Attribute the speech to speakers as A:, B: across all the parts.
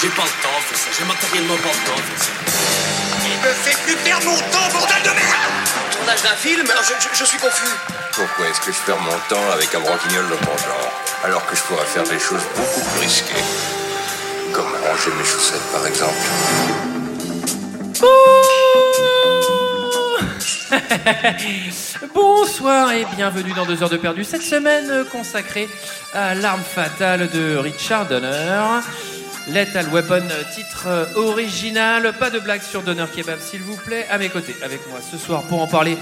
A: J'ai pas le temps pour ça, j'ai matériellement pas le temps pour ça.
B: Il me fait plus perdre mon temps, bordel de merde
C: Tournage d'un film Alors je, je- je suis confus.
D: Pourquoi est-ce que je perds mon temps avec un broquignol de mon genre alors que je pourrais faire des choses beaucoup plus risquées Comme ranger mes chaussettes par exemple.
E: Bonsoir et bienvenue dans 2 heures de perdu, cette semaine euh, consacrée à l'arme fatale de Richard Donner. Lethal Weapon, euh, titre euh, original, pas de blague sur Donner Kebab s'il vous plaît, à mes côtés, avec moi ce soir pour en parler,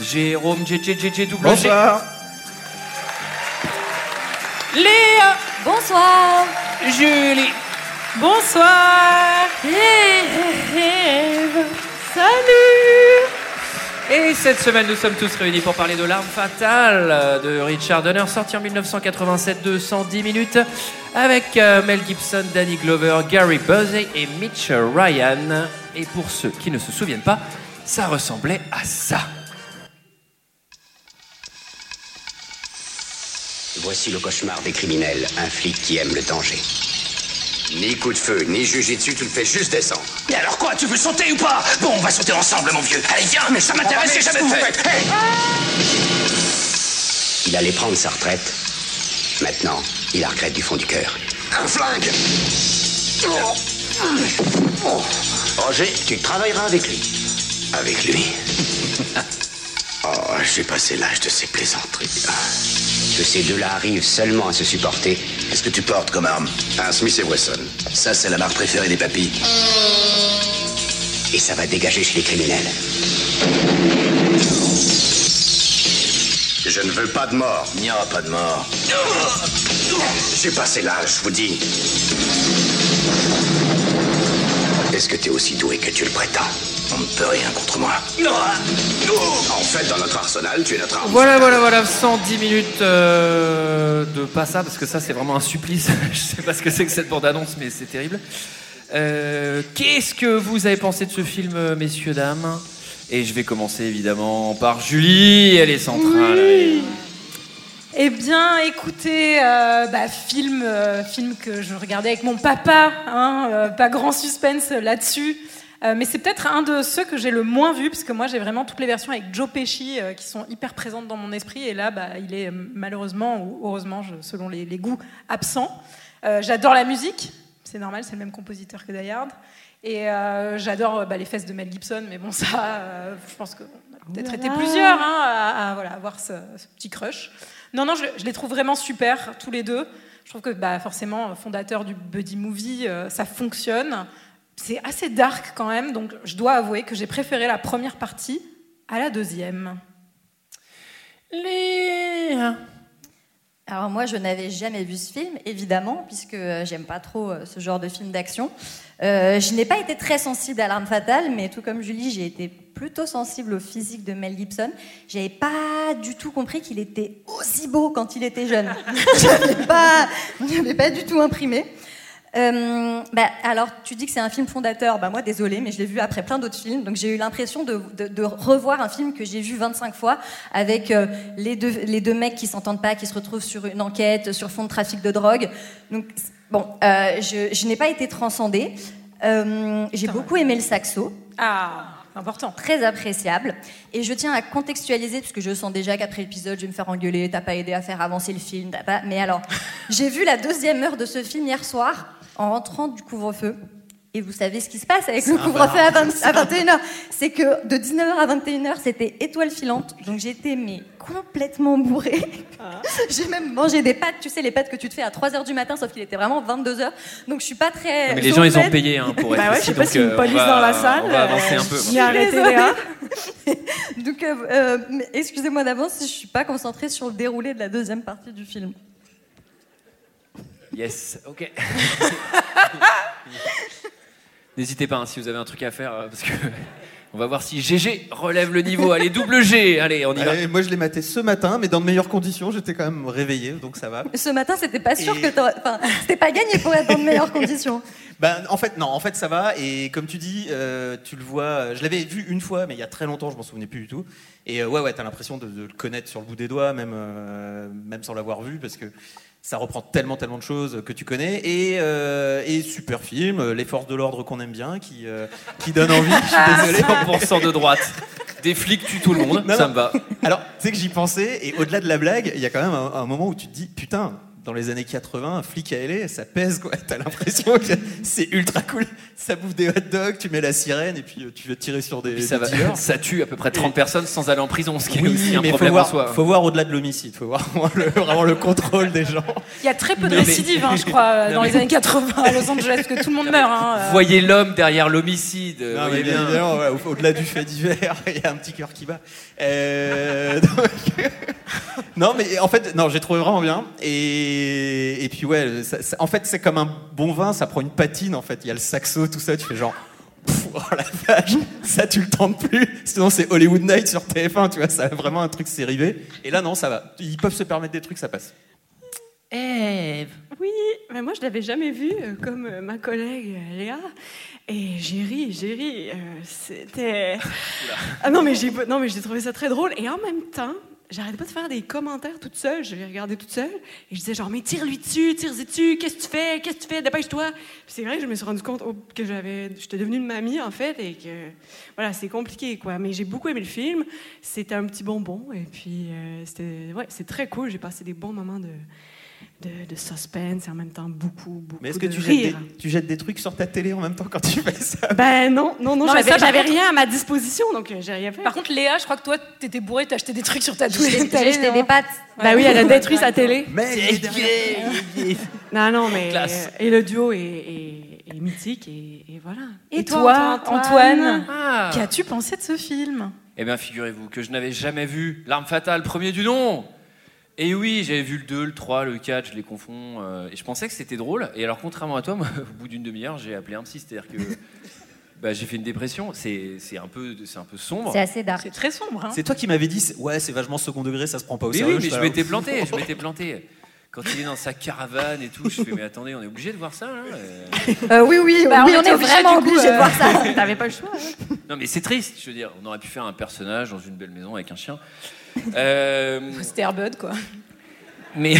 E: Jérôme JJJJ double G.
F: Bonsoir.
E: Léa,
G: Bonsoir.
E: Julie,
H: Bonsoir Salut
E: Et cette semaine, nous sommes tous réunis pour parler de l'arme fatale euh, de Richard Donner, sorti en 1987 de 110 minutes, avec euh, Mel Gibson, Danny Glover, Gary Busey et Mitch Ryan. Et pour ceux qui ne se souviennent pas, ça ressemblait à ça.
I: Voici le cauchemar des criminels, un flic qui aime le danger. Ni coup de feu, ni jujitsu, tu le fais juste descendre.
B: Mais alors quoi, tu veux sauter ou pas Bon, on va sauter ensemble, mon vieux. Allez, viens, mais ça m'intéresse,
I: m'intéresse,
B: j'ai
I: j'ai
B: jamais
I: jamais
B: fait.
I: fait. Il allait prendre sa retraite. Maintenant, il la regrette du fond du cœur.
B: un flingue
I: Roger, tu travailleras avec lui.
B: Avec lui. oh, j'ai passé l'âge de ces plaisanteries.
I: Ah. Que ces deux-là arrivent seulement à se supporter.
B: Qu'est-ce que tu portes comme arme
I: Un Smith et Wesson.
B: Ça, c'est la marque préférée des papilles.
I: Et ça va dégager chez les criminels.
B: Je ne veux pas de mort. Il n'y aura pas de mort. J'ai passé l'âge, je vous dis.
I: Est-ce que t'es aussi doué que tu le prétends
B: On ne peut rien contre moi. En fait, dans notre arsenal, tu es notre arme.
E: Voilà, voilà, voilà, 110 minutes euh, de pas ça, parce que ça c'est vraiment un supplice. Je sais pas ce que c'est que cette bande-annonce, mais c'est terrible. Euh, Qu'est-ce que vous avez pensé de ce film, euh, messieurs, dames Et je vais commencer évidemment par Julie, elle est centrale.
H: Eh bien, écoutez, euh, bah, film, euh, film que je regardais avec mon papa, hein, euh, pas grand suspense là-dessus. Euh, mais c'est peut-être un de ceux que j'ai le moins vu, parce que moi j'ai vraiment toutes les versions avec Joe Pesci euh, qui sont hyper présentes dans mon esprit. Et là, bah, il est euh, malheureusement ou heureusement, je- selon les, les goûts, absent. Euh, j'adore la musique, c'est normal, c'est le même compositeur que Die Hard. Et euh, j'adore euh, bah, les fesses de Mel Gibson, mais bon, ça, euh, je pense qu'on a peut-être été plusieurs hein, à, à, voilà, avoir ce, ce petit crush. Non, non, je, je les trouve vraiment super, tous les deux. Je trouve que bah, forcément, fondateur du Buddy Movie, euh, ça fonctionne. C'est assez dark quand même, donc je dois avouer que j'ai préféré la première partie à la deuxième.
E: Léa.
G: Alors moi, je n'avais jamais vu ce film, évidemment, puisque euh, j'aime pas trop euh, ce genre de film d'action. Euh, je n'ai pas été très sensible à l'arme fatale, mais tout comme Julie, j'ai été plutôt sensible au physique de Mel Gibson. J'avais pas du tout compris qu'il était aussi beau quand il était jeune. J'avais pas, j'avais pas du tout imprimé. Euh, bah, alors, tu dis que c'est un film fondateur. Bah, moi, désolé, mais je l'ai vu après plein d'autres films. Donc, j'ai eu l'impression de, de- de revoir un film que j'ai vu 25 fois avec euh, les, deux, les deux mecs qui s'entendent pas, qui se retrouvent sur une enquête, sur fond de trafic de drogue. Donc, c'est- bon, euh, je, je n'ai pas été transcendée. Euh, j'ai beaucoup aimé le saxo
H: Ah, c'est important.
G: très appréciable. Et je tiens à contextualiser, puisque je sens déjà qu'après l'épisode, je vais me faire engueuler, t'as pas aidé à faire avancer le film, t'as pas... Mais alors, j'ai vu la deuxième heure de ce film hier soir, en rentrant du couvre-feu. Et vous savez ce qui se passe avec le couvre-feu à, 20 à 21h C'est que de 19h à 21h, c'était étoile filante. Donc j'étais mais complètement bourrée.
E: Ah.
G: J'ai même mangé des pâtes, tu sais, les pâtes que tu te fais à 3h du matin, sauf qu'il était vraiment 22h. Donc je suis pas très.
E: Mais les gens, ils ont
G: zombette.
E: payé hein, pour être
H: Bah ouais, je
E: ici,
H: sais pas
E: donc
H: s'il y a une
E: euh, on
H: police
E: va-
H: dans la salle,
E: On va
H: euh,
E: avancer un peu.
H: Il a arrêté Léa.
G: Donc, euh, euh, mais excusez-moi d'avance si je suis pas concentrée sur le déroulé de la deuxième partie du film.
E: Yes, ok. N'hésitez pas hein, si vous avez un truc à faire, euh, parce que On va voir si GG relève le niveau. Allez, double G. Allez, on y va.
F: Allez, moi je l'ai maté ce matin, mais dans de meilleures conditions, j'étais quand même réveillé, donc ça va.
G: Ce matin, c'était pas sûr
F: Et-
G: que t'aurais- enfin, c'était pas gagné pour être dans de meilleures conditions.
F: Ben, en fait, non, en fait, ça va. Et comme tu dis, euh, tu le vois. euh, Je l'avais vu une fois, mais il y a très longtemps, je m'en souvenais plus du tout. Et euh, ouais, ouais, t'as l'impression de, de le connaître sur le bout des doigts, même, euh, même sans l'avoir vu, parce que ça reprend tellement, tellement de choses que tu connais. Et, euh, et super film, euh, les forces de l'ordre qu'on aime bien, qui, euh, qui donne envie. Je
E: Ah.
F: suis désolé.
E: 100% de droite. Des flics tuent tout le monde.
F: Non,
E: ça
F: non.
E: me va.
F: Alors, tu sais que j'y pensais, et au-delà de la blague, il y a quand même un, un moment où tu te dis, putain, dans les années 80, un flic à LA, ça pèse, quoi. T'as l'impression que c'est ultra cool. Ça bouffe des hot dogs, tu mets la sirène, et puis euh, tu vas tirer sur des,
E: Puis ça,
F: des
E: va-
F: dealers.
E: ça tue à peu près 30 personnes sans aller en prison, ce qui est
F: Oui,
E: aussi un
F: mais faut
E: problème en
F: voir,
E: soi.
F: faut voir au-delà de l'homicide, faut voir vraiment le, vraiment le contrôle des gens.
H: Il y a très peu de
E: Non, mais-
H: récidives, hein, je crois,
E: Non,
H: dans
E: mais-
H: les années 80 à Los Angeles, que tout le monde meurt. hein, euh.
E: Voyez l'homme derrière l'homicide. euh,
F: Non, mais
E: voyez
F: bien
E: bien.
F: évidemment, ouais, au- au-delà du fait divers, il y a un petit cœur qui bat. Euh, donc- non, mais en fait, non, j'ai trouvé vraiment bien. Et, et puis ouais, ça- ça- en fait, c'est comme un bon vin, ça prend une patine. En fait, il y a le saxo, tout ça. Tu fais genre, pff, oh la vache, ça tu le tentes plus. Sinon, c'est Hollywood Night sur TF1, tu vois. Ça a vraiment un truc dérivé. Et là, non, ça va. Ils peuvent se permettre des trucs, ça passe.
J: Oui, mais moi je l'avais jamais vu euh, comme euh, ma collègue euh, Léa. Et j'ai ri, j'ai ri. euh, C'était. Ah non, mais j'ai non, mais j'ai trouvé ça très drôle. Et en même temps, j'arrêtais pas de faire des commentaires toute seule. Je les regardais toute seule. Et je disais genre, mais tire-lui dessus, tire-lui dessus, qu'est-ce que tu fais, qu'est-ce que tu fais, dépêche-toi. Puis c'est vrai que je me suis rendu compte oh, que j'avais. J'étais devenue une mamie en fait. Et que. Voilà, c'est compliqué quoi. Mais j'ai beaucoup aimé le film. C'était un petit bonbon. Et puis, euh, c'était. Ouais, c'est très cool. J'ai passé des bons moments de de, de suspense et en même temps beaucoup, beaucoup
F: Mais est-ce que
J: de
F: tu jettes,
J: rire.
F: des, tu jettes des trucs sur ta télé en même temps quand tu fais ça
J: Ben non, non, non,
H: Non, mais
J: j'avais
H: ça, par
J: j'avais
H: contre-
J: rien à ma disposition, donc euh, j'ai rien fait.
H: Par contre, Léa, je crois que toi, t'étais bourrée, t'as acheté des trucs sur ta
G: J'ai
H: télé. Bah
G: j'ai jeté des pattes.
J: ben oui, elle a détruit sa télé.
F: Mais derrière-
J: Non, non, mais
E: Classe.
J: euh, et le duo est, est- est mythique et, et voilà.
H: Et toi, Antoine,
E: Ah.
H: qu'as-tu pensé de ce film
E: Eh bien, figurez-vous que je n'avais jamais vu L'arme fatale, premier du nom. Et oui, j'avais vu le 2, le 3, le 4, je les confonds. euh, et je pensais que c'était drôle. Et alors, contrairement à toi, moi, au bout d'une demi-heure, j'ai appelé un psy. C'est-à-dire que bah, j'ai fait une dépression. C'est c'est un, peu- c'est un peu sombre.
G: C'est assez dark.
H: C'est très sombre. hein.
F: C'est toi qui m'avais dit, c'est- ouais, c'est vachement second degré, ça se prend pas au
E: Mais oui,
F: sérieux.
E: mais je
F: fais,
E: m'étais planté, je m'étais planté. Quand il est dans sa caravane et tout, je fais mais attendez, on est obligé de voir ça là Euh,
G: Euh, oui, oui,
H: Bah,
G: oui,
H: on
G: on,
H: était
G: est
H: obligé,
G: vraiment
H: du coup,
G: obligé
H: euh,
G: de voir ça.
J: T'avais pas le choix. hein.
E: Non mais c'est triste, je veux dire, on aurait pu faire un personnage dans une belle maison avec un chien. Euh,
H: C'était Airbud, quoi.
E: mais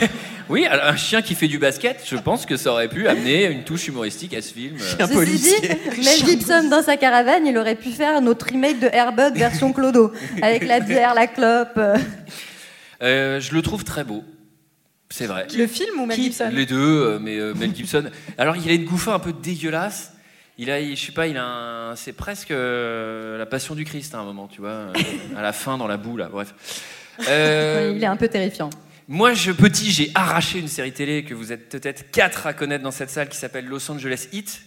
E: oui, alors, un chien qui fait du basket, je pense que ça aurait pu amener une touche humoristique à ce film.
F: Un
G: Ceci dit,
F: policier.
G: Mel Gibson dans sa caravane, il aurait pu faire notre remake de Airbud version Clodo, avec la bière, la clope. euh.
E: Euh, je le trouve très beau, c'est vrai.
H: Le film ou Mel Gibson
E: Les deux, euh, mais euh, Mel Gibson. Alors, il a une gouffe un peu dégueulasse. Il a, il- je sais pas, il a un- c'est presque euh, la passion du Christ à un moment, tu vois, euh, à la fin dans la boue là. Bref. Euh,
G: Il est un peu terrifiant.
E: moi, je petit, j'ai arraché une série télé que vous êtes peut-être quatre à connaître dans cette salle qui s'appelle Los Angeles Heat,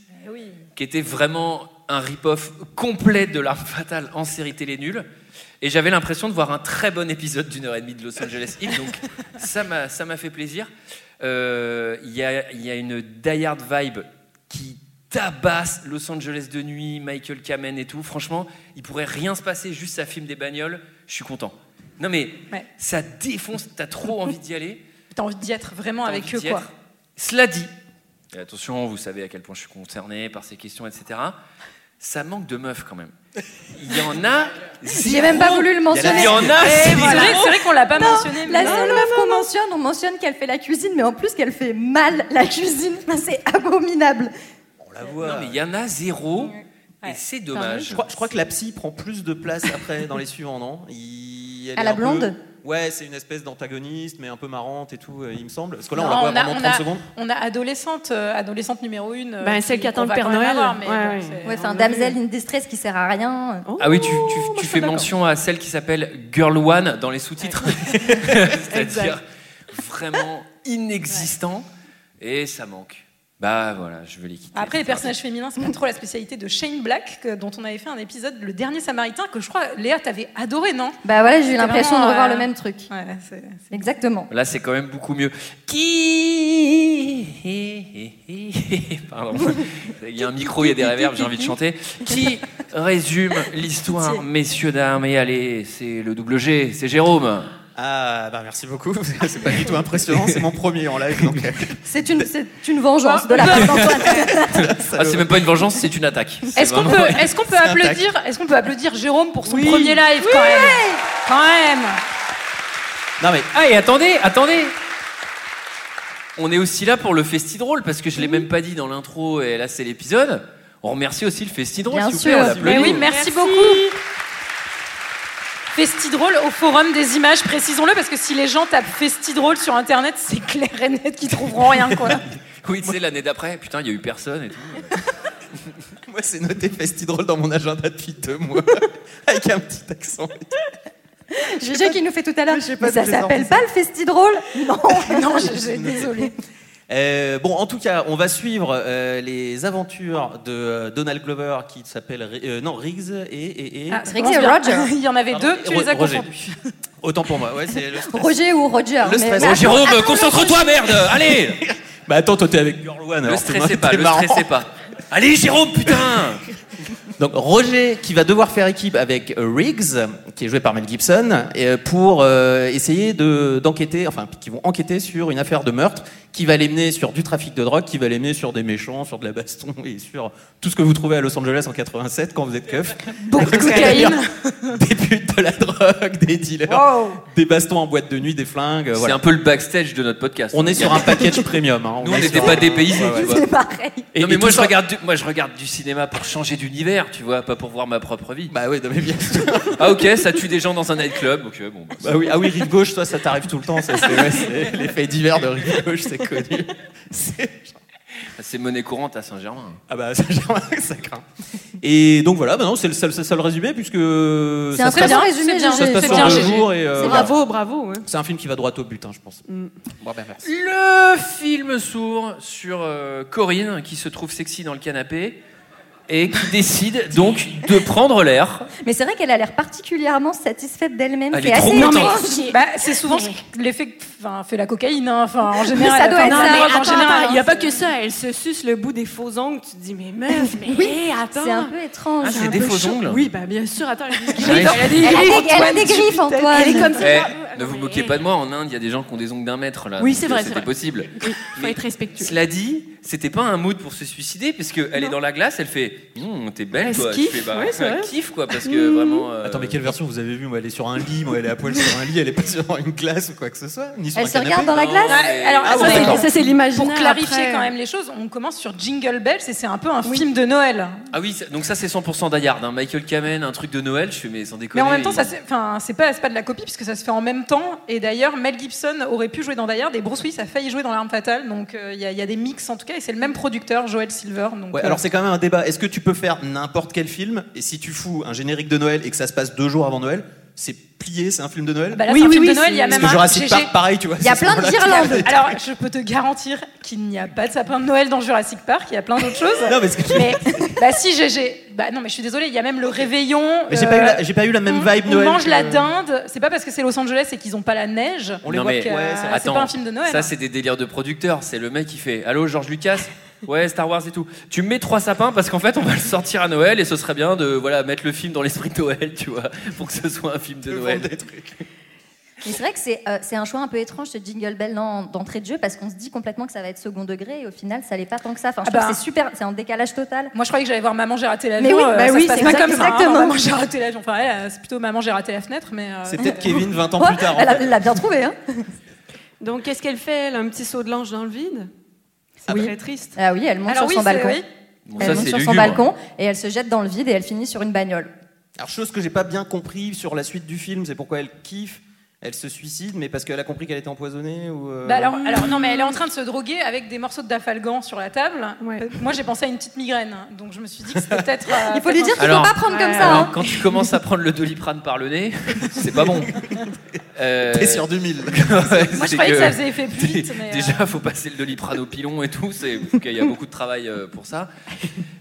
E: qui était vraiment un rip-off complet de l'arme fatale en série télé nulle. Et j'avais l'impression de voir un très bon épisode d'une heure et demie de Los Angeles Heat, donc ça m'a ça m'a fait plaisir. Euh, Il y, a, il y a une die-hard vibe qui tabasse Los Angeles de nuit, Michael Kamen et tout. Franchement, il pourrait rien se passer, juste ça filme des bagnoles. Je suis content. Non mais
H: Ouais.
E: ça défonce, t'as trop envie d'y aller.
H: T'as envie d'y être vraiment
E: t'as
H: avec
E: envie
H: eux,
E: d'y
H: quoi.
E: être. Cela dit, et attention, vous savez à quel point je suis concerné par ces questions, etc. Ça manque de meufs quand même. Il y en a.
G: J'ai même pas voulu le mentionner.
E: Il y en a.
H: C'est
E: zéro.
H: vrai, c'est vrai qu'on l'a pas mentionné.
G: La
H: mais-
G: seule meuf qu'on mentionne, on mentionne qu'elle fait la cuisine, mais en plus qu'elle fait mal la cuisine. Enfin, C'est abominable.
F: On la
E: Non
F: voit.
E: mais il y en a zéro. Et
H: Ouais.
E: c'est dommage.
F: Je crois, je crois que la psy prend plus de place après dans les suivants, non Il- elle
G: À
F: est
G: la
F: un peu-
G: blonde
F: Ouais, c'est une espèce d'antagoniste, mais un peu marrante et tout, euh, il me semble. Parce que là, on
H: Non,
F: la voit
H: on a-
F: vraiment
H: on
F: 30
H: a-
F: secondes.
H: on a adolescente, euh, adolescente numéro une. euh,
J: Ben, celle qui attend
H: qu'on
J: le
H: va
J: Père
H: quand même
J: Noël.
H: avoir, mais
J: Ouais,
H: bon,
J: ouais.
H: c'est-
G: Ouais,
H: on
G: enfin,
H: a
G: damsel
H: vu.
G: in distress qui sert à rien.
J: Oh,
E: Ah oui, tu, tu-
J: moi, je
E: tu
J: suis
E: fais
J: d'accord.
E: mention à celle qui s'appelle Girl One dans les sous-titres. C'est-à-dire
J: Exact.
E: vraiment inexistant. Et ça manque. bah voilà, je veux les quitter.
H: Après, les personnages féminins, c'est pas trop la spécialité de Shane Black, que- dont on avait fait un épisode, Le Dernier Samaritain, que je crois, Léa, t'avais adoré, non
G: Bah voilà, j'ai eu
H: C'était
G: l'impression de
H: vraiment,
G: revoir
H: euh,
G: le même truc.
H: Ouais, c'est-
G: Exactement.
E: Là, c'est quand même beaucoup mieux. Qui Pardon. Il y a un micro, il y a des réverbes, j'ai envie de chanter. Qui résume l'histoire, messieurs, dames Et allez, c'est le double G, c'est Jérôme.
F: Ah, bah merci beaucoup. C'est pas du tout impressionnant. C'est mon premier en live. Donc, euh,
G: C'est une, c'est une vengeance de la part d'Antoine.
E: Ah, c'est même pas une vengeance, c'est une attaque. C'est
H: Est-ce qu'on
E: vraiment-
H: peut, est-ce qu'on peut
F: C'est un tac.
H: applaudir, est-ce qu'on peut applaudir Jérôme pour son premier live quand même Quand même.
F: non mais
E: Ah, et attendez, attendez On est aussi là pour le festi drôle, parce que je l'ai même pas dit dans l'intro, et là, c'est l'épisode. On remercie aussi le festi drôle,
G: Bien
E: s'il vous plaît,
G: sûr.
E: on
H: Mais
E: l'applaudit.
H: oui, merci, beaucoup. Festi drôle au forum des images, précisons-le, parce que si les gens tapent Festi drôle sur internet, c'est clair et net qu'ils trouveront rien quoi.
E: Oui, tu sais, l'année d'après, putain, il y a eu personne et tout.
F: moi c'est noté festi drôle dans mon agenda depuis deux mois avec un petit accent. et tout.
G: Je sais qu'il nous fait tout à l'heure.
F: sais pas
G: Mais ça
F: si les
G: s'appelle
F: enfants-
G: pas le festi drôle Non,
H: non, je- je- désolée.
F: Euh, bon, en tout cas, on va suivre euh, les aventures de euh, Donald Glover qui s'appelle Ri- euh, non Riggs et, et, et-
H: Ah, ça
G: Ricky et
H: commence bien.
G: Roger.
H: Il y en avait
F: Pardon,
H: deux, tu les as
F: Ro- Roger.
H: confondus.
F: Autant pour moi. Ouais, c'est le stress.
G: Roger ou Roger. mais-
F: Le stress.
G: mais
F: Roger.
G: attends,
E: Jérôme, concentre-toi, merde Allez
F: Bah attends, toi t'es avec Girl One.
E: Le
F: alors, t'es
E: stressez pas,
F: t'es
E: le
F: marrant.
E: stressez pas. Allez, Jérôme, putain
F: Donc Roger qui va devoir faire équipe avec euh, Riggs, qui est joué par Mel Gibson, et, euh, pour euh, essayer de d'enquêter, enfin qui vont enquêter sur une affaire de meurtre qui va les mener sur du trafic de drogue, qui va les mener sur des méchants, sur de la baston et sur tout ce que vous trouvez à Los Angeles en 87 quand vous êtes keuf.
H: Beaucoup de cocaïne.
F: des putes de la drogue, des dealers, des bastons en boîte de nuit, des flingues. euh,
E: C'est
F: voilà.
E: un peu le backstage de notre podcast.
F: On est sur un package premium. hein,
E: Nous, on
F: est
E: n'était
F: sur
E: pas
F: un-
E: des pays.
F: Ouais, ouais.
E: tu vois.
G: C'est pareil.
F: Et-
E: non, mais
F: et
E: moi
F: tout
E: je,
F: ça-
E: regarde du, moi, je regarde du cinéma pour changer d'univers, tu vois, pas pour voir ma propre vie.
F: Bah oui, non, mais bien sûr.
E: Ah, ok, ça tue des gens dans un nightclub. ok, bon, bah,
F: Bah oui, ah oui, rive gauche, toi, ça t'arrive tout le temps. ça, c'est- ouais, c'est- L'effet divers de rive gauche, c'est connu. C'est-
E: c'est monnaie courante à Saint-Germain.
F: Ah bah, ça, j'ai- ça craint. Et donc voilà, maintenant, c'est le seul, seul- seul résumé, puisque.
G: C'est
F: ça
G: un très
F: se passe-
G: bien
H: bien,
G: résumé,
H: c'est bien,
F: Ça se
G: Gégé.
F: passe
H: c'est
F: sur
H: bien,
F: deux
H: Gégé.
F: jours et. euh, voilà.
J: Bravo, bravo. hein.
F: C'est un film qui va droit au but, hein, je pense. Bon, bah, merci.
E: Le film s'ouvre sur euh, Corinne qui se trouve sexy dans le canapé et qui décide donc de prendre l'air.
G: Mais c'est vrai qu'elle a l'air particulièrement satisfaite d'elle-même.
E: Elle
G: C'est
E: est trop
G: assez
E: contente.
G: étrange.
H: Bah, c'est souvent ce que- l'effet que enfin, fait la cocaïne, hein. enfin, en général.
G: ça doit
H: enfin,
G: être
H: non,
G: ça.
H: mais
G: Mais
H: en
G: attends,
H: général,
G: attends.
J: Il
H: il y
J: n'y
H: a-
J: a pas que ça, elle se suce le bout des faux ongles. Tu te dis, mais meuf, mais hé, attends.
G: C'est un peu étrange.
E: Ah, c'est des faux
J: chaud.
E: ongles
J: Oui, bah bien sûr, attends, elle est
E: Ouais.
J: elle a des
G: Elle a
J: griffes,
G: des- elle a
J: Antoine,
G: des
J: tu-
G: griffes, Antoine.
J: Elle est comme ça.
E: Eh,
J: Ah,
E: ne vous
J: mais-
E: moquez pas de moi, en Inde, il y a des gens qui ont des ongles d'un mètre là.
J: Oui,
E: donc,
J: c'est
E: euh,
J: vrai, c'est
E: C'était
J: vrai.
E: possible.
J: Oui, faut être respectueux.
E: Cela dit, c'était pas un mood pour se suicider, parce qu'elle est dans la glace, elle fait Hum, T'es belle,
J: Elle se
E: toi.
J: kiffe,
E: Je fais, bah,
J: ouais, c'est
E: elle
J: vrai. Mmh.
E: kiffe, quoi, parce que vraiment.
G: Bah,
E: euh,
F: Attends, mais quelle version vous avez vue Moi, elle est sur un lit, moi, elle est à poil sur un lit, elle est pas sur une glace ou quoi que ce soit, ni sur
G: Elle
F: un
G: se
F: canapé.
G: regarde dans la
E: Non,
G: glace
E: mais-
H: Alors,
F: Ah
H: ça,
F: bon,
H: c'est-
F: d'accord.
J: Ça, c'est l'imaginaire.
H: pour clarifier
J: après.
H: quand même les choses, on commence sur Jingle Bells et c'est un peu un film de Noël.
E: Ah oui, ça- donc ça c'est 100% Dayard, hein. Michael Kamen, un truc de Noël, je fais mais sans
H: Mais
E: déconner.
H: en même temps,
E: il-
H: ça, c'est- enfin, c'est pas, c'est pas de la copie puisque ça se fait en même temps. Et d'ailleurs, Mel Gibson aurait pu jouer dans Die Hard et Bruce Willis a failli jouer dans L'Arme Fatale. Donc euh, il y, a- il y a des mix en tout cas et c'est le même producteur, Joel Silver. Donc,
F: Ouais,
H: euh,
F: alors c'est quand même un débat. Est-ce que tu peux faire n'importe quel film et si tu fous un générique de Noël et que ça se passe deux jours avant Noël, c'est plié, c'est un film de Noël
H: bah là,
J: Oui,
H: c'est un
J: oui,
H: film
J: oui,
H: de Noël, il y a
J: c'est-
H: même
F: Parce que
H: un
F: Jurassic
H: GG.
F: Park, pareil, tu vois.
G: Il y a
F: c'est
G: plein de
F: voilà.
G: d'Irlande.
H: Alors je peux te garantir qu'il n'y a pas de sapin de Noël dans Jurassic Park, il y a plein d'autres choses.
F: Non, mais c'est-
H: Mais bah si GG, bah non mais je suis désolée, il y a même le réveillon.
F: Mais j'ai
H: euh,
F: pas, eu la- j'ai pas eu la même
G: hmm,
H: Mmh, on,
F: vibe
H: on
F: Noël.
H: mange
F: que-
H: la dinde, c'est pas parce que c'est Los Angeles et qu'ils ont pas la neige.
F: On les
E: Non,
F: voit
E: mais-
F: que-
H: ouais,
F: c'est
H: euh, c'est
F: vrai.
E: Attends,
H: pas un film de Noël. hein.
E: Ça euh, c'est des délires de producteurs, c'est le mec qui fait Allô Georges Lucas Ouais, Star Wars et tout. Tu mets trois sapins parce qu'en fait on va le sortir à Noël et ce serait bien de voilà mettre le film dans l'esprit de Noël, tu vois, pour que ce soit un film de
F: Ils vendent
E: Noël.
F: des trucs.
G: Mais c'est vrai que c'est euh, c'est un choix un peu étrange ce jingle bell d'en- d'entrée de jeu parce qu'on se dit complètement que ça va être second degré et au final ça l'est pas tant que ça. Enfin, je
H: Ah
G: trouve
H: bah.
G: que c'est super, c'est en décalage total.
H: Moi, je croyais que j'allais voir Maman, j'ai raté l'avion.
G: Mais oui,
H: euh,
G: bah
H: ça
G: oui,
H: se passe
G: c'est
H: pas
G: exact-
H: comme ça. hein.
G: exactement.
H: Maman, j'ai raté l'avion. Enfin, elle, euh, c'est plutôt Maman, j'ai raté la fenêtre, mais. euh,
F: C'est peut-être Kevin 20 ans
G: Oh,
F: plus tard. en
G: elle, a-
F: fait.
G: elle l'a bien trouvé, hein
J: Donc, qu'est-ce qu'elle fait elle? Un petit saut de l'ange dans le vide C'est
G: Oui.
J: très triste.
G: Ah oui, elle monte
H: Alors
G: sur
H: oui,
G: son
H: c'est-
G: balcon.
H: oui.
E: Bon,
G: Elle
E: ça,
G: monte
E: c'est hein.
G: sur son
E: lugubre.
G: balcon et elle se jette dans le vide et elle finit sur une bagnole.
F: Alors, chose que j'ai pas bien compris sur la suite du film, c'est pourquoi elle kiffe. Elle se suicide, mais parce qu'elle a compris qu'elle était empoisonnée ou. euh,
H: Bah alors, alors, non, mais elle est en train de se droguer avec des morceaux de dafalgan sur la table. Euh, Moi, j'ai pensé à une petite migraine, hein, donc je me suis dit que c'était peut-être. euh,
G: Ah, Il faut lui dire
H: peut-être
G: qu'il ne faut
E: Alors- euh,
G: pas prendre comme
H: Ouais,
G: ça.
E: Alors,
G: hein.
E: quand tu commences à prendre le doliprane par le nez, c'est pas bon. Euh,
F: T'es sur 2000.
E: ouais,
H: Moi, je
E: c'est
H: croyais que
E: que-
H: ça faisait effet plus vite, mais. euh,
E: Déjà, faut passer le doliprane au pilon et tout. C'est il y a beaucoup de travail euh, pour ça.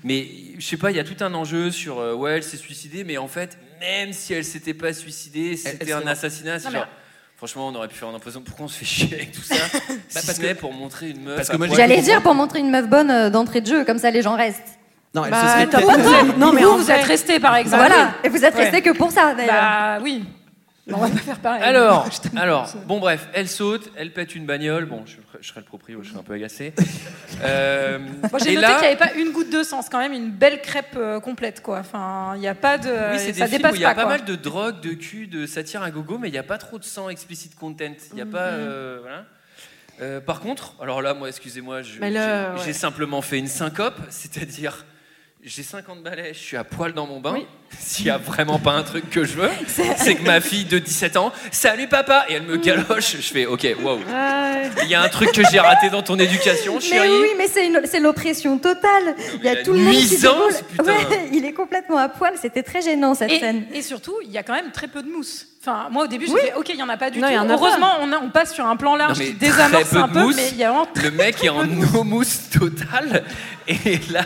E: Mais je sais pas, il y a tout un enjeu sur euh, ouais, elle s'est suicidée, mais en fait, même si elle s'était pas suicidée,
F: elle
E: c'était
F: serait
E: un
F: morte.
E: assassinat. C'est
H: Non, mais-
E: genre, franchement, on aurait pu faire un impression. Pourquoi on se fait chier avec tout ça si
F: Bah, parce
E: ce
F: que-
E: n'est pour montrer une meuf.
F: parce que
E: à
F: moi,
E: poil.
F: j'ai-
G: J'allais dire pour montrer une meuf bonne euh, d'entrée de jeu, comme ça les gens restent.
F: Non, elle se
H: Bah,
F: serait
H: attends,
F: peut-être-
H: vous êtes- non, mais vous,
G: en Bah,
H: vous êtes resté par exemple.
G: voilà, et vous êtes restés que pour ça d'ailleurs.
H: Bah oui. Bon, on va pas faire pareil.
E: Alors,
H: Je t'aime.
E: alors, bon bref, elle saute, elle pète une bagnole. Bon, je, je serais le proprio, je serais un peu agacé. Euh,
H: Moi,
E: et
H: j'ai noté
E: là-
H: qu'il n'y avait pas une goutte de sang. C'est quand même une belle crêpe euh, complète, quoi. Enfin, il n'y a pas de.
E: Oui, c'est des
H: Euh, ça
E: films
H: dépasse
E: où il y a pas,
H: quoi.
E: mal de drogue, de cul, de satire à gogo, mais il n'y a pas trop de sang explicit content. Il y a pas. euh, voilà. Euh, par contre, alors là, moi, excusez-moi, je-
J: Mais
E: j'ai
J: là, ouais.
E: j'ai simplement fait une syncope, c'est-à-dire. J'ai 50 balais, je suis à poil dans mon bain. S'il n'y a vraiment pas un truc que je veux, c'est que ma fille de 17 ans, salut papa Et elle me galoche, je fais ok, waouh.
J: Ah,
E: Il y a un truc que j'ai raté dans ton éducation,
G: Mais
E: chérie.
G: oui, mais c'est une- c'est l'oppression totale. Il y a
E: la
G: tout le monde qui
E: nuisance,
G: déboule.
E: putain.
G: Ouais, il est complètement à poil. C'était très gênant cette scène.
H: Et, et surtout, il y a quand même très peu de mousse. Enfin, moi au début, j'ai
G: Oui.
H: fait OK, il y en a pas du
J: Non, il y
H: tout.
J: en a pas.
H: Heureusement, on, a- on passe sur un plan large
E: Non, mais
H: qui désamorce
E: très peu
H: un
E: de
H: peu,
E: mousse.
H: mais il y a vraiment
E: Le mec est en no-mousse total. Et là,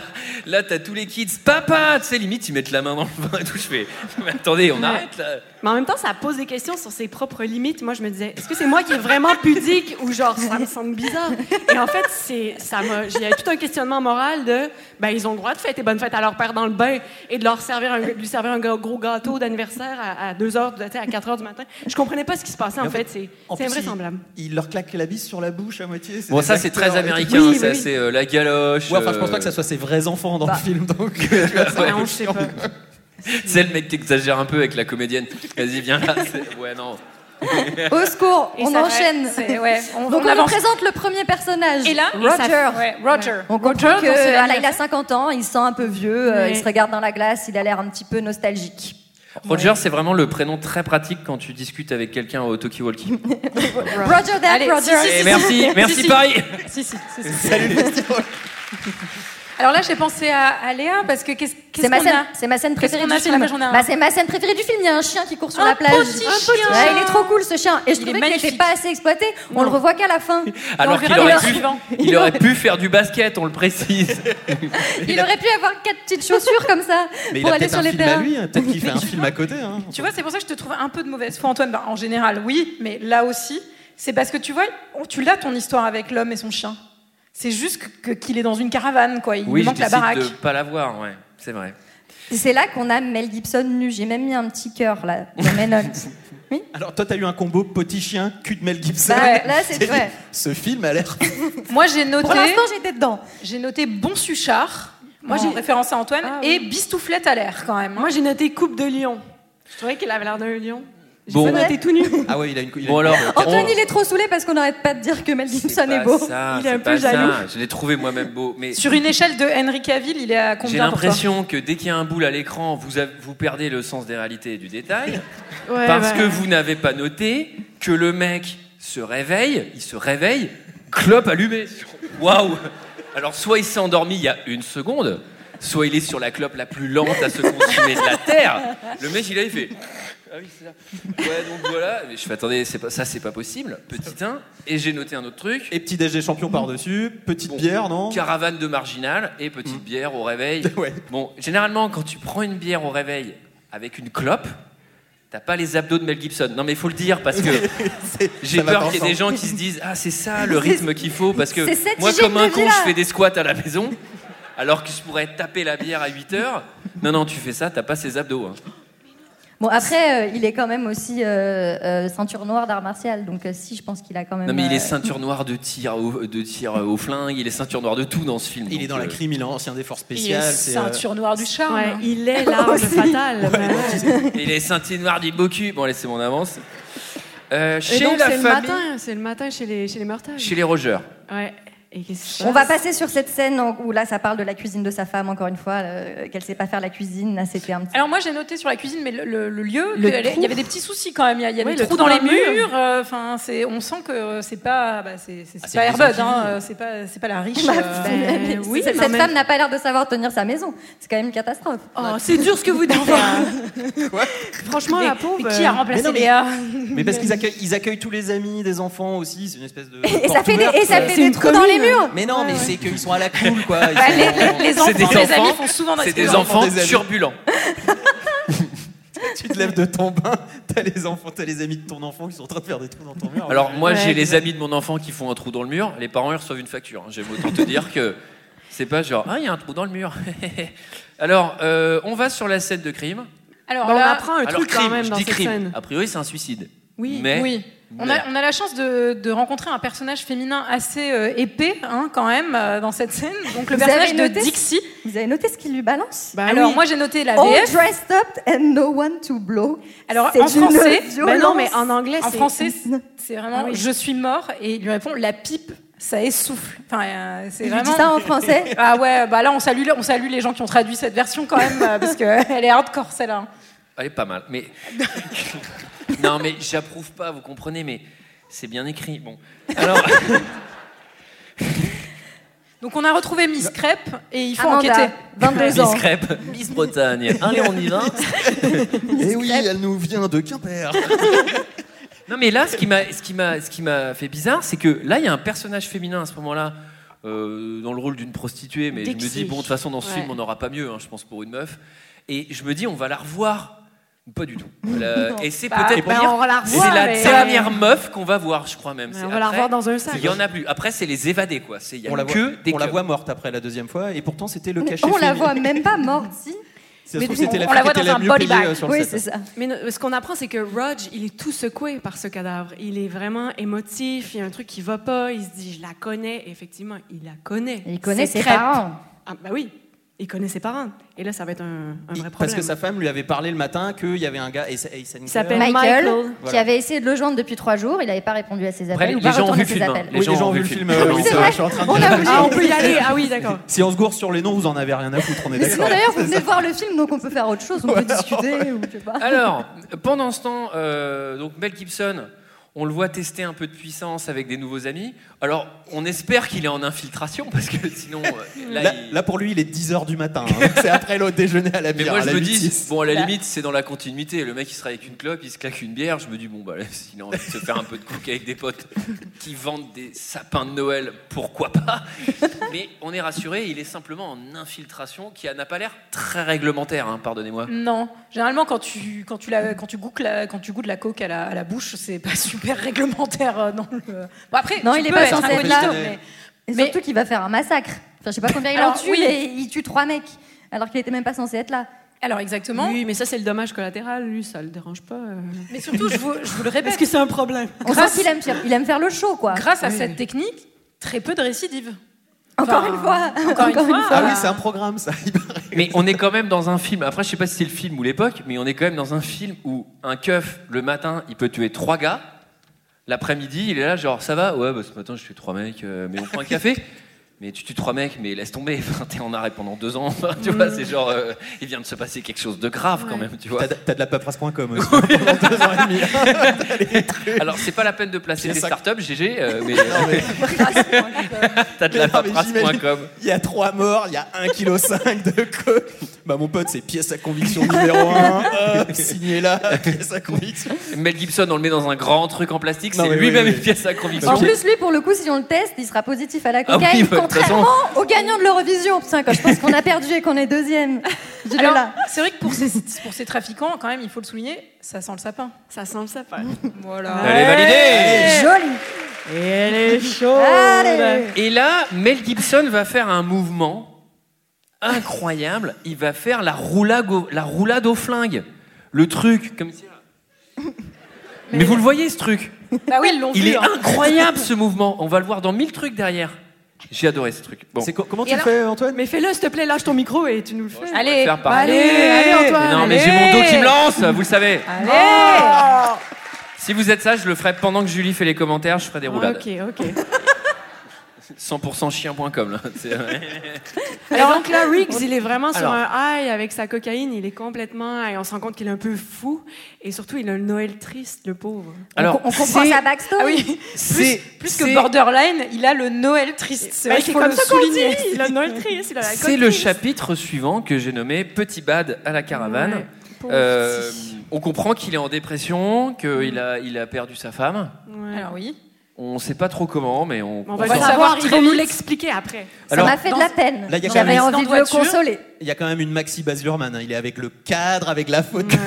E: là t'as tous les kids. Papa Tu sais, limite, ils mettent la main dans le vin et tout. Je fais, mais attendez, on
J: Ouais.
E: arrête là.
J: Mais en même temps, ça pose des questions sur ses propres limites. Moi, je me disais, est-ce que c'est moi qui est vraiment pudique ou genre ça me semble bizarre Et en fait, c'est ça m'a j'ai eu tout un questionnement moral de ben ils ont le droit de fêter bonne fête à leur père dans le bain et de leur servir un, de lui servir un gros- gros gâteau d'anniversaire à, 2h tu sais, à 4h du matin. Je comprenais pas ce qui se passait en
F: Mais en
J: fait, c'est
F: En
J: c'est
F: plus,
J: invraisemblable.
F: Il, il leur claque la bise sur la bouche à moitié.
E: Bon,
F: des
E: ça, c'est
F: acteurs
E: très
F: et tout.
E: américain.
J: Oui,
E: ça,
J: oui, oui.
E: c'est euh, la galoche.
F: Ouais, enfin, je pense
E: euh,
F: pas que ça soit ses vrais enfants
G: Bah.
F: dans le film, donc. euh, tu vois, ça
J: Ouais,
F: va
J: on
F: être
J: sait
F: chiant.
J: pas.
E: C'est le mec qui exagère un peu avec la comédienne. Vas-y, viens là. C'est- Ouais, non.
G: Au secours,
H: Et
G: on
H: ça
G: enchaîne.
H: reste, c'est- ouais, on-
G: Donc
H: on
G: on, nous
H: avance.
G: présente le premier personnage.
H: Et là, et ça-
G: Roger.
H: ouais, Roger.
G: On comprend
H: Roger,
G: que
H: dans ses
G: voilà,
H: dernières-
G: il a 50 ans, il se sent un peu vieux, euh,
J: Ouais.
G: il se regarde dans la glace, il a l'air un petit peu nostalgique.
E: Roger, c'est vraiment le prénom très pratique quand tu discutes avec quelqu'un au Toki Walkie.
G: Roger that,
H: Allez,
G: Roger.
H: si, si, si,
E: Et Eh, merci,
H: si,
E: merci,
H: si.
E: Paris.
H: Si, si, si, si. Alors là, j'ai pensé à, à Léa parce que qu'est-ce qu'est-ce
G: C'est ma,
H: qu'on
G: scène,
H: a
G: c'est ma scène
H: Qu'est-ce
G: préférée
H: qu'on a
G: du
H: sur la
G: film.
H: plage On a un-
G: Bah, c'est ma scène préférée du film. Il y a un chien qui court sur
H: Un
G: la plage.
H: petit Un petit chien.
G: Ouais, il est trop cool ce chien. Et je
H: Il est
G: trouvais qu'il n'était
H: magnifique.
G: pas assez exploité. On le revoit qu'à la fin.
E: Alors
H: on verra
E: qu'il
H: dans
E: aurait,
H: le
E: pu-
H: suivant.
E: il aurait pu faire du basket, on le précise.
G: Il aurait pu avoir quatre petites chaussures comme ça
F: Mais il
G: pour
F: a
G: aller
F: peut-être
G: sur
F: un
G: les
F: film à
G: terrains.
F: lui, hein, peut-être qu'il fait un film à côté. hein.
H: Tu vois, c'est pour ça que je te trouve un peu de mauvaise foi, Antoine. Bah, en général, oui, mais là aussi, c'est parce que tu vois, on- tu l'as ton histoire avec l'homme et son chien. C'est juste que- que- qu'il est dans une caravane, quoi. Il lui
E: Oui, je
H: manque la
E: décide
H: baraque.
E: de pas l'avoir, ouais. C'est vrai.
G: Et C'est là qu'on a Mel Gibson nu. J'ai même mis un petit cœur là dans mes notes.
F: Alors, toi, t'as eu un combo petit-chien, cul de Mel Gibson.
G: Bah,
H: Ouais.
G: Là, c'est ouais.
F: Ce film a l'air.
H: Moi, j'ai noté.
G: Pour l'instant, j'étais dedans.
H: J'ai noté bon suchard. Moi,
J: en
H: j'ai référence à Antoine
J: Ah,
H: et bistouflette à l'air quand même. hein.
J: Moi, j'ai noté coupe de lion. Je trouvais qu'il avait l'air d'un lion. J'ai
E: Bon.
J: pas noté tout nu.
F: Ah ouais, il a une. il a
E: Bon,
F: une-
E: alors.
G: Antoine,
E: on-
G: il est trop saoulé parce qu'on n'arrête pas de dire que Mel
E: C'est
G: Gibson est,
E: pas
G: beau.
E: ça,
J: Il
E: c'est
J: est un peu
E: pas ça.
J: jaloux.
E: Je l'ai trouvé moi-même beau, mais
H: Sur une échelle de Henry Cavill, il est à
E: j'ai
H: combien pour toi
E: l'impression que dès qu'il y a un boule à l'écran, vous, avez- vous perdez le sens des réalités et du détail
J: Ouais,
E: parce
J: bah,
E: que vous n'avez pas noté que le mec se réveille, il se réveille, clope allumée. Waouh Alors soit il s'est endormi il y a une seconde, soit il est sur la clope la plus lente à se consumer de la terre. Le mec, il a fait. Ah oui, c'est ça. Ouais, donc voilà. Mais je fais attendez, c'est pas, ça c'est pas possible, petit 1. Et j'ai noté un autre truc.
F: Et petit déj des champions par-dessus, petite
E: Bon.
F: bière, non
E: Caravane de marginal et petite bière au réveil.
F: Mm. Ouais.
E: Bon, généralement, quand tu prends une bière au réveil avec une clope, t'as pas les abdos de Mel Gibson. Non, mais il faut le dire parce que
F: C'est-
E: j'ai
F: ça va
E: peur
F: pas
E: qu'il y ait des gens
F: ensemble.
E: qui se disent Ah, c'est ça le rythme qu'il faut. Parce que
G: c'est cette
E: moi,
G: hygiène
E: comme un
G: de
E: con,
G: vie-là.
E: je fais des squats à la maison alors que je pourrais taper la bière à 8 heures. Non, non, tu fais ça, t'as pas ces abdos. hein.
G: Bon, après, euh, il est quand même aussi euh, euh, ceinture noire d'art martial. Donc, euh, si, je pense qu'il a quand même.
E: Non, mais il est
G: euh,
E: ceinture noire de tir au, de tir au flingue, il est ceinture noire de tout dans ce film.
F: Il est
E: Donc,
F: dans la
E: euh,
F: crime, il est ancien des forces
H: Il est
F: spéciales. c'est, euh,
H: ceinture noire du charme.
J: Ouais,
H: hein.
J: il est l'arme fatale. Euh, vraiment.
E: Il est ceinture noire du beau cul. Bon, allez, c'est mon avance. Euh,
J: Et
E: chez
J: donc,
E: la
J: c'est le
E: famille.
J: matin, c'est le matin chez les, chez les meurtres.
E: Chez les Rogers.
J: Ouais. Et qu'est-ce qui se
G: On va
J: passe
G: passer sur cette scène en- où là, ça parle de la cuisine de sa femme, encore une fois, euh, qu'elle sait pas faire la cuisine. C'était un petit.
H: Alors moi j'ai noté sur la cuisine, mais le, le- le lieu,
G: Le
H: que- il
G: trou.
H: y avait des petits soucis quand même. Il y a, il y a
J: Oui,
H: des
J: le
H: trous
J: trou
H: dans les
J: dans le mur.
H: murs. euh, Enfin, c'est, on sent que c'est pas, bah, c'est, c'est, c'est
E: Ah, c'est
H: pas
E: une
H: Airbud,
E: maison qui
H: hein,
E: vit.
H: euh, c'est pas, c'est pas la riche.
G: Bah,
H: euh,
G: mais-
J: oui,
G: cette
J: mais en
G: cette
J: même-
G: femme n'a pas l'air de savoir tenir sa maison. C'est quand même une catastrophe.
J: Oh, c'est dur ce que vous dites. Franchement, la
H: mais-
J: pauvre.
H: mais qui
J: euh,
H: a remplacé
F: mais non, mais-
H: Léa
F: Mais parce qu'ils accueillent, ils accueillent tous les amis des enfants aussi, c'est une espèce de.
G: Et ça
F: porte
G: fait des, et ça
E: euh,
F: ouverte.
G: fait
J: C'est
G: des
J: une
G: trous dans les
J: commune.
G: murs.
F: Mais non, mais c'est qu'ils sont à la cool, quoi. Ils
H: Bah,
F: sont-
H: les, les- les enfants,
E: C'est des
H: les amis
E: enfants,
H: font souvent
E: C'est
H: des
E: des
H: enfants.
E: enfants
F: des amis.
E: turbulents.
F: Tu te lèves de ton bain, t'as les enfants, t'as les amis de ton enfant qui sont en train de faire des trous dans ton mur.
E: Alors moi,
J: Ouais,
E: j'ai les
J: exact.
E: amis de mon enfant qui font un trou dans le mur. Les parents ils reçoivent une facture. hein. J'aime autant te dire que c'est pas genre ah il y a un trou dans le mur. Alors euh, on va sur la scène de crime.
H: Alors
J: bah, on
H: là,
J: apprend un
E: Alors
J: truc
E: crime,
J: quand même
E: je
J: dans
E: dis
J: cette
E: crime.
J: scène.
E: A priori c'est un suicide.
J: Oui.
E: Mais
H: oui. On a, on a la chance de, de rencontrer un personnage féminin assez euh, épais, hein, quand même, euh, dans cette scène. Donc le
G: Vous
H: personnage
G: avez
H: de
G: noté
H: Dixie.
G: Vous avez noté ce qu'il lui balance
J: Bah
H: Alors
J: oui.
H: moi j'ai noté la
G: All
H: VF.
G: dressed up and no one to blow.
H: Alors
G: C'est
H: en
G: d'une
H: français,
J: Bah non,
G: violence.
J: mais en anglais,
H: En
J: c'est-
H: français, c'est vraiment
J: Ah oui.
H: je suis mort et il lui répond la pipe, ça essouffle. Enfin, euh, c'est
G: Il lui dit
H: vraiment.
G: ça en français.
H: Ah ouais, bah là on salue, on salue les gens qui ont traduit cette version quand même euh, parce qu'elle est hardcore celle-là.
E: Elle est pas mal, mais non, mais j'approuve pas. Vous comprenez, mais c'est bien écrit. Bon, alors
H: Donc on a retrouvé Miss Crêpe et il faut
G: Bah, Amanda,
H: enquêter.
G: 22 ans.
E: Miss Crêpe, Miss Bretagne. Allez, on y va.
F: Eh oui, elle nous vient de Quimper.
E: Non, mais là, ce qui m'a, ce qui m'a, ce qui m'a fait bizarre, c'est que là, il y a un personnage féminin à ce moment-là. euh, dans le rôle d'une prostituée, mais je me
J: Dixie.
E: dis, bon, de toute façon, dans ce
J: Ouais.
E: film, on n'aura pas mieux, hein, je pense, pour une meuf. Et je me dis, on va la revoir. Pas du tout. La- Et c'est
H: Bah,
E: peut-être
J: bah,
E: pire.
J: on va la
E: C'est
J: revoir.
E: la
J: mais-
E: dernière meuf qu'on va voir, je crois même.
J: Mais
E: C'est
J: On va la
E: après,
J: revoir dans un sac.
E: Il y en a plus. Après, c'est les évadés, quoi. C'est il y a
F: On la, voit,
E: que des
F: on la
E: keufs.
F: voit morte après la deuxième fois, et pourtant c'était le cachet.
G: On la
F: féminin.
G: voit même pas morte, si.
F: Si ça se
G: mais
F: trouve,
G: on-
F: c'était la
H: on
F: fille
H: la
F: qui
H: voit
F: était
H: dans
F: la
H: un
F: mieux
H: body
F: payée
H: bag.
F: euh, sur le
G: Oui,
F: set.
G: c'est ça.
J: Mais ne- ce qu'on apprend, c'est que Rog, il est tout secoué par ce cadavre. Il est vraiment émotif, il y a un truc qui va pas, il se dit, je la connais. Et effectivement, il la connaît.
G: Il connaît
J: C'est
G: ses
J: Crêpe.
G: parents.
J: Ah, bah oui, il connaît ses parents. Et là, ça va être un, un
F: Il-
J: vrai problème.
F: Parce que sa femme lui avait parlé le matin qu'il y avait un gars, et et
J: Il s'appelle Michael.
G: Michael, qui
F: Voilà.
G: avait essayé de le joindre depuis trois jours, il n'avait pas répondu à ses
E: Après,
G: appels
E: les
G: ou pas
E: gens ont vu
G: retourné à
E: le
G: ses
E: film. hein.
G: appels.
E: Les
F: Oui,
E: gens ont vu le film.
F: euh,
E: Oui,
F: oui,
E: c'est
F: ça,
E: vrai.
F: je suis en train de
G: On a oublié.
J: Ah, on peut y aller. Ah oui, d'accord.
F: Si on se gourre sur les noms, vous en avez rien à foutre, on est
G: Mais sinon
F: d'accord.
G: d'ailleurs, vous venez de voir le film, donc on peut faire autre chose, on peut discuter ou je sais pas.
E: Alors, pendant ce temps, euh, donc Mel Gibson, on le voit tester un peu de puissance avec des nouveaux amis. Alors, on espère qu'il est en infiltration parce que sinon, euh, là,
F: Là,
E: il-
F: là, pour lui, il est 10h du matin. hein. C'est après le déjeuner à la
E: Mais
F: bière.
E: moi,
F: à
E: je
F: la
E: me
F: 8-6.
E: dis, bon, à la limite, c'est dans la continuité. Le mec, il sera avec une clope, il se claque une bière. Je me dis, bon, bah, là, s'il a envie de se faire un peu de cook avec des potes qui vendent des sapins de Noël, pourquoi pas Mais on est rassuré, il est simplement en infiltration qui n'a pas l'air très réglementaire, hein, pardonnez-moi.
H: Non, généralement quand tu quand tu la quand tu goûtes la quand tu goûtes la coke à la, à la bouche, c'est pas super réglementaire euh, dans le. Bon après,
G: Non,
H: tu
G: il est
H: peux
G: pas
H: être
G: censé
H: un
G: être là.
H: comédien, mais-
G: Et
H: Mais-
G: surtout qu'il va faire un massacre. Enfin, je sais pas combien il en
H: Alors,
G: tue,
H: oui.
G: mais il tue trois mecs, alors qu'il était même pas censé être là.
H: Alors exactement.
J: Oui, mais ça, c'est le dommage collatéral. Lui, ça le dérange pas. euh.
H: Mais surtout, je vous, je vous le répète,
J: Est-ce que c'est un problème
G: On
H: Grâce-
G: sent qu'il aime, faire- il aime faire le show, quoi.
H: grâce à cette technique, très peu de récidives.
G: Encore
H: Enfin,
G: une fois.
H: Encore, une fois.
F: Ah oui, c'est un programme, ça. Il paraît.
E: Mais on est quand même dans un film. Après, je sais pas si c'est le film ou l'époque, mais on est quand même dans un film où un keuf, le matin, il peut tuer trois gars. L'après-midi, il est là, genre, ça va Ouais, bah, ce matin, je tue trois mecs, euh, mais on prend un café Mais tu tues trois mecs, mais laisse tomber. Enfin, T'es en arrêt pendant deux ans. Enfin, tu vois, c'est genre, euh, il vient de se passer quelque chose de grave quand même, tu vois.
F: Mm. T'as de- T'as de la paperasse.com aussi. hein, Pendant deux ans et demi.
E: Alors, c'est pas la peine de placer
F: Il y a
E: les
F: ça-
E: startups, GG, euh, mais
F: Non, mais
E: t'as de
F: mais
E: la
F: non, mais
E: paperasse.com.
F: Il y a trois morts, il y a 1,5 kg de coke. Bah, mon pote, c'est pièce à conviction numéro 1. Hop, signé là, pièce à conviction.
E: Mel Gibson, on le met dans un grand truc en plastique,
F: Non,
E: c'est
F: mais oui,
E: lui-même
F: oui,
E: une
F: oui.
E: pièce à conviction.
G: En plus, lui, pour le coup, si on le teste, il sera positif à la
E: Ah oui,
G: cocaïne,
E: bah, de toute façon-
G: contrairement aux gagnants de l'Eurovision. Putain, quand je pense qu'on a perdu et qu'on est deuxième. Je l'ai
H: euh, Alors,
G: là.
H: c'est vrai que pour ces, pour ces trafiquants, quand même, il faut le souligner, ça sent le sapin.
J: Ça semble ça pas.
H: Voilà.
E: Elle est validée
G: Joli.
J: Et elle est chaude. bah.
G: Allez.
E: Et là, Mel Gibson va faire un mouvement incroyable. Il va faire la roulade au, la roulade au flingue. Le truc, comme ça. Mais vous le voyez, ce truc
H: Bah oui, ils l'ont
E: Il
H: vu.
E: est
H: hein.
E: incroyable, ce mouvement. On va le voir dans mille trucs derrière. J'ai adoré ce truc. Bon.
F: C'est co- comment
H: Et
F: tu
H: alors-
F: fais, Antoine
J: Mais fais-le, s'il te plaît, lâche ton micro et tu nous le fais.
H: Allez,
E: faire par-
H: bah allez, allez, Antoine.
E: Mais non, mais j'ai mon dos qui me lance, vous le savez.
H: Allez
E: Si vous êtes ça, je le ferai pendant que Julie fait les commentaires, je ferai des
J: Ah,
E: roulades.
J: ok, ok.
E: 100%chien.com là. c'est-
J: Alors, donc là, Riggs, il est vraiment sur
E: Alors.
J: un high avec sa cocaïne. Il est complètement high. On se rend compte qu'il est un peu fou. Et surtout, il a un Noël triste, le pauvre.
E: Alors,
G: On comprend
H: C'est-
G: sa backstory.
H: Ah oui,
E: c'est
H: plus que
E: c'est-
H: Borderline, il a le Noël triste. C'est
J: Ben,
H: vrai qu'il
J: c'est
H: faut
J: comme
H: le
J: ça qu'on dit.
H: souligner.
J: Il a un Noël triste. Il a la
E: C'est le
J: coquille.
E: chapitre suivant que j'ai nommé Petit Bad à la caravane.
J: Ouais, pauvre
E: Euh,
J: petit.
E: on comprend qu'il est en dépression,
J: Mm.
E: qu'il a, il a perdu sa femme.
J: Ouais.
H: Alors oui.
E: On ne sait pas trop comment, mais on.
J: On va
H: va
J: le
E: s'en-
H: savoir
J: savoir, ils
H: très
J: vont nous
H: vite.
J: l'expliquer après.
G: Ça
E: Alors,
G: m'a fait de la peine.
F: Là, il y a quand
G: J'avais
H: un
F: même
G: envie de
H: accident
G: le
H: de voiture.
G: consoler.
F: Il y a quand même une maxi Baz Luhrmann, hein. Il est avec le cadre, avec la photo,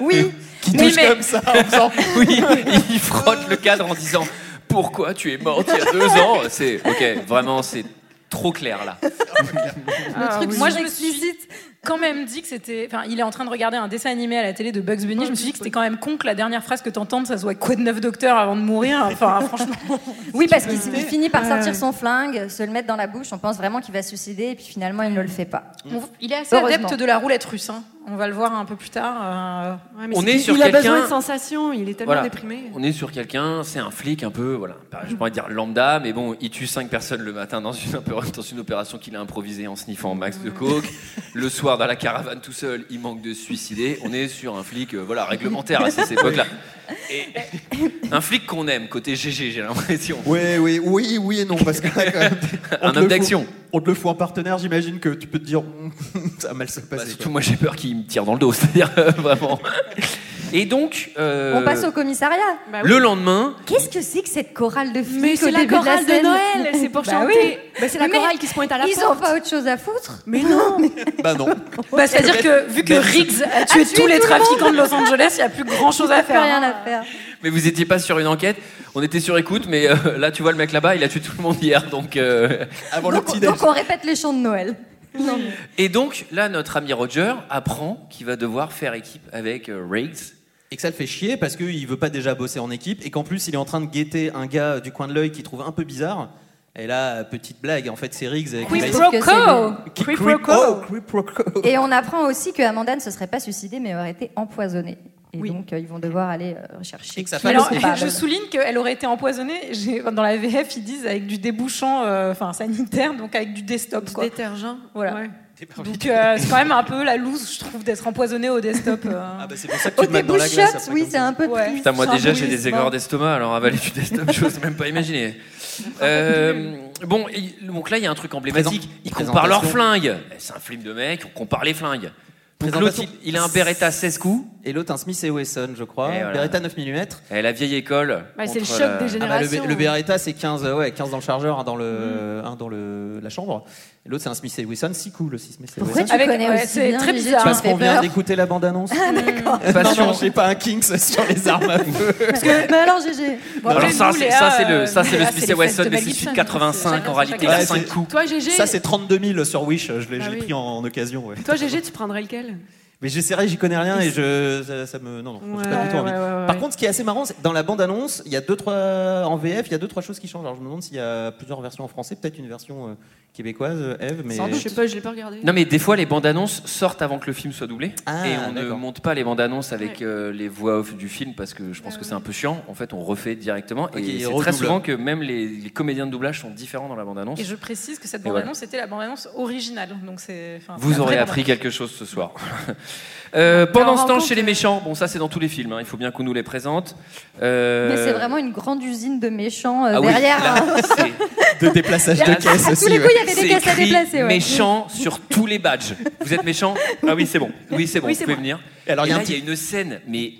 G: Oui,
F: qui
H: Oui,
F: touche
H: mais-
F: comme ça en faisant.
E: Oui, il frotte le cadre en disant Pourquoi tu es morte il y a deux ans C'est ok, vraiment, c'est trop clair là.
H: Le truc,
J: Ah,
G: oui.
H: moi je
G: Très
H: me suis quand même dit que c'était. Enfin, il est en train de regarder un dessin animé à la télé de Bugs Bunny. Je me suis dit que c'était quand même con que la dernière phrase que t'entendes, ça soit quoi de neuf docteur avant de mourir. Enfin, franchement.
G: oui parce qu'il il finit par
J: Ouais, ouais.
G: sortir son flingue, se le mettre dans la bouche. On pense vraiment qu'il va se suicider et puis finalement, il ne le fait pas.
H: On- Il est assez
G: Heureusement.
H: adepte de la roulette russe. hein. On va le voir un peu plus tard. euh,
J: Ouais, mais
E: On
J: c'est
E: est
J: qu'il-
E: sur
J: Il a besoin
E: quelqu'un-
J: de sensations. Il est tellement
E: Voilà.
J: déprimé.
E: On est sur quelqu'un, c'est un flic un peu, voilà. Je pourrais dire lambda, mais bon, il tue cinq personnes le matin dans une, opé- dans une opération qu'il a improvisée en sniffant max de coke. Le soir, dans la caravane tout seul, il manque de se suicider. On est sur un flic, euh, voilà, réglementaire à cette époque-là. Et- un flic qu'on aime, côté GG, j'ai l'impression.
F: Oui, oui, oui, oui et non, parce que là, quand même, on
E: Un
F: te
E: homme
F: le fout-
E: d'action.
F: On te le fout en partenaire, j'imagine que tu peux te dire, Hum, ça a mal se
E: Bah,
F: passer.
E: surtout, moi, j'ai peur qu'il me tire dans le dos, c'est-à-dire euh, vraiment. Et donc, euh,
G: On passe au commissariat.
J: Bah oui.
E: le lendemain,
G: Qu'est-ce que c'est que cette chorale de flics
J: Mais
G: au
J: c'est la
G: début de
J: chorale de,
G: scène
J: Noël. C'est pour
G: Bah
J: chanter.
G: oui.
J: Ben, c'est la
G: Mais
J: chorale qui se pointe à la
G: Ils
J: porte.
G: ont pas autre chose à foutre.
J: Mais non.
F: Bah non.
H: Bah, C'est-à-dire que Ah, vu que Riggs a tué
G: tué
H: tous les
G: tout le
H: trafiquants de Los Angeles, il n'y a plus grand chose à
J: Bah,
G: Plus rien
H: faire.
J: ah.
G: à faire.
E: Mais vous étiez pas sur une enquête, on était sur écoute, mais euh, là tu vois le mec là-bas, il a tué tout le monde hier, donc. euh,
F: Avant le
G: Donc,
F: petit
G: on-
F: déj.
G: donc on répète les chants de Noël.
E: Et donc là, notre ami Roger apprend qu'il va devoir faire équipe avec euh, Riggs.
F: Et que ça le fait chier parce qu'il veut pas déjà bosser en équipe et qu'en plus il est en train de guetter un gars du coin de l'œil qu'il trouve un peu bizarre. Et là, petite blague, en fait, c'est Riggs avec
H: Quid
F: qui-
G: pro quo.
F: qui-
H: Quid
F: qui-
H: pro quo.
F: oh, quid pro quo.
G: Et on apprend aussi que Amanda ne se serait pas suicidée mais aurait été empoisonnée. Et
H: Oui.
G: donc euh, ils vont devoir aller euh, rechercher.
F: Et que sa
G: qui
F: femme
G: n'est
H: Alors,
F: c'est
G: pas.
H: je souligne qu'elle aurait été empoisonnée. J'ai- Dans la VF, ils disent avec du débouchant, euh, enfin sanitaire, donc avec du destop. Quoi.
J: Détergent.
H: Voilà.
J: Ouais.
H: Donc euh, c'est quand même un peu la loose, je trouve, d'être empoisonné au desktop. euh.
F: Ah bah c'est pour ça que
G: Au
F: tu te mets dans la glace.
G: débouchotte,
F: après,
G: oui,
F: comme
G: c'est
F: ça.
G: un peu
H: Ouais.
G: triste.
E: Putain, moi
H: C'est un
E: déjà j'ai des
H: bruit,
E: aigreurs d'estomac, alors avaler du desktop, j'ose même pas imaginer. Euh, bon, il- donc là il y a un truc emblématique,
F: Présent-
E: ils comparent leurs
F: présentation.
E: flingues. Eh, C'est un film de mec, on compare les flingues. Donc l'autre,
F: Présentation.
E: il, il a un Beretta 16 coups,
F: Et l'autre, un Smith et Wesson, je crois.
E: Et voilà.
F: Beretta 9 mm.
E: et Eh, la vieille école.
J: Bah, c'est le
E: contre
J: choc
E: la-
J: des générations.
F: Ah bah, le, Be- le Beretta, c'est 15, euh, ouais, 15 dans le chargeur, un dans, le,
J: Mm.
F: un dans le, la chambre. Et l'autre, c'est un Smith et Wesson, si cool aussi, Smith et
G: Pourquoi
F: Wesson.
G: tu
H: Avec-
G: connais
H: ouais,
G: aussi
H: c'est
G: bien
H: très
G: Brigitte,
H: bizarre.
G: tu me
F: Parce
G: fais
F: qu'on vient
G: peur.
F: d'écouter la bande-annonce.
J: Ah,
E: Passion.
F: Non, non, j'ai pas un Kinks sur les armes à feu.
G: Parce que- Mais alors GG.
H: Bon,
E: Alors
H: après,
E: ça,
H: nous,
E: c'est-
H: Léa,
E: ça, c'est
H: euh,
E: le, ça, c'est le
H: Léa,
E: Smith
H: les
E: Wesson,
H: fêtes de
E: mais
H: Mel
E: c'est
H: Gibson.
E: le 85 en
H: Chacun,
E: réalité, il
H: chacun.
E: a
F: Ouais,
E: 5
F: c'est-
E: coups.
J: Toi, GG.
F: Ça, c'est 32 000 sur Wish. Je l'ai
J: Ah
F: je l'ai
J: oui.
F: pris en, en occasion. ouais.
J: Toi, GG, tu prendrais lequel
F: Mais j'essaierai, j'y connais rien et je, ça, ça me. Non, non, j'ai pas
J: Ouais,
F: du tout envie.
J: ouais, ouais, ouais.
F: Par contre, ce qui est assez marrant, c'est que dans la bande-annonce, il y a deux, trois. En VF, il y a deux, trois choses qui changent. Alors je me demande s'il y a plusieurs versions en français, peut-être une version euh, québécoise, euh, Eve, mais.
J: Je sais pas, je l'ai pas regardé.
E: Non mais des fois les bandes annonces sortent avant que le film soit doublé
F: Ah,
E: et on ne
F: d'accord.
E: monte pas les bandes annonces avec
J: Ouais.
E: euh, les voix off du film parce que je pense que c'est un peu chiant. En fait, on refait directement
F: Ok,
E: et
F: ils
E: c'est très
F: redoublent.
E: souvent que même les, les comédiens de doublage sont différents dans la bande annonce.
H: Et je précise que cette
E: Et voilà.
H: bande-annonce était la bande-annonce originale. Donc c'est, enfin, c'est
E: Vous
H: la
E: aurez
H: vraie
E: appris quelque chose ce soir. Euh, pendant
J: on
E: ce temps,
J: rencontre-
E: chez les méchants, bon ça c'est dans tous les films, hein, il faut bien qu'on nous les présente. Euh,
G: Mais c'est vraiment une grande usine de méchants euh,
E: ah oui,
G: derrière.
E: là,
G: hein.
E: c'est-
F: De déplaçage de
E: Là,
F: caisse
E: à
G: tous
F: aussi.
G: les
F: ouais.
G: coups, il y avait
E: c'est
G: des caisses à
E: écrit
G: déplacer. ouais.
E: méchant sur tous les badges. Vous êtes méchant Ah oui, c'est bon. Oui, c'est bon,
J: Oui,
E: vous
J: c'est
E: pouvez
J: moi.
E: venir.
F: Et alors,
E: Et
F: il y a
E: là,
F: un
E: il y a une scène, mais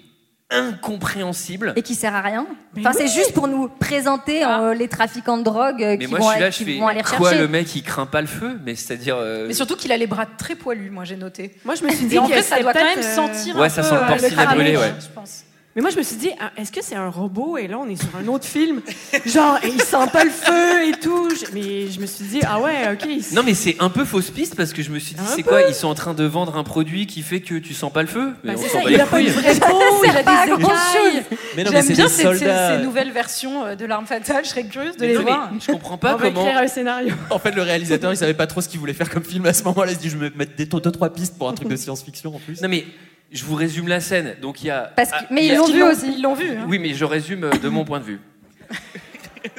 E: incompréhensible.
G: Et qui sert à rien.
J: Mais
G: Enfin, c'est juste pour nous présenter
H: Ah.
G: euh, les trafiquants de drogue euh,
E: Mais
G: qui
E: moi,
G: vont
E: je suis là,
G: aller-
E: je
G: qui
E: fais
G: vont aller
E: quoi
G: rechercher.
E: le mec, il craint pas le feu Mais c'est-à-dire. euh,
H: Mais surtout qu'il a les bras très poilus, moi j'ai noté.
J: Moi, je me suis dit
H: Et en
J: que
H: fait, ça
J: c'était
H: doit quand
J: peut-être,
H: même
J: euh,
H: sentir
E: Ouais,
H: un
E: ça
H: peu,
E: sent le
H: euh,
E: porcine
H: crabe,
E: brûlé, ouais.
H: Je pense.
J: Mais moi, je me suis dit, ah, est-ce que c'est un robot Et là, on est sur un autre film. Genre, et il sent pas le feu et tout. Je- Mais je me suis dit, ah ouais, ok. il-
E: Non, mais c'est un peu fausse piste parce que je me suis dit,
J: Un
E: c'est
J: peu.
E: quoi Ils sont en train de vendre un produit qui fait que tu sens pas le feu Mais
J: Bah,
E: on
J: c'est
E: s'en
J: ça,
E: bat
J: il
E: les
J: a pas une
E: couilles.
J: vraie peau, il a
G: pas
J: des écailles.
F: Mais non, mais
H: J'aime
F: c'est
H: bien
F: des
H: ces, ces-
F: soldats.
H: ces nouvelles versions euh, de l'arme fatale. Je serais curieuse de
E: Mais
H: les
E: non, mais
H: voir.
E: je comprends pas
J: On va
E: comment.
J: écrire un scénario.
F: En fait, le réalisateur, il savait pas trop ce qu'il voulait faire comme film à ce moment-là. Il se dit, je vais me mettre des deux, trois pistes pour un truc de science-fiction en plus.
E: Non, mais je vous résume la scène. Donc il y a.
G: Parce que-
E: ah,
G: mais
E: il y
G: ils
E: a-
G: l'ont
H: Ils
G: vu
H: l'ont- hein.
G: aussi.
H: Ils l'ont vu. hein.
E: Oui, mais je résume euh, de mon point de vue.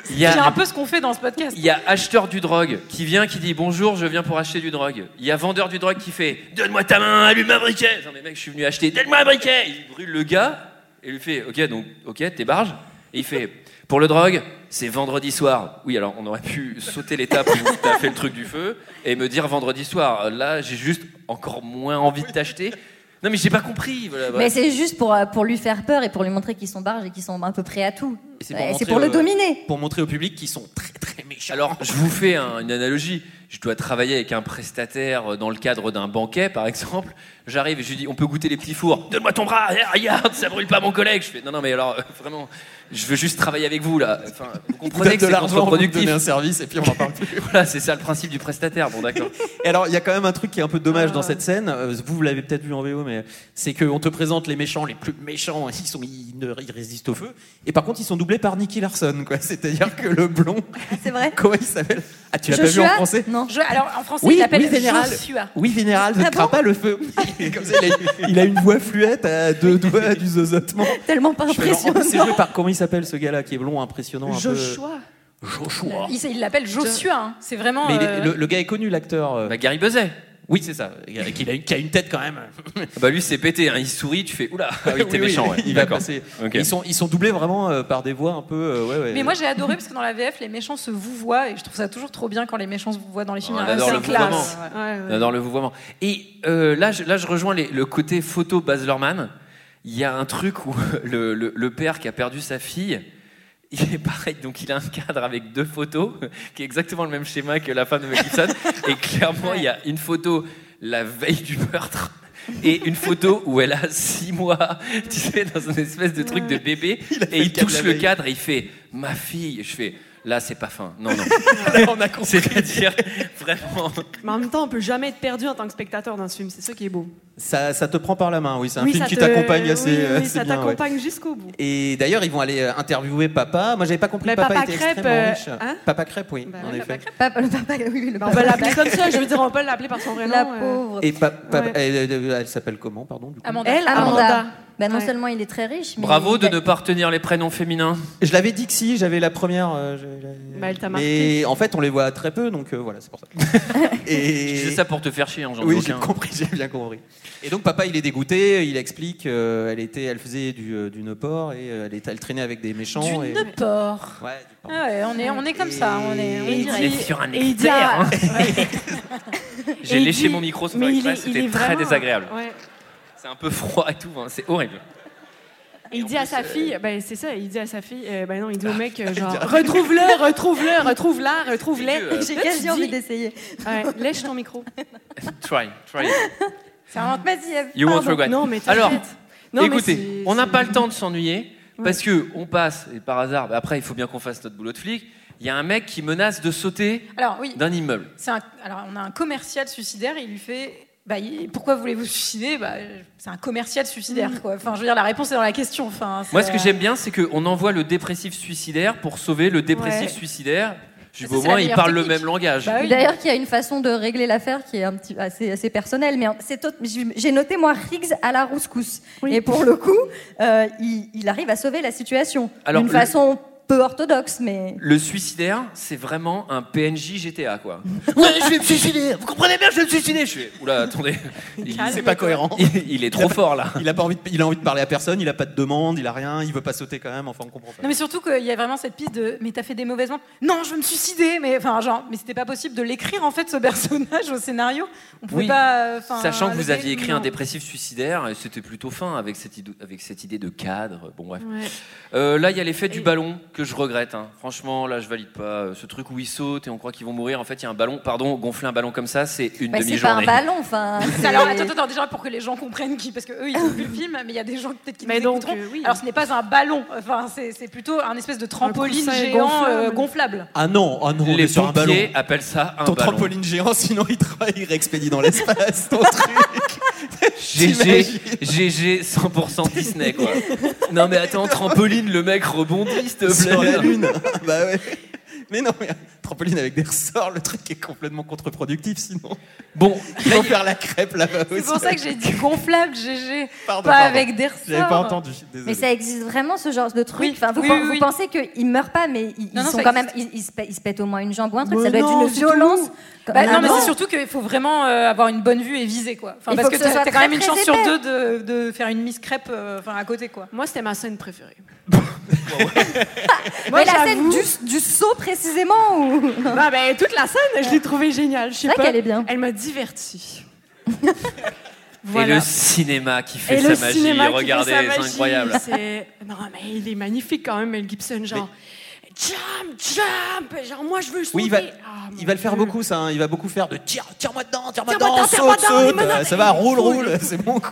E: Il y a-
H: C'est un peu ce qu'on fait dans ce podcast.
E: Il y a acheteur du drogue qui vient, qui dit bonjour, je viens pour acheter du drogue. Il y a vendeur du drogue qui fait donne-moi ta main, allume un briquet. Non mais mec, je suis venu acheter, donne-moi un briquet. Il brûle le gars et lui fait ok donc ok t'es barge. Et il fait pour le drogue c'est vendredi soir. Oui alors on aurait pu sauter l'étape où t'as fait le truc du feu et me dire vendredi soir. Là j'ai juste encore moins envie de t'acheter. Non mais j'ai pas compris. voilà, voilà.
G: Mais c'est juste pour, euh, pour lui faire peur et pour lui montrer qu'ils sont barges et qu'ils sont à peu près à tout.
E: Et
G: Ouais,
E: montrer
G: C'est pour le
E: au-
G: dominer.
F: euh, Pour montrer au public qu'ils sont très très méchants.
E: Alors, je vous fais un- une analogie. Je dois travailler avec un prestataire euh, dans le cadre d'un banquet, par exemple. J'arrive et je lui dis, on peut goûter les petits fours. Donne-moi ton bras, eh, regarde, ça brûle pas mon collègue. Je fais, non, non, mais alors, euh, vraiment, je veux juste travailler avec vous, là. Enfin, vous
F: Vous donnez
E: comprenez que
F: de
E: c'est
F: l'argent, vous me donnez
E: contre-productif.
F: un service et puis on en parle plus.
E: Voilà, c'est ça le principe du prestataire. Bon, d'accord.
F: Et alors, il y a quand même un truc qui est un peu dommage
G: Ah.
F: dans cette scène. euh, Vous, vous l'avez peut-être vu en VO, mais c'est qu'on te présente les méchants, les plus méchants, ils, sont, ils, ne- ils résistent au feu. Et par contre, ils sont doublés par Nicky Larson, quoi. C'est-à-dire que le blond,
G: C'est vrai.
F: comment il s'appelle Ah, tu l'as pas vu
G: Joshua
F: en français
G: Non.
H: Je- alors en français,
F: Oui,
H: il l'appelle
F: oui, général.
H: Joshua.
F: Oui, Vénéral, je
G: Ah
F: ne crains
G: bon
F: pas le feu. Et comme ça, il, a, il a une voix fluette à deux doigts du zozotement.
G: Tellement pas
F: Je fais, genre, oh,
G: impressionnant.
F: C'est joué par comment il s'appelle ce gars-là qui est blond, impressionnant un
J: Joshua.
F: peu. Joshua.
H: Il il l'appelle Joshua. hein. C'est vraiment.
F: Mais il est-
H: euh,
F: le, le gars est connu, l'acteur. euh.
E: Bah, Gary Buzet.
F: Oui, c'est ça. Qui a, une, qui a une tête quand même.
E: Ah Bah, lui, c'est pété, hein. Il sourit, tu fais, oula, ah oui, t'es méchant, ouais.
F: il va
E: D'accord.
F: passer.
E: Ok.
F: Ils, sont, ils sont doublés vraiment euh, par des voix un peu. euh, ouais, ouais.
H: Mais moi j'ai adoré parce que dans la VF les méchants se vouvoient et je trouve ça toujours trop bien quand les méchants se vouvoient dans les films.
E: On
H: Il y a
E: adore
H: une
E: le
H: classe.
E: vouvoiement.
H: Ouais.
J: Ouais, ouais.
E: Non, dans le vouvoiement. Et euh, là, je, là, je rejoins les- le côté photo Baz Luhrmann. Il y a un truc où le, le- le père qui a perdu sa fille, il est pareil, donc il a un cadre avec deux photos, qui est exactement le même schéma que la femme de Mel Gibson. Et clairement, il y a une photo la veille du meurtre. Et une photo où elle a six mois, tu sais, dans une espèce de truc de bébé, et il
F: le cadre
E: touche
F: la
E: le
F: veille.
E: cadre et il fait ma fille. Je fais là, c'est pas fin. Non, non.
F: on a compris.
E: C'est-à-dire vraiment.
J: Mais en même temps, on peut jamais être perdu en tant que spectateur dans ce film. C'est ça qui est beau.
F: Ça, ça te prend par la main, oui. C'est un
J: Oui,
F: film
J: ça
F: qui
J: te-
F: t'accompagne assez. euh,
J: oui, oui,
F: assez
J: ça
F: bien, ouais.
J: t'accompagne jusqu'au bout.
F: Et d'ailleurs, ils vont aller euh, interviewer papa. Moi, j'avais pas compris.
J: Mais
F: papa,
J: Papa
F: était
J: Crêpe,
F: extrêmement
J: euh,
F: riche.
J: hein
F: papa crêpe, oui,
J: Bah
F: en
J: ouais,
F: effet.
J: Papa
G: Papa- le papa, oui, oui, le
J: On va
G: papa-
J: l'appeler comme ça, je veux dire, on va pas l'appeler par son vrai nom.
G: La
J: euh.
G: pauvre.
F: Et pa- pa-
J: Ouais.
F: elle, elle- elle s'appelle comment, pardon du coup
H: Amanda.
J: Elle,
G: Amanda.
J: Amanda.
G: Bah, non
J: Ouais.
G: seulement il est très riche, mais
E: Bravo de
G: il-
E: ne pas retenir les prénoms féminins.
F: Je l'avais dit que si, j'avais la première. euh, je- je-
J: Bah, elle t'a
F: Mais en fait, on les voit très peu, donc euh, voilà, c'est pour ça.
E: Je
F: Et
E: disais ça pour te faire chier, hein, j'en
F: oui,
E: doute
F: j'ai
E: aucun.
F: compris, j'ai bien compris. Et donc papa, il est dégoûté. Il explique, euh, elle était, elle faisait du, euh, du nœud-port et euh, elle, était, elle traînait avec des méchants.
H: Du
F: et...
H: nœud porc.
F: Ouais, du porc.
H: Ah ouais, on est on est comme ça. On est. On est
J: Et
H: direct.
E: On est sur un
J: Et il dit
E: expert,
J: à-
E: hein. J'ai
J: Et il
E: léché
J: dit-
E: mon micro sans
J: mais
E: faire
J: il
E: exprès,
J: est- il
E: c'était
J: est
E: très
J: vraiment-
E: désagréable.
J: ouais.
E: C'est un peu froid et tout, hein, c'est horrible.
J: Et il dit à
E: euh,
J: sa fille, ben c'est ça, il dit à sa fille, euh, ben non, il
E: Ah.
J: dit au mec, euh, genre,
F: dit à-
J: retrouve-le, retrouve-le, retrouve-la,
E: Dieu, euh,
J: retrouve-les.
G: J'ai
J: Là, tu
G: quasi envie
J: dis,
G: d'essayer.
J: ouais, lèche ton micro.
E: Try, try.
H: C'est un-
G: Vas-y,
E: You won't
G: pardon.
E: regret.
J: Non, mais t'inquiète.
E: Alors,
J: Non, mais
E: écoutez,
J: c'est-
E: on n'a
J: c'est-
E: pas le temps de s'ennuyer
J: Ouais.
E: parce que on passe et par hasard. bah Après, il faut bien qu'on fasse notre boulot de flic. Il y a un mec qui menace de sauter
H: Alors oui,
E: d'un immeuble.
H: c'est un- alors on a un commercial suicidaire. et Il lui fait. Bah, il- pourquoi voulez-vous suicider bah, C'est un commercial
J: Mm.
H: suicidaire. Quoi. Enfin, je veux dire, la réponse est dans la question. Enfin,
E: Moi, ce que j'aime bien, c'est qu'on envoie le dépressif suicidaire pour sauver le dépressif
J: Ouais.
E: suicidaire. Je dis,
H: Ça,
E: au
H: c'est la
E: moins, ils
H: meilleure
E: parlent le
H: technique.
E: même langage.
H: Bah oui.
G: D'ailleurs, qu'il y a une façon de régler l'affaire qui est un petit assez, assez personnelle, mais en- c'est autre- j'ai- j'ai noté moi Riggs à la rouscousse.
J: Oui.
G: Et pour le coup, euh, il, il arrive à sauver la situation
E: Alors,
G: d'une
E: le-
G: façon peu orthodoxe, mais
E: Le suicidaire, c'est vraiment un PNJ GTA, quoi.
F: Ouais, je vais me suicider. Vous comprenez bien, je vais me suicider.
E: Je fais, oula, attendez. Il,
F: C'est pas cohérent.
E: il- il est trop fort, là.
F: Il a pas envie, de, il a envie de parler à personne. Il a pas de demande. Il a rien. Il veut pas sauter quand même. Enfin, on comprend pas.
H: Non mais surtout qu'il y a vraiment cette piste de mais t'as fait des mauvaises ventes. Non, je veux me suicider. Mais enfin genre mais c'était pas possible de l'écrire en fait ce personnage au scénario. On pouvait
E: Oui.
H: pas. euh, enfin,
E: Sachant que
H: le
E: vous
H: dé-
E: aviez écrit un
H: non.
E: dépressif suicidaire, et c'était plutôt fin avec cette, idou- avec cette idée de cadre. Bon, bref.
J: Ouais.
E: Euh, là, il y a l'effet du
J: Et-
E: ballon que je regrette. hein. Franchement, là, je valide pas. Euh, Ce truc où ils sautent et on croit qu'ils vont mourir. En fait, il y a un ballon. Pardon, gonfler un ballon comme ça, c'est une
G: Bah, c'est pas un
E: demi-journée.
G: ballon. Enfin, c'est-
H: Alors attends, attends, déjà pour que les gens comprennent qui, parce que eux ils ont vu le film, mais il y a des gens peut-être qui
J: Mais
H: nous
J: donc,
H: écouteront.
J: euh, oui.
H: Alors ce n'est pas un ballon, enfin c'est c'est plutôt un espèce de trampoline
J: coussin
H: géant euh,
J: gonflable.
H: gonflable.
F: Ah non, ah non, on
E: Les
F: est sur un ballon.
E: pompiers appellent ça un
F: Ton
E: ballon.
F: trampoline géant, sinon il te il réexpédie dans l'espace. Ton truc.
E: GG,
F: T'imagines
E: GG, 100% Disney, quoi. non, mais attends, trampoline, le mec rebondit, s'il te
F: Sur
E: plaît.
F: la lune. bah ouais. Mais non, mais un trampoline avec des ressorts, le truc est complètement contre-productif sinon.
E: Bon,
F: ils vont faire la crêpe là-bas aussi.
H: C'est pour ça que j'ai dit gonflable, GG.
F: Pardon,
H: pas
F: pardon.
H: avec des ressorts.
F: J'avais pas entendu, désolé.
G: Mais ça existe vraiment ce genre de truc.
H: Oui.
G: Enfin, vous,
H: Oui,
G: pen-
H: oui,
G: vous
H: oui.
G: pensez qu'ils meurent pas, mais ils,
H: Non,
G: ils
H: non,
G: sont
H: ça
G: quand
H: existe.
G: même, ils, ils se pè- ils se pètent au moins une jambe ou un truc.
J: Mais
G: ça doit
J: non,
G: être une
J: c'est tout
G: violence.
J: mou.
G: Comme-
H: Bah,
G: Ah
H: non, mais
G: non.
H: c'est surtout qu'il faut vraiment euh, avoir une bonne vue et viser, quoi. Enfin,
G: Il
H: parce
G: faut
H: que,
G: que ce
H: t'as
G: soit
H: t'as quand
G: très,
H: même une
G: très
H: chance sur
G: épais.
H: deux de, de faire une miss crêpe euh, enfin, à côté, quoi.
J: Moi, c'était ma scène préférée.
G: mais la scène
J: j'avoue.
G: du, du saut précisément ou
J: Bah, ben, toute la scène, je l'ai trouvée géniale. Je sais
G: C'est vrai
J: pas.
G: qu'elle est bien.
J: Elle m'a divertie.
E: Et
J: voilà.
E: le cinéma qui fait
J: Et
E: sa
J: le
E: magie,
J: cinéma qui
E: regardez,
J: fait sa
E: c'est
J: magie,
E: incroyable.
J: c'est- Non, mais il est magnifique quand même, Mel Gibson, genre... Jump, jump Genre, moi, je veux sauter.
F: Oui, il va,
J: Ah, mon
F: il va le faire
J: Dieu.
F: beaucoup, ça. hein. Il va beaucoup faire de tire, tire-moi dedans, tire-moi
J: Tire-moi
F: dedans,
J: dedans, tire-moi
F: saute,
J: dedans,
F: saute.
J: tire-moi dedans.
F: Ça va, roule,
J: Il faut,
F: roule. C'est bon, quoi.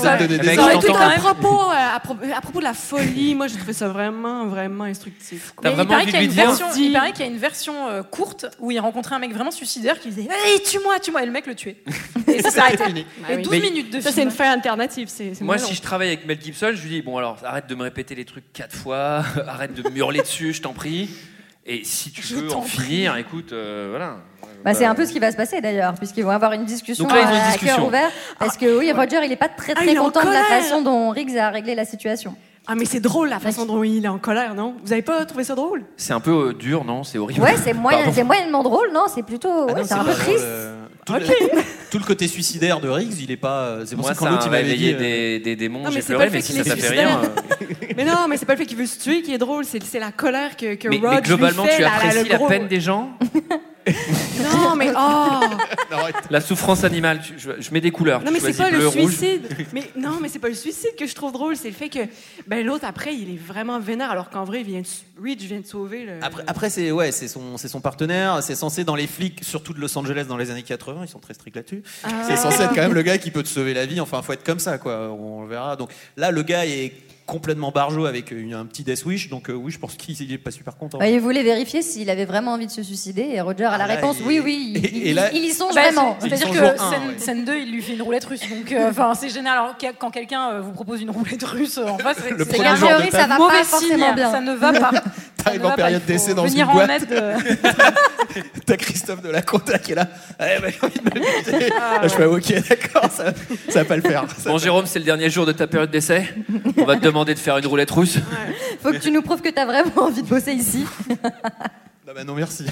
F: Ça
J: ouais.
F: me donnait
E: Le mec,
F: des
E: il
J: Non,
F: ordres.
J: mais
E: t'entend
J: tout
E: quand
J: à
E: même.
J: propos, euh, à, propos- à propos de la folie, moi, j'ai trouvé ça vraiment, vraiment instructif. quoi.
E: T'as
H: Mais il
E: vraiment
H: paraît
E: envie
H: qu'il
E: de
H: y a
E: lui
H: une
E: dire
H: version, il paraît qu'il y a une version euh, courte où il rencontrait un mec vraiment suicidaire qui disait Allez, tue-moi, tue-moi, et le mec le tuait. Et ça s'est arrêté.
J: Bah
H: Et
J: oui.
H: 12
E: Ah Mais-
H: minutes de
J: Ça, c'est
H: film.
J: une fin alternative. C'est, c'est
E: Moi,
J: moins
E: si
J: long.
E: je travaille avec Mel Gibson, je lui dis bon alors arrête de me répéter les trucs quatre fois, arrête de me hurler dessus, je t'en prie. Et si tu
H: Je
E: veux en
H: t'en
E: finir, écoute, euh, voilà.
G: Bah, c'est un peu ce qui va se passer d'ailleurs, puisqu'ils vont avoir une discussion
E: Donc là, ils ont une
G: à- à
E: discussion.
G: cœur ouvert. Parce que oui, Roger, il est pas très
J: Ah,
G: très
J: il est en
G: content de la
J: colère.
G: façon dont Riggs a réglé la situation.
J: Ah, mais c'est drôle la façon dont il est en colère, non Vous avez pas trouvé ça drôle
E: C'est un peu euh, dur, non C'est horrible.
G: Ouais, c'est moyen,
E: Pardon.
G: c'est moyennement drôle, non C'est plutôt,
F: Ah
G: ouais,
F: non,
G: c'est un peu
F: pas
G: triste.
F: drôle. Tout, le, tout le côté suicidaire de Riggs, il est pas. euh, C'est pour
E: Moi,
F: ça que
E: ça
F: quand l'autre
E: a
F: il m'avait dit.
E: réveillé
F: euh,
E: des, des démons,
J: Non, mais
E: j'ai
J: c'est pas
E: pleuré,
J: le
E: mais
J: fait
E: si
J: qu'il
E: ça t'a
J: est
E: fait euh. rire.
J: suicidaire. Mais non, mais c'est pas le fait qu'il veut se tuer qui est drôle, c'est, c'est la colère que, que
E: Mais,
J: Rod
E: mais globalement,
J: lui fait,
E: tu
J: là, là,
E: apprécies
J: le
E: la
J: gros-
E: peine des gens,
J: Non, mais oh
E: la souffrance animale. tu- je, je mets des couleurs.
J: Non, mais
E: tu
J: c'est
E: choisis
J: pas le
E: bleu, rouge.
J: suicide. Mais non, mais c'est pas le suicide que je trouve drôle, c'est le fait que ben, l'autre après, il est vraiment vénère, alors qu'en vrai, il vient de- Reach vient de sauver le.
F: Après, après c'est ouais, c'est son, c'est son partenaire. C'est censé dans les flics, surtout de Los Angeles dans les années 80, ils sont très stricts là-dessus.
J: Ah.
F: C'est censé être quand même le gars qui peut te sauver la vie. Enfin, faut être comme ça, quoi. On le verra. Donc là, le gars est complètement barjot avec une- un petit death wish. Donc euh, oui, je pense qu'il est pas super content.
G: Ouais, il voulait vérifier s'il avait vraiment envie de se suicider et Roger a
F: Ah,
G: la
F: là,
G: réponse
F: il-
G: oui, oui,
F: et-
G: il,
F: et là-
G: il- il y songe
H: Bah,
G: vraiment.
H: c'est- C'est-à-dire
F: Ils
H: que
F: sont jour un,
H: scène,
F: ouais.
H: scène 2, il lui fait une roulette russe. Donc, euh, enfin, c'est génial. Alors, que- quand quelqu'un euh, vous propose une roulette russe euh, en face, c'est-
F: Le
H: c'est
G: Et
F: premier
G: a
H: un
F: jour de
G: priori,
F: ta
G: ça va
H: mauvais
G: pas
H: signe.
G: forcément bien.
H: Ça ne va pas.
F: T'arrives en période d'essai dans une
H: venir en
F: boîte.
H: aide. euh,
F: T'as Christophe de la Conta qui est là. Eh, bah, j'ai envie de me buter.
H: Ah.
F: Je fais ok, d'accord, ça, ça va pas le faire. Ça-
E: Bon, Jérôme, c'est le dernier jour de ta période d'essai. On va te demander de faire une roulette russe.
G: Faut que tu nous prouves que t'as vraiment envie de bosser ici.
F: Non, bah, non, merci.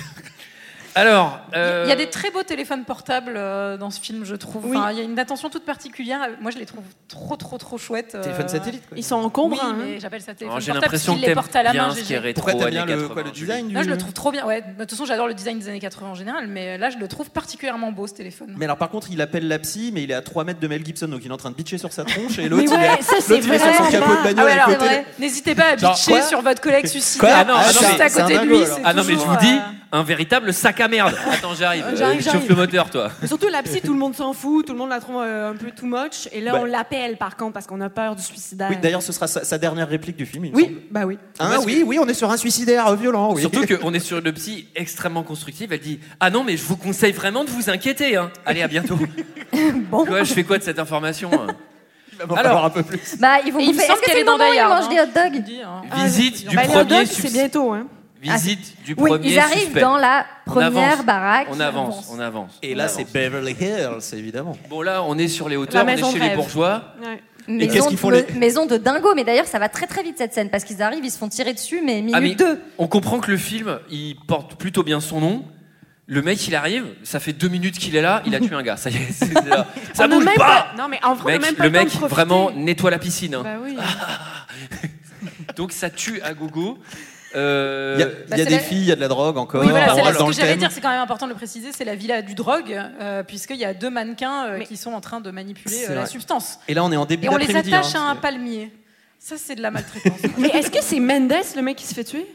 E: Alors, euh,
H: Il y a des très beaux téléphones portables euh, dans ce film, je trouve.
J: Oui.
H: Enfin, il y a une attention toute particulière. Moi, je les trouve trop, trop, trop chouettes. euh,
F: Téléphone satellite, quoi.
J: Ils sont en combre,
H: Oui,
J: hein.
H: mais j'appelle ça téléphone
E: alors, Oh, j'ai
H: portable
E: l'impression que
H: parce qu'il les
E: t'aimes
H: porte à la
E: bien
H: main.
E: ce qui est
H: GG.
E: rétro
F: Pourquoi t'aimes bien
E: années
F: le,
E: 80,
F: quoi, le
E: Julie.
F: design du...
H: Là, je le trouve trop bien. Ouais, de toute façon, j'adore le design des années 80 en général, mais euh, là, je le trouve particulièrement beau, ce téléphone.
F: Mais alors par contre, il appelle la psy, mais il est à 3 mètres de Mel Gibson, donc il est en train de bitcher sur sa tronche et l'autre
J: Mais ouais,
F: il est
J: ça, c'est
F: l'autre, il est sur
J: vraiment
F: son capot de
J: bas.
H: Ah
F: bagnole
H: ouais,
F: à
H: alors,
F: côté.
H: ouais. n'hésitez pas à
F: Genre,
H: bitcher
F: quoi
H: sur votre collègue
F: Quoi
H: suicidaire
E: Ah non, ah non,
H: juste
E: mais
H: à
F: c'est
H: côté
F: un
H: de lui.
F: dingo, alors.
H: c'est
E: Ah non, mais je
H: toujours,
E: vous dis,
H: euh,
E: un véritable sac à merde. Attends, j'arrive.
J: Euh, j'arrive,
E: Euh, Chauffe
J: j'arrive.
E: le moteur, toi.
J: Surtout la psy, tout le monde s'en fout, tout le monde la trouve euh, un peu too much. Et là,
F: Bah.
J: on l'appelle par contre parce qu'on a peur du suicidaire.
F: Oui, d'ailleurs, ce sera sa, sa dernière réplique du film. Il me semble.
J: Oui, bah oui.
F: Hein, oui, oui, on est sur un suicidaire euh, violent. Oui.
E: Surtout qu'on est sur une psy extrêmement constructive. Elle dit Ah non, mais je vous conseille vraiment de vous inquiéter. hein. Allez, à bientôt. bon. je fais quoi de cette information hein
F: il va m'en
E: Alors-
F: falloir un peu plus.
G: Bah, ils vont
H: Et il me
G: bouffer.
H: semble
G: Est-ce que
H: qu'elle
G: c'est
H: est
G: le moment où
H: dans Die
G: ils
H: Hard,
G: mangent des hot dogs
H: dis, hein.
E: Visite du
J: Bah, le
E: premier
J: doc, c'est
E: suspect.
J: bientôt, hein.
E: Visite du
G: Oui,
E: premier
G: ils arrivent
E: suspect.
G: dans la première
E: avance.
G: baraque.
E: On avance, on avance.
F: Et
E: on
F: là,
E: avance.
F: c'est Beverly Hills, évidemment.
E: Bon, là, on est sur les hauteurs, on
J: La
E: est
J: maison
E: chez
J: de
E: les
J: rêve.
E: bourgeois.
J: Ouais.
G: Maison,
F: qu'est-ce qu'ils font, les-
G: me- maison de dingo. Mais d'ailleurs, ça va très très vite cette scène parce qu'ils arrivent, ils se font tirer dessus, mais minute
E: Ah, mais
G: deux.
E: On comprend que le film, il porte plutôt bien son nom. Le mec, il arrive, ça fait deux minutes qu'il est là, il a tué un gars. Ça y est, c'est- c'est là. ça
J: On n'a
E: bouge
J: même
E: pas.
J: Non, mais en vrai, on n'a
E: Mec,
J: même pas
E: le
J: temps de
E: mec
J: profiter.
E: vraiment nettoie la piscine. hein.
J: Bah oui.
E: Donc ça tue à gogo. Euh,
F: Il y a, il y a
H: Bah, c'est
F: des
H: la-
F: filles, il y a de la drogue encore.
H: Oui, voilà,
E: Oh,
H: c'est
E: alors,
H: là ce
F: dans
H: que
F: le
H: j'allais
F: thème.
H: dire, c'est quand même important de le préciser, c'est la villa du drogue, euh, puisqu'il y a deux mannequins euh, qui sont en train de manipuler
F: C'est
H: euh, la
F: vrai.
H: substance.
F: Et là, on est en début
H: Et on les
F: d'après-midi.
H: attache
F: hein,
H: à un
F: c'est-
H: palmier. Ça, c'est de la maltraitance.
J: Mais est-ce que c'est Mendes, le mec qui se fait tuer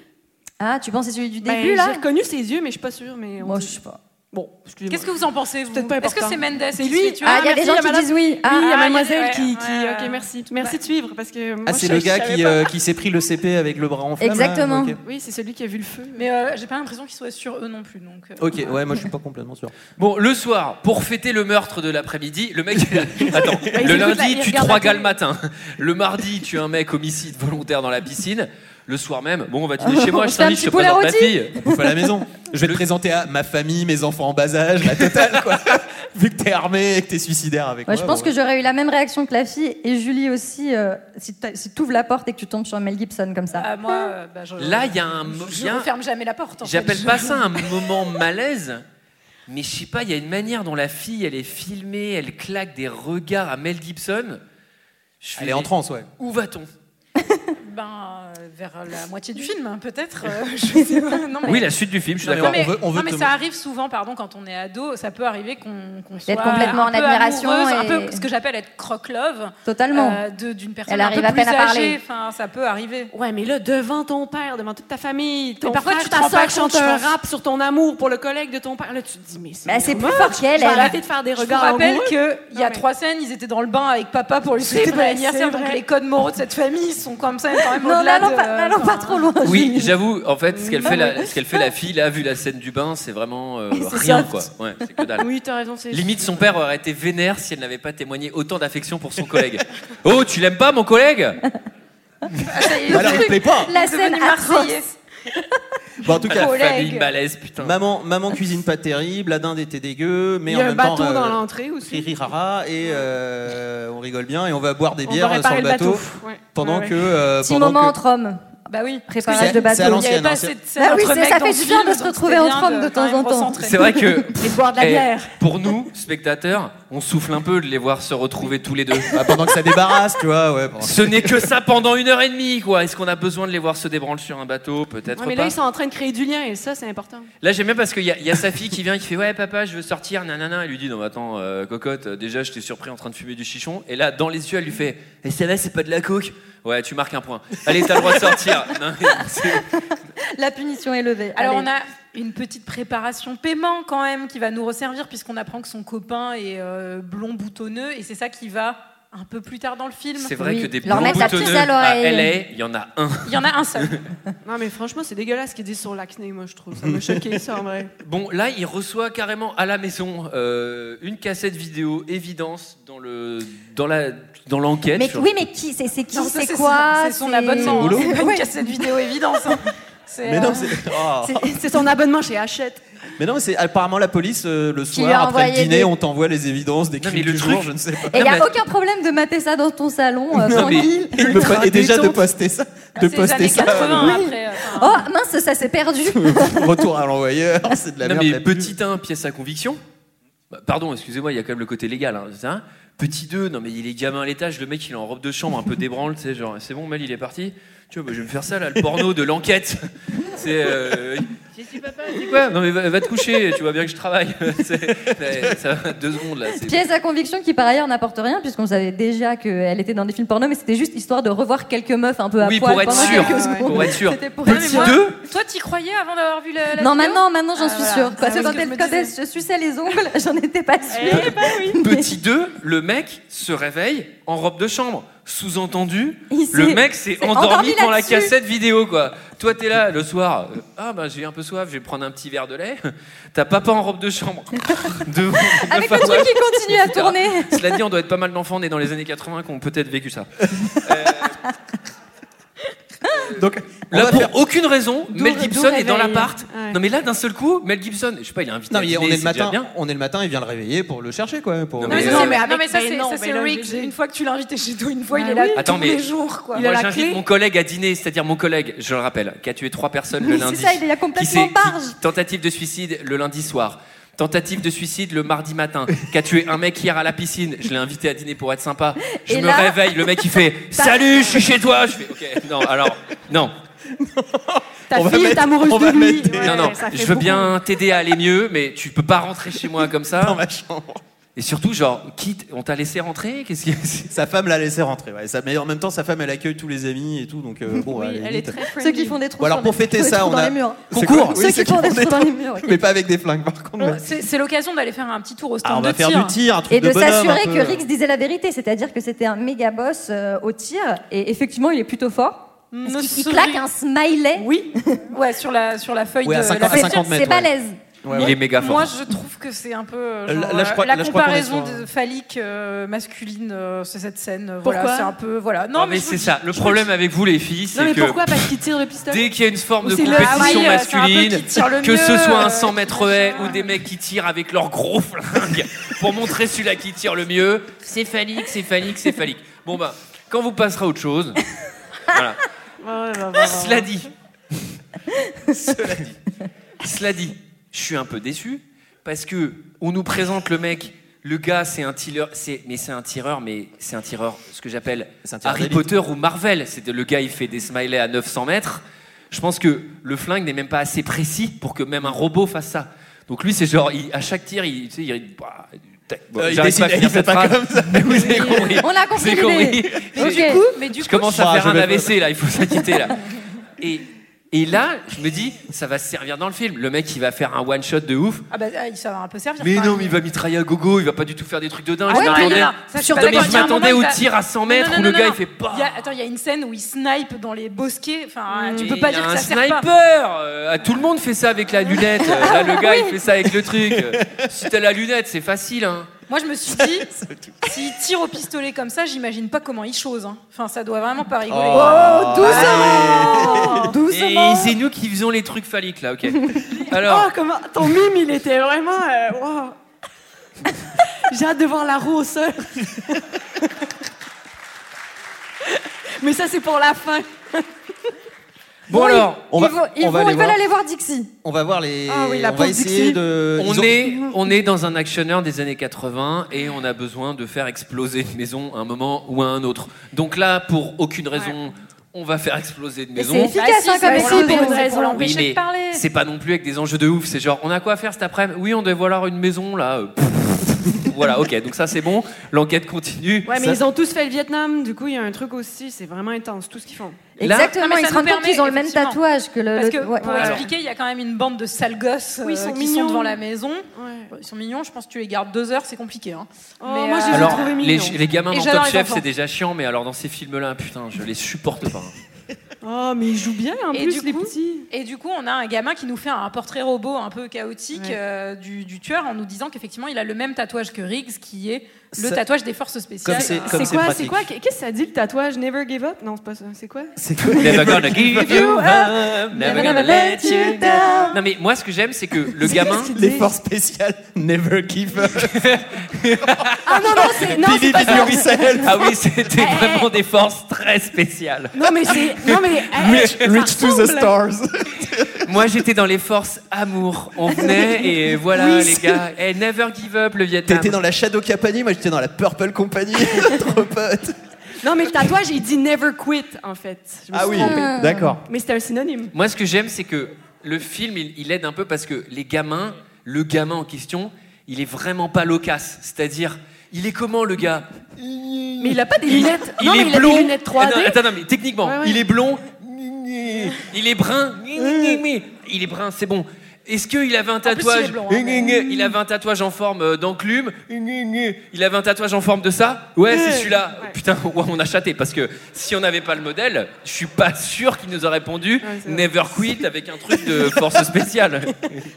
G: Ah, tu penses que c'est celui du
J: Ben,
G: début là
J: J'ai reconnu ses yeux, mais je suis pas sûre. Mais on
G: Moi,
J: dit-
G: je sais pas.
J: Bon, excusez-moi.
H: Qu'est-ce que vous en pensez, vous
J: peut-être pas
H: Est-ce que
J: important.
H: c'est Mendes
J: C'est
H: qui
J: lui.
H: se fait tuer
G: Ah, il y a
J: merci,
G: des gens
J: la
G: qui
J: madame.
G: disent oui.
J: Oui, il y
G: Ah,
J: a
H: Ah,
J: mademoiselle
H: ouais,
J: qui,
H: ouais,
J: qui-
H: ouais.
J: Ok, merci. Merci de suivre parce que. Moi,
F: Ah,
J: je-
F: c'est le
J: je
F: gars
J: savais
F: qui,
J: pas.
F: euh, qui s'est pris le CP avec le bras en flamme.
G: Exactement.
F: hein,
J: Oui, c'est celui qui a vu le feu.
H: Mais euh, j'ai pas l'impression qu'ils soient sûrs eux non plus. Donc, euh.
F: ok. ok, ouais, moi je suis pas complètement sûr.
E: Bon, le soir, pour fêter le meurtre de l'après-midi, le mec. il a- Attends,
J: il
E: le
J: écoute la-
E: lundi,
J: il
E: tu
J: regarde
E: trois
J: la
E: gars le
J: télé.
E: matin. Le mardi, tu un mec homicide volontaire dans la piscine. Le soir même, bon, on va dîner
F: On
E: chez moi, je
F: se fait un
E: t'invite,
F: petit
E: je te présente ma
F: poulet
E: fille.
F: rôti. On bouffe à la maison. Je vais te présenter à ma famille, mes enfants en bas âge, la totale, quoi. Vu que t'es armé et que t'es suicidaire avec
G: Ouais,
F: moi.
G: je pense
F: bon,
G: que j'aurais eu la même réaction que la fille et Julie aussi euh, si tu ouvres la porte et que tu tombes sur Mel Gibson comme ça.
H: moi, euh, bah, je,
E: Là, il y a un. mo- il
H: je
E: y a un-
H: referme jamais la porte. en fait.
E: J'appelle pas ça un moment malaise, mais je sais pas, il y a une manière dont la fille, elle est filmée, elle claque des regards à Mel Gibson. Je
F: Elle est en transe, ouais.
E: Où va-t-on
H: Ben, euh, vers la moitié du film, hein, peut-être. euh, je sais pas. Non, mais-
E: Oui, la suite du film, je suis
H: Non,
E: d'accord.
H: mais- non, mais ça arrive souvent, pardon, quand on est ado, ça peut arriver qu'on qu'on soit
G: complètement
H: un
G: en
H: peu
G: admiration
H: amoureuse, un
G: et-
H: peu ce que j'appelle être croque-love.
G: Totalement.
H: euh, de- D'une personne
G: Elle
H: un
G: arrive
H: peu
G: à
H: plus
G: peine à parler.
H: âgée. Enfin, ça peut arriver.
J: Ouais, mais là, devant ton père, devant toute ta famille, ton
H: Mais parfois,
J: frère,
H: tu
J: ta
H: t'en
J: sœur
H: sers
J: chante
H: contre
J: un
H: toi.
J: rap sur ton amour pour le collègue de ton père. Là, tu te dis, mais c'est.
G: Bah, c'est plus
J: dommage.
G: fort qu'elle,
J: Je vais
G: elle.
J: arrêter de faire des
H: Je vous
J: regards
H: rappelle
J: amoureux.
H: qu'il y a trois scènes, ils étaient dans le bain avec papa pour lui souhaiter bon
J: vrai,
H: anniversaire.
J: c'est
H: Donc
J: vrai.
H: les codes moraux de cette famille sont comme ça, quand même
G: Non,
H: au-delà
G: n'allons
H: de- euh,
G: pas, n'allons pas trop loin.
E: Oui,
G: Julie.
E: j'avoue, en fait, ce qu'elle fait,
J: Ah
E: la,
J: oui.
E: ce qu'elle fait la fille, là, vu la scène du bain, c'est vraiment euh,
J: C'est
E: rien,
J: soft.
E: quoi. Ouais, c'est que dalle.
J: Oui, t'as raison, c'est.
E: Limite, son père aurait été vénère si elle n'avait pas témoigné autant d'affection pour son collègue. oh, tu l'aimes pas, mon collègue
F: Alors, il te plaît pas.
G: La scène
H: devenu Marseillais.
G: atroce.
F: Bon, en tout
E: La
F: cas,
H: Collègue.
E: famille malaise, putain.
F: maman, maman cuisine pas terrible, la dinde était dégueu, mais
J: Il y
F: en
J: a un
F: même temps.
J: bateau dans
F: euh,
J: l'entrée aussi.
F: Riri rara et euh, on rigole bien et on va boire des
J: On va
F: bières sur
J: réparer
F: le bateau,
J: Ouais.
F: pendant
J: Ouais,
F: que
J: ouais.
F: euh,
G: Petit
F: pendant
G: moment
F: que
G: entre hommes.
H: Bah oui.
G: Préparage
F: C'est-
G: de
F: c'est à
G: bateau.
H: Il y avait
F: l'ancienne,
H: pas
F: hein,
H: cette scène
G: Ah oui,
H: entre
G: c'est-
H: mecs
G: ça
H: dans
G: fait
H: le
G: du bien
H: film,
G: de se
H: donc
G: retrouver
H: c'est
G: entre
H: bien
G: hommes de temps
H: quand même
G: en temps.
H: recentrer.
E: C'est vrai que
H: Et de boire de la
E: Eh,
H: bière.
E: pour nous, spectateurs, on souffle un peu de les voir se retrouver tous les deux.
F: Ah, pendant que ça débarrasse, tu vois, ouais. bon.
E: Ce n'est que ça pendant une heure et demie, quoi. Est-ce qu'on a besoin de les voir se débranler sur un bateau Peut-être
J: Ouais, mais là,
E: pas.
J: ils sont en train de créer du lien et ça, c'est important.
E: Là, j'aime bien parce qu'il y, a- il y a sa fille qui vient qui fait Ouais, papa, je veux sortir, nanana. Elle lui dit Non, mais attends, euh, cocotte, euh, déjà, je t'ai surpris en train de fumer du chichon. Et là, dans les yeux, elle lui fait Et ça va, c'est pas de la coke Ouais, tu marques un point. Allez, t'as le droit de sortir. Non, mais c'est-
G: La punition est levée.
H: Alors
G: Allez.
H: on a une petite préparation paiement quand même qui va nous resservir puisqu'on apprend que son copain est euh, blond boutonneux et c'est ça qui va un peu plus tard dans le film.
E: c'est vrai
G: Oui,
E: que des
G: leur
E: blonds
G: mettre la puce
E: boutonneux
G: à
E: à
G: l'oreille.
E: LA, il y en a un.
H: Il y en a un seul.
J: Non, mais franchement, c'est dégueulasse ce qu'ils disent sur l'acné, moi, je trouve. Ça m'a choqué, ça, en vrai.
E: Bon, là, il reçoit carrément à la maison euh, une cassette vidéo évidence dans le dans la dans l'enquête.
G: Mais,
E: sur-
G: oui, mais qui C'est c'est qui
H: Non, ça,
G: C'est quoi
H: C'est son abonnement. hein.
F: boulot.
H: C'est pas une cassette vidéo évidence. hein. C'est,
F: Mais
H: euh,
F: non, c'est oh.
J: C'est son abonnement chez Hachette.
F: mais non, mais c'est apparemment la police euh,
G: lui
F: le
G: a
F: soir après le
G: envoyé
F: dîner,
G: des-
F: on t'envoie les évidences des
E: Non, mais
F: crimes
E: le
F: du
E: truc-
F: jour, je ne sais pas.
G: Et il n'y a
E: Non, mais-
G: aucun problème de mater ça dans ton salon, euh,
E: Non, mais-
G: tranquille.
F: De po- Et déjà de poster ça, de
H: c'est les
F: poster
H: années
F: ça,
H: 80 après. euh, enfin,
G: Oh mince, ça s'est perdu.
F: retour à l'envoyeur, c'est de la
E: Non,
F: merde.
E: mais
F: la pub.
E: petit 1, pièce à conviction. Bah, pardon, excusez-moi, il y a quand même le côté légal. hein, c'est ça petit 2, non mais il est gamin à l'étage, le mec il est en robe de chambre, un peu débranle, tu sais, genre c'est bon, Mel il est parti. Tu vois, bah, je vais me faire ça là, le porno de l'enquête. C'est. euh, J'ai dit, papa, c'est quoi Non mais va, va te coucher, tu vois bien que je travaille. C'est- mais ça va, deux secondes là. c'est-
G: Pièce à conviction qui par ailleurs n'apporte rien puisqu'on savait déjà qu'elle était dans des films porno, mais c'était juste histoire de revoir quelques meufs un peu à
E: Oui,
G: poil
E: pour être
G: pendant
E: sûr.
G: quelques
J: Ouais, ouais.
G: secondes.
E: Pour être sûr.
G: C'était pour
H: Non, mais
E: Petit
H: moi-
E: 2,
H: Toi, t'y croyais avant d'avoir vu la, la
G: Non,
H: vidéo
G: maintenant, maintenant j'en
H: Ah,
G: suis
H: voilà.
G: sûre. Parce
H: Ah,
G: que
H: oui,
G: quand
H: je
G: elle,
H: me
G: quand elle
H: disais.
G: se suçait les ongles, j'en étais pas sûre.
H: Eh ben oui.
E: Petit 2, le mec se réveille en robe de chambre. Sous-entendu,
G: Il
E: le
G: s'est-
E: mec s'est
G: s'est
E: endormi
G: endormi
E: dans la
G: là-dessus.
E: cassette vidéo, quoi. Toi, t'es là le soir. euh, ah, bah, j'ai un peu soif, je vais prendre un petit verre de lait. T'as papa en robe de chambre. Devant la
G: Avec le
E: femme.
G: truc qui continue à
E: etc.
G: tourner.
E: Cela dit, on doit être pas mal d'enfants nés dans les années 80 qui ont peut-être vécu ça.
F: Donc, on
E: Là,
F: va
E: pour
F: faire-
E: aucune raison, Mel
J: d'où
E: Gibson est dans
J: réveil.
E: l'appart.
J: Ouais.
E: Non, mais là, d'un seul coup, Mel Gibson, je sais pas, il est invité
F: Non,
E: à
F: mais on
E: dîner,
F: est le
E: c'est déjà
F: matin,
E: bien.
F: on est le matin, il vient le réveiller pour le chercher, quoi. Pour
E: Non,
H: Non, mais,
E: Mais
H: ça,
E: non,
H: c'est-
J: mais
H: non,
J: avec-
H: mais ça,
J: mais
H: c'est-
J: non,
H: ça,
J: mais
H: c'est Ah
J: là,
H: rigged.
J: j'ai-
H: Une fois que tu l'as invité chez toi, une fois,
J: Bah
H: il est là
J: oui.
E: Attends,
H: tous
E: mais-
H: les jours. Quoi.
J: Il a
E: Moi,
J: la
E: j'invite
J: clé.
E: mon collègue à dîner, c'est-à-dire mon collègue, je le rappelle, qui a tué trois personnes le
G: Mais
E: lundi.
G: c'est ça, il est
E: qui
G: complètement
E: s'est- qui-
G: barge.
E: tentative de suicide le lundi soir. Tentative de suicide le mardi matin. Qui a tué un mec hier à la piscine. Je l'ai invité à dîner pour être sympa. Je
G: Et
E: me
G: là-
E: réveille, le mec il fait Salut, je suis chez toi. Je fais Ok, non, alors, non,
F: On
J: Ta
F: va
J: fille est
F: mettre- on
J: amoureuse de
F: va
J: lui.
F: mettre des-
J: Ouais,
E: non, non.
J: ça fait
E: Je veux
J: beaucoup.
E: bien t'aider à aller mieux, mais tu peux pas rentrer chez moi comme ça.
F: dans ma chambre.
E: Et surtout, genre, quitte, on t'a laissé rentrer Qu'est-ce qui.
F: Sa femme l'a laissé rentrer. Ouais. Sa- Mais en même temps, sa femme, elle accueille tous les amis et tout, donc euh, bon. à la
J: Oui, elle est
F: limite.
J: très friendly.
G: Ceux qui font des trous
F: Bon, alors,
G: sur
F: pour
G: les-
F: fêter
G: sur les
F: ça,
G: trous
F: on
G: dans
F: a-
G: les murs.
F: C'est
E: Concours.
F: quoi Oui,
G: Ceux qui font des trous dans les murs.
F: Mais pas avec des flingues, par contre. mais-
H: C'est c'est l'occasion d'aller faire un petit tour au stand
F: Ah, on va
H: de
F: faire
H: tir.
F: du tir, un truc
G: Et de,
F: bonhomme, un
G: s'assurer
F: peu.
G: que Rix disait la vérité, c'est-à-dire que c'était un méga boss euh, au tir, et effectivement il est plutôt fort.
H: Ne
G: Parce qu'il-
H: se-
G: il claque
J: hein
G: un smiley.
H: Oui, ouais, sur la, sur la feuille
F: Ouais,
H: de
F: à
H: la
F: 50
H: feuille de
G: C'est
F: mètres, ouais.
G: balèze.
E: Il est méga fort.
H: Moi, je trouve que c'est un peu euh,
F: Euh,
H: genre,
F: là- là, je
H: euh,
F: crois-
H: la
F: là, je crois qu'on est sur
H: comparaison
F: un-
H: de- phallique euh, masculine euh, c'est cette scène. euh,
J: Pourquoi
H: voilà, c'est un peu voilà. Non,
E: Non, mais
H: je vous
E: c'est
H: le
E: ça.
H: dis,
E: Le
H: je vous
E: problème avec vous, les filles,
J: Non,
E: c'est
J: mais
E: que
J: pourquoi Parce qu'il tire le pistolet
E: dès qu'il y a une forme
J: Ou
E: de
J: c'est le
E: compétition
J: Hawaï, euh, c'est un peu qui
E: masculine,
H: tire le
E: que ce
H: mieux,
E: soit un
H: euh,
E: 100 mètres haie
H: machin.
E: ou des mecs qui tirent avec leur gros flingue pour montrer celui-là qui tire le mieux, c'est phallique, c'est phallique, c'est phallique. Bon, bah, quand vous passerez à autre chose. Voilà.
J: Ouais, bah, bah, bah.
E: Cela dit, cela dit, cela dit, je suis un peu déçu parce que on nous présente le mec, le gars, c'est un tireur, c'est mais c'est un tireur, mais c'est un tireur, ce que j'appelle
F: C'est un tireur
E: Harry
F: d'élite.
E: Potter ou Marvel. C'est de- le gars, il fait des smileys à 900 mètres. Je pense que le flingue n'est même pas assez précis pour que même un robot fasse ça. Donc lui, c'est genre, il- à chaque tir, il, tu sais, il, bah, tac, bon,
F: Euh, il
E: j'arrive pas
F: décide,
E: à
F: il
E: finir
F: fait
E: cette
F: pas
E: phrase.
F: comme ça.
E: Vous avez compris.
G: On a compris
E: Vous avez
G: l'idée.
E: compris.
H: Mais
E: J'ai-
H: du coup, Bah, mais du
E: je commence à
F: Ah,
E: faire
F: je
E: un
F: vais-
E: AVC là, il faut s'inquiéter là. Et, et là, je me dis, ça va se servir dans le film. Le mec, il va faire un one shot de ouf.
H: Ah bah ah, il- ça va un peu servir.
E: Mais
H: quand
E: non,
H: même.
E: mais il va mitrailler à gogo, il va pas du tout faire des trucs de dingue.
H: Ah
E: je
H: ouais, mais
E: m'attendais,
H: non, non, ça, je suis
E: Non,
H: pas
E: mais
H: d'accord.
E: je
H: Il y a un
E: m'attendais
H: moment,
E: au
H: il va-
E: tir à 100
H: Non, non,
E: mètres où
H: non,
E: le gars
H: non.
E: il fait pas.
H: Il y a- attends, il y a une scène où il snipe dans les bosquets. Enfin, tu
E: Et
H: peux pas
E: Mm. il y a
H: dire que
E: un
H: ça sert pas.
E: sniper euh, Tout le monde fait ça avec la lunette. Euh, Là, le gars, il fait ça avec le truc. Euh, Si t'as la lunette, c'est facile. Hein.
H: Moi, je me suis dit, s'il tire au pistolet comme ça, j'imagine pas comment il chose. hein. Enfin, ça doit vraiment pas rigoler.
F: Oh,
J: Oh, Doucement
E: Et c'est nous qui faisons les trucs phalliques, là, ok. Alors,
J: Oh, comment... Ton mime, il était vraiment... euh, wow. J'ai hâte de voir la roue au sol. Mais ça, c'est pour la fin.
E: bon alors,
F: On
G: ils
F: va-
G: vont, ils
F: on va
G: vont-
F: aller
G: ils veulent
F: voir.
G: aller voir Dixie.
F: On va voir les.
J: Ah oui, la
F: on va
J: pauvre
F: essayer
J: Dixie.
F: de.
E: On,
F: Euh, ils ont-
E: est, on est dans un actionneur des années 80 et on a besoin de faire exploser une maison à un moment ou à un autre. Donc là, pour aucune raison, on va faire exploser une
G: Mais
E: maison.
G: c'est efficace
H: Bah
G: hein,
H: si,
G: comme
H: c'est
G: essai
H: pour
G: pour
H: l'empêcher.
G: pour l'empêcher.
E: Oui,
H: de
E: mais
H: parler.
E: c'est pas non plus avec des enjeux de ouf. C'est genre, on a quoi à faire cet après-midi Oui, on doit voir une maison là. euh, voilà, ok, donc ça c'est bon. L'enquête continue.
J: Ouais, mais
E: Ça-
J: ils ont tous fait le Vietnam. Du coup, il y a un truc aussi. C'est vraiment intense, tout ce qu'ils font.
E: Là-
G: Exactement,
H: Non, mais
G: ils
H: ça
G: se
H: nous
G: rendent compte
H: permet,
G: qu'ils ont le même
H: effectivement.
G: tatouage que le.
H: Parce
G: le-
H: que,
G: ouais.
H: pour expliquer, il y a quand même une bande de sales gosses
J: Oui, ils
H: euh,
J: sont
H: qui
J: mignons.
H: sont devant la maison.
J: Ouais.
H: Ils sont mignons, je pense que tu les gardes deux heures, c'est compliqué. hein.
J: Oh,
H: Mais,
J: moi, je
H: euh,
J: les ai
E: Alors,
J: trouvés
E: les,
J: mignons.
E: les gamins
H: Et
E: dans
H: j'adore
E: Top
H: les
E: Chef,
H: enfants.
E: c'est déjà chiant, mais alors dans ces films-là, putain, je les supporte pas.
J: Oh, mais ils jouent bien, en
H: Et
J: plus,
H: du
J: les
H: coup-
J: petits.
H: Et du coup, on a un gamin qui nous fait un portrait robot un peu chaotique
J: Ouais.
H: euh, du, du tueur en nous disant qu'effectivement, il a le même tatouage que Riggs, qui est le
F: Ça-
H: tatouage des forces spéciales.
F: Comme c'est-
H: Euh,
F: comme
J: C'est quoi, c'est
F: pratique.
J: quoi Qu'est-ce que ça dit, le tatouage Never give up Non, c'est pas ça. C'est quoi
F: C'est quoi
E: Never gonna give you up, never gonna let you down. Non mais moi ce que j'aime c'est que le gamin
F: Les forces spéciales never give up.
J: Ah non, non, c'est... Non,
F: Billy
J: c'est pas
F: Billy
J: ça.
F: Yourself.
E: Ah oui, c'était vraiment des forces très spéciales.
J: Non, mais c'est... Non, mais... eh,
F: Reach, reach to the stars.
E: Moi, j'étais dans les forces amour. On venait et voilà,
F: Oui,
E: les
F: c'est-
E: gars. Eh, never give up le Vietnam.
F: T'étais dans la Shadow Company, moi j'étais dans la Purple Company. Trop pote.
J: Non, mais le tatouage, il dit never quit, en fait. Je me
F: Ah
J: suis
F: oui,
J: trompée.
F: d'accord.
J: Mais c'était un synonyme.
E: Moi, ce que j'aime, c'est que le film, il, il aide un peu parce que les gamins, le gamin en question, il est vraiment pas loquace. C'est-à-dire, il est comment le gars
J: Mais il a pas des
E: Il-
J: lunettes.
E: Il
J: non,
E: est
J: mais il
E: blond.
J: a des lunettes 3D.
E: Attends, attends, non, mais techniquement,
J: Ouais, ouais.
E: il est blond. Il est brun. Il est brun, c'est bon. Est-ce qu'il avait un
H: il est
E: tatouage
H: blond, hein,
E: Il avait un tatouage en forme euh, d'enclume. Il avait un tatouage en forme de ça Ouais, c'est celui-là.
J: Ouais.
E: Putain, ouais, on a chaté parce que si on n'avait pas le modèle, je suis pas sûr qu'il nous a répondu
J: c'est vrai.
E: Never quit avec un truc de force spéciale.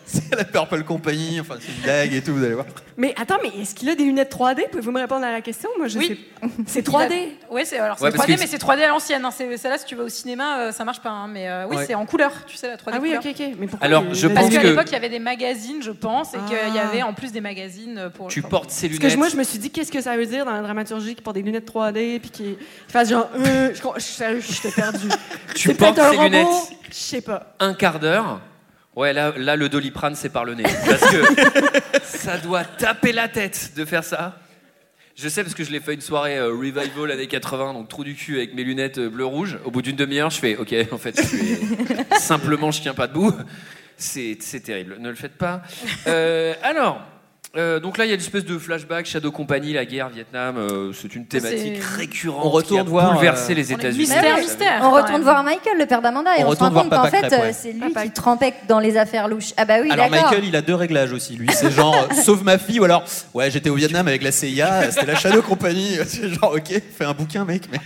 F: C'est la Purple Company, enfin c'est une blague et tout, vous allez voir.
J: Mais attends, mais est-ce qu'il a des lunettes 3D Pouvez-vous me répondre à la question Moi, je
H: Oui.
J: sais. C'est
H: il a-
J: 3D.
H: Ouais, c'est alors c'est
E: Ouais, parce
H: 3D,
E: que-
H: mais c'est 3D à l'ancienne. hein. C'est celle-là, si tu vas au cinéma, euh, ça marche pas. hein. Mais euh, oui,
F: Ouais.
H: c'est en couleur, tu sais la 3D.
J: Ah oui,
H: couleur.
J: ok, ok. Mais pourquoi
E: Alors,
J: il-
E: je
J: il a
H: Parce
E: pense
J: des
E: que-
H: qu'à
J: lunettes
H: l'époque, il y avait des magazines, je pense, et qu'il y
J: Ah.
H: avait en plus des magazines euh, pour.
E: tu
H: pour-
E: portes ces
J: Parce
E: lunettes.
J: que moi, je me suis dit, qu'est-ce que ça veut dire dans la dramaturgie pour des lunettes 3D puis qu'il fasse genre, euh, je crois- je suis sérieux, j'étais perdu.
E: Tu
J: C'est peut-être
E: portes
J: un
E: ces
J: robot
E: lunettes.
J: Je sais pas.
E: un quart d'heure. Ouais, là, là, le doliprane, c'est par le nez. Parce que ça doit taper la tête de faire ça. Je sais parce que je l'ai fait une soirée euh, revival années 80, donc trou du cul avec mes lunettes euh, bleu-rouge. Au bout d'une demi-heure, je fais OK, en fait, je suis- simplement, je tiens pas debout. C'est c'est terrible, ne le faites pas. Euh, alors, Euh, donc là, il y a une espèce de flashback, Shadow Company, la guerre, Vietnam. euh, c'est une thématique
H: C'est-
E: récurrente
F: On retourne
E: qui a
F: voir,
E: bouleversé
F: euh,
E: les
H: on est
E: États-Unis.
H: mystère,
E: Ouais.
H: mystère.
G: On
H: quand
G: retourne
H: même.
G: voir Michael, le père d'Amanda, et on,
F: On
G: se rend
F: retourne voir
G: compte qu'en
F: Papa
G: fait,
F: Crêpe, ouais.
G: euh, c'est lui qui trempait dans les affaires louches. Ah bah oui,
F: alors
G: d'accord.
F: Michael, il a deux réglages aussi. Lui, c'est genre euh, sauve ma fille ou alors ouais, j'étais au Vietnam avec la CIA, c'était la Shadow Company. C'est genre ok, fais un bouquin, mec. Mais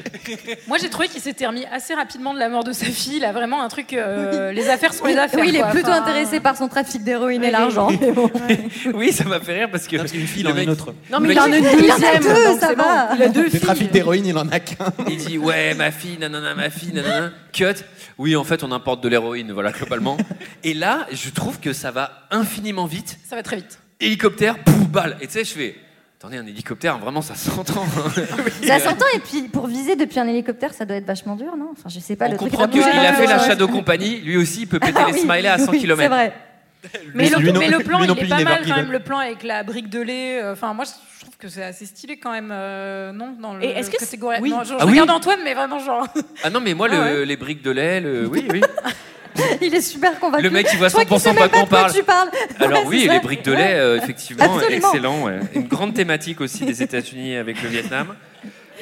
H: Moi, j'ai trouvé qu'il s'était remis assez rapidement de la mort de sa fille. Il a vraiment un truc. euh, les affaires sont les affaires.
G: Oui, il est
H: quoi.
G: plutôt
H: Enfin,
G: intéressé par son trafic d'héroïne et
H: oui.
G: l'argent. mais bon.
E: Oui, ça m'a fait rire parce que.
F: Non, parce qu'une fille, il
E: le
F: en a
E: mec-
F: une autre.
J: Non, mais
E: Mais
J: il en a une
G: Il y en
J: deuxième.
G: a deux,
J: donc
G: ça
J: c'est bon.
G: va.
J: Il a deux
F: Le
J: filles.
F: trafic d'héroïne, il en a qu'un.
E: Il dit ouais ma fille nanana ma fille nanana cut oui en fait on importe de l'héroïne voilà globalement et là je trouve que ça va infiniment vite
H: Ça va très vite.
E: hélicoptère pouf balle et tu sais je fais attendez un hélicoptère vraiment ça s'entend hein.
G: Ça s'entend, et puis pour viser depuis un hélicoptère, ça doit être vachement dur, non Enfin, je sais pas,
E: on
G: le truc
E: comprend
G: est
E: qu'il
G: un peu-
E: a fait la
G: Ouais.
E: Shadow Company lui aussi il peut péter
G: Ah
E: les
G: oui,
E: smileys à 100
G: oui,
E: km
G: C'est vrai.
H: Mais,
F: Lui-
H: le,
F: lui non-
H: mais le plan,
F: lui non
H: il
F: plus,
H: est
F: il
H: pas
F: never
H: mal
F: give
H: quand
F: up.
H: même. Le plan avec la brique de lait. euh, Enfin, moi, je trouve que c'est assez stylé quand même. euh, non, dans le.
J: Et est-ce que c'est-
H: catégorie-
J: oui.
H: Non, je, je
E: Ah oui.
H: regarde Antoine, mais vraiment genre.
E: ah non mais moi le-
H: Ah ouais.
E: les briques de lait le oui oui
G: Il est super convaincu.
E: Le mec, il voit
G: Toi qui
E: 100%
G: sais
E: pas
G: même
E: qu'on
G: de quoi
E: parle.
G: Tu parles.
E: alors
G: Ouais,
E: oui
G: c'est
E: et
G: ça.
E: les briques de lait euh, effectivement
G: Absolument.
E: excellent ouais. une grande thématique aussi des États-Unis avec le Vietnam